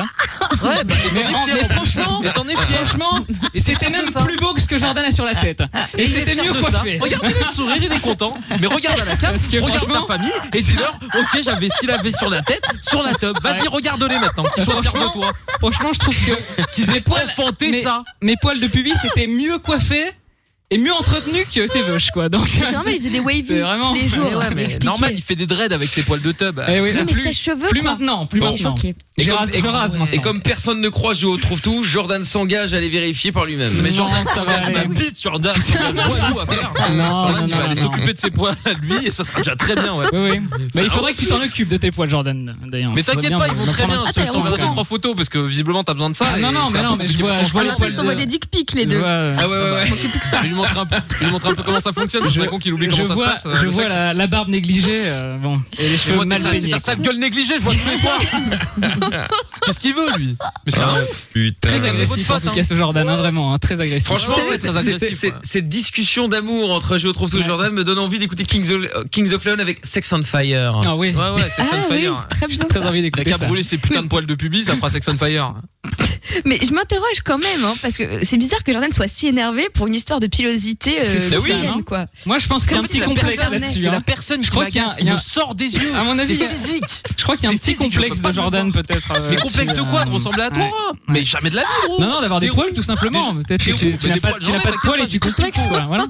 Speaker 5: Ouais, bah, mais,
Speaker 17: t'en es
Speaker 5: en-
Speaker 17: fier,
Speaker 5: mais
Speaker 17: en plus.
Speaker 5: franchement,
Speaker 17: Mais t'en es fier.
Speaker 5: franchement,
Speaker 17: Et c'est
Speaker 5: c'était
Speaker 17: fier de
Speaker 5: même
Speaker 17: ça.
Speaker 5: plus beau que ce que Jordan a sur la tête.
Speaker 17: il
Speaker 5: Et
Speaker 17: est
Speaker 5: c'était
Speaker 17: fier
Speaker 5: mieux
Speaker 17: de ça.
Speaker 5: coiffé.
Speaker 17: Regarde, il a le sourire, il est content. Mais regarde à la carte,
Speaker 5: Parce que
Speaker 17: regarde
Speaker 5: franchement-
Speaker 17: ta famille et dis-leur, ok, j'avais ce qu'il avait sur la tête, sur la tub. Vas-y,
Speaker 5: Ouais.
Speaker 17: regarde-les maintenant, qu'ils soient fiers de toi.
Speaker 5: Franchement, je trouve que qu'ils aient poils
Speaker 17: enfanté
Speaker 5: mes,
Speaker 17: ça.
Speaker 5: Mes poils de pubis c'était mieux coiffé et mieux entretenu que tes veuches quoi. Donc
Speaker 8: C'est normal, il faisait des wavy
Speaker 5: c'est vraiment-
Speaker 8: tous les jours.
Speaker 5: Mais ouais, mais
Speaker 8: Expliquez.
Speaker 17: Norman, il fait des dreads avec ses poils de tub.
Speaker 5: Eh oui,
Speaker 8: Non, mais
Speaker 5: plus-
Speaker 8: ses cheveux.
Speaker 5: plus
Speaker 8: quoi.
Speaker 5: maintenant, plus
Speaker 8: J'étais
Speaker 5: maintenant.
Speaker 8: choquée.
Speaker 2: Et
Speaker 5: Je
Speaker 2: comme,
Speaker 5: rase-
Speaker 2: et-
Speaker 5: je rase
Speaker 2: et
Speaker 5: maintenant.
Speaker 2: comme personne ne croit, Joe trouve tout, Jordan s'engage à les vérifier par lui-même.
Speaker 17: Mais Jordan, ça va aller. Vite, Jordan, ça va aller. Ouais, nous, à faire. Jordan, il va aller s'occuper de ses poils à lui et ça sera déjà très bien, ouais.
Speaker 5: Oui, oui. Bah, il
Speaker 17: C'est
Speaker 5: faudrait
Speaker 17: un
Speaker 5: que tu t'en occupes de tes poils Jordan d'ailleurs.
Speaker 17: Mais
Speaker 5: Ça va
Speaker 17: t'inquiète
Speaker 5: bien
Speaker 17: pas,
Speaker 5: de-
Speaker 17: ils vont
Speaker 5: de
Speaker 17: très bien.
Speaker 5: prendre un
Speaker 17: De
Speaker 5: petit
Speaker 17: toute
Speaker 5: peu
Speaker 17: façon, on
Speaker 5: son
Speaker 17: verra
Speaker 5: temps.
Speaker 17: trois photos parce que visiblement t'as besoin de ça.
Speaker 5: Ah, non,
Speaker 17: et
Speaker 5: non,
Speaker 17: c'est
Speaker 5: mais
Speaker 17: un peu
Speaker 5: non, mais je
Speaker 17: compliqué
Speaker 5: vois-
Speaker 17: pour
Speaker 5: je vois les
Speaker 17: comprendre.
Speaker 5: poils
Speaker 8: Ils s'envoient des dick pics les deux.
Speaker 5: Ah ouais, ouais, ouais.
Speaker 17: Je lui montre un peu, je lui montre un peu comment ça fonctionne. Je qu'on qu'il oublie
Speaker 5: je
Speaker 17: comment ça se
Speaker 5: vois,
Speaker 17: passe. euh,
Speaker 5: je
Speaker 17: le
Speaker 5: vois
Speaker 17: sexe.
Speaker 5: la, la barbe négligée, euh, bon, et les
Speaker 17: Mais
Speaker 5: cheveux
Speaker 17: moi,
Speaker 5: mal
Speaker 17: t'es sale,
Speaker 5: peignés.
Speaker 17: C'est sa sale gueule négligée, je vois tous les soirs. Qu'est-ce qu'il veut, lui Mais c'est
Speaker 5: Ah,
Speaker 17: un ouf.
Speaker 5: Très agressif en tout cas ce Jordan, hein, vraiment, hein, très agressif. hein.
Speaker 2: Franchement, cette- cette- cette- cette discussion d'amour entre Joe trouve tout et Jordan me donne envie d'écouter Kings of, euh, Kings of Leon avec Sex on Fire.
Speaker 5: Ah oui.
Speaker 17: Ouais, ouais, c'est
Speaker 8: Ah oui,
Speaker 17: Sunfire.
Speaker 8: c'est très bien.
Speaker 5: Très envie
Speaker 17: Il a
Speaker 5: d'écouter
Speaker 17: qu'à
Speaker 5: ça.
Speaker 17: brûler ses putains de poils de pubis, ça fera Sex on Fire.
Speaker 8: Mais je m'interroge quand même, hein, parce que c'est bizarre que Jordan soit si énervé pour une histoire de pilosité
Speaker 5: C'est
Speaker 8: euh,
Speaker 5: fou,
Speaker 8: pubienne,
Speaker 5: hein.
Speaker 8: quoi.
Speaker 5: Moi, je pense qu'il y a un
Speaker 8: Comme
Speaker 5: petit
Speaker 8: si la
Speaker 5: complexe
Speaker 8: personne-
Speaker 5: là-dessus.
Speaker 8: c'est
Speaker 5: hein.
Speaker 8: la personne
Speaker 5: je
Speaker 8: qui
Speaker 5: crois qu'il y a,
Speaker 8: m'agace,
Speaker 5: il y a-
Speaker 8: me sort
Speaker 17: des yeux.
Speaker 5: À mon avis,
Speaker 17: C'est
Speaker 5: il y a-
Speaker 17: physique.
Speaker 5: Je crois qu'il y a un
Speaker 17: C'est
Speaker 5: petit
Speaker 17: physique, on peut
Speaker 5: complexe
Speaker 17: pas
Speaker 5: de
Speaker 17: le
Speaker 5: Jordan
Speaker 17: voir.
Speaker 5: peut-être. euh,
Speaker 17: Mais complexe
Speaker 5: là-dessus,
Speaker 17: de quoi
Speaker 5: euh,
Speaker 17: De ressembler à toi
Speaker 5: ouais.
Speaker 17: Mais jamais de la vie, gros.
Speaker 5: Non, non, d'avoir des poils tout simplement.
Speaker 17: Déjà-
Speaker 5: Peut-être que
Speaker 17: des
Speaker 5: tu-
Speaker 17: roues,
Speaker 5: tu n'as
Speaker 17: des
Speaker 5: pas-
Speaker 17: poils.
Speaker 5: tu n'as
Speaker 17: Non,
Speaker 5: pas de
Speaker 17: mais
Speaker 5: poils et
Speaker 17: t'inquiète
Speaker 5: du
Speaker 17: pas, j'ai tout ce qu'il
Speaker 5: complexe,
Speaker 17: faut.
Speaker 5: quoi, voilà.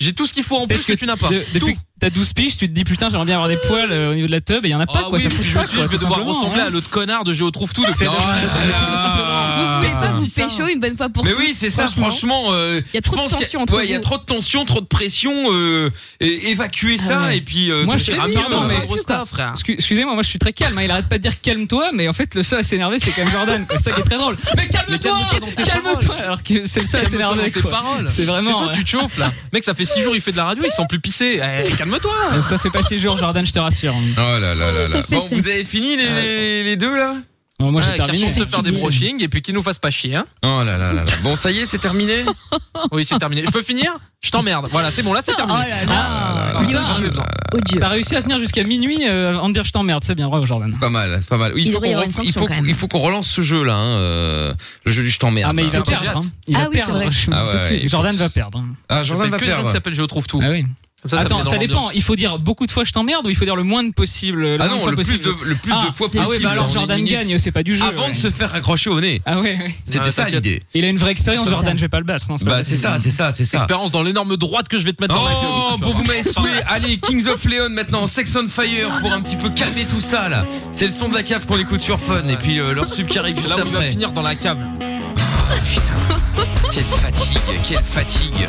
Speaker 17: J'ai tout ce qu'il faut en plus que tu n'as pas.
Speaker 5: De- depuis que t'as 12 piges, tu te dis putain, j'aimerais bien avoir des poils euh, au niveau de la teub et il y en a pas
Speaker 17: Ah
Speaker 5: quoi,
Speaker 17: oui,
Speaker 5: ça
Speaker 17: puis
Speaker 5: pousse
Speaker 17: je
Speaker 5: pas
Speaker 17: me suis dit,
Speaker 5: quoi.
Speaker 17: je vais
Speaker 5: tout
Speaker 17: devoir
Speaker 5: simplement,
Speaker 17: ressembler
Speaker 5: hein.
Speaker 17: à l'autre connard de Géo Trouve Tout depuis
Speaker 5: C'est dommage.
Speaker 17: Ah.
Speaker 8: Vous voulez pas vous
Speaker 17: ça.
Speaker 8: pécho une bonne fois pour
Speaker 2: Mais
Speaker 8: toutes,
Speaker 2: oui, c'est ça, franchement. euh,
Speaker 8: Il y a trop
Speaker 2: je
Speaker 8: de
Speaker 2: pense qu'il
Speaker 8: tension entre
Speaker 2: ouais, il y a
Speaker 8: vous.
Speaker 2: trop de tension, trop de pression. euh, et- évacuer ça
Speaker 5: Ah ouais.
Speaker 2: et puis. euh,
Speaker 5: Moi,
Speaker 2: t'en
Speaker 5: je suis
Speaker 2: fais un
Speaker 5: calme,
Speaker 2: minimum.
Speaker 5: mais- Excu- Excusez-moi, moi je suis très calme. hein. Il arrête pas de dire calme-toi, mais en fait le seul à s'énerver c'est quand même Jordan. quoi. C'est ça qui est très drôle. Mais calme-toi, calme-toi. Alors que c'est le seul à
Speaker 17: Calme-toi
Speaker 5: s'énerver.
Speaker 17: dans tes
Speaker 5: quoi.
Speaker 17: paroles.
Speaker 5: C'est vraiment.
Speaker 17: Tais-toi, tu te chauffes là. Mec, ça fait 6 jours, il fait de la radio, il sent plus pisser. Eh, Calme-toi.
Speaker 5: ouais. Ça fait pas six jours, Jordan, je te rassure.
Speaker 2: Oh là là là
Speaker 5: Ça
Speaker 2: là.
Speaker 5: fait
Speaker 2: Bon,
Speaker 5: sec.
Speaker 2: vous avez fini les, les- les deux là
Speaker 5: Non, moi, j'ai
Speaker 17: Ouais,
Speaker 5: terminé.
Speaker 17: qu'arrête de se Ah, faire des
Speaker 5: Fatigué.
Speaker 17: brushings et puis qu'il nous fasse pas chier. Hein.
Speaker 2: Oh là là là là. Bon, ça y est, c'est terminé
Speaker 17: Oui, c'est terminé. Je peux finir Je t'emmerde. Voilà, c'est bon, là c'est terminé.
Speaker 8: Oh là là.
Speaker 17: Ah, putain,
Speaker 5: Putain,
Speaker 17: j'en ai besoin.
Speaker 5: T'as réussi à tenir jusqu'à minuit euh, avant de dire je t'emmerde, c'est bien, bravo Jordan.
Speaker 2: C'est pas mal, c'est pas mal.
Speaker 5: Il
Speaker 2: Il faut
Speaker 5: devrait y
Speaker 2: qu'on
Speaker 5: avoir
Speaker 2: ref-
Speaker 5: une
Speaker 2: il
Speaker 5: sanction,
Speaker 2: faut
Speaker 5: quand
Speaker 2: qu'on-
Speaker 5: même.
Speaker 2: il faut qu'on relance ce jeu là. hein, euh, le jeu du je t'emmerde.
Speaker 5: Ah, mais il va
Speaker 2: hein.
Speaker 5: perdre. hein. Il
Speaker 8: Ah
Speaker 5: va
Speaker 8: oui, c'est
Speaker 5: perdre.
Speaker 8: vrai.
Speaker 5: Je vous le dis
Speaker 2: Ah
Speaker 5: tout de
Speaker 2: ouais,
Speaker 5: suite.
Speaker 2: il
Speaker 5: Jordan va perdre. hein.
Speaker 2: Ah, Jordan
Speaker 17: J'appelle
Speaker 2: va
Speaker 17: que des gens
Speaker 2: perdre.
Speaker 17: qui s'appellent Je trouve tout.
Speaker 5: Ah oui.
Speaker 17: Comme ça, ça
Speaker 5: Attends,
Speaker 17: met dans
Speaker 5: ça, dépend.
Speaker 17: l'ambiance.
Speaker 5: Il faut dire beaucoup de fois je t'emmerde ou il faut dire le moins de possible. le
Speaker 2: Ah
Speaker 5: moins
Speaker 2: non,
Speaker 5: de fois
Speaker 2: le plus
Speaker 5: possible.
Speaker 2: de- le plus de
Speaker 5: Ah,
Speaker 2: fois
Speaker 5: Ah ouais,
Speaker 2: possible
Speaker 5: bah alors
Speaker 2: en une
Speaker 5: Jordan
Speaker 2: minute.
Speaker 5: gagne, c'est pas du jeu.
Speaker 2: Avant
Speaker 5: ouais.
Speaker 2: de se faire accrocher au nez.
Speaker 5: Ah ouais, ouais.
Speaker 2: C'était
Speaker 17: Ouais,
Speaker 2: ça
Speaker 17: t'inquiète.
Speaker 2: l'idée.
Speaker 5: Il a une vraie expérience,
Speaker 2: C'est ça.
Speaker 5: Jordan. Je vais pas le battre. non, c'est pas
Speaker 2: Bah, c'est
Speaker 5: possible.
Speaker 2: ça, c'est ça, c'est ça.
Speaker 17: Expérience dans l'énorme droite que je vais te mettre dans la gueule.
Speaker 2: Oh, bon, vous m'avez saoulé. Allez, Kings of Leon maintenant, Sex on Fire pour un petit peu calmer tout ça là. C'est le son de la cave qu'on écoute sur Fun et puis euh, leur sub qui arrive juste
Speaker 17: Là où il va
Speaker 2: après. Ah,
Speaker 17: finir dans la cave.
Speaker 2: Quelle fatigue, quelle fatigue.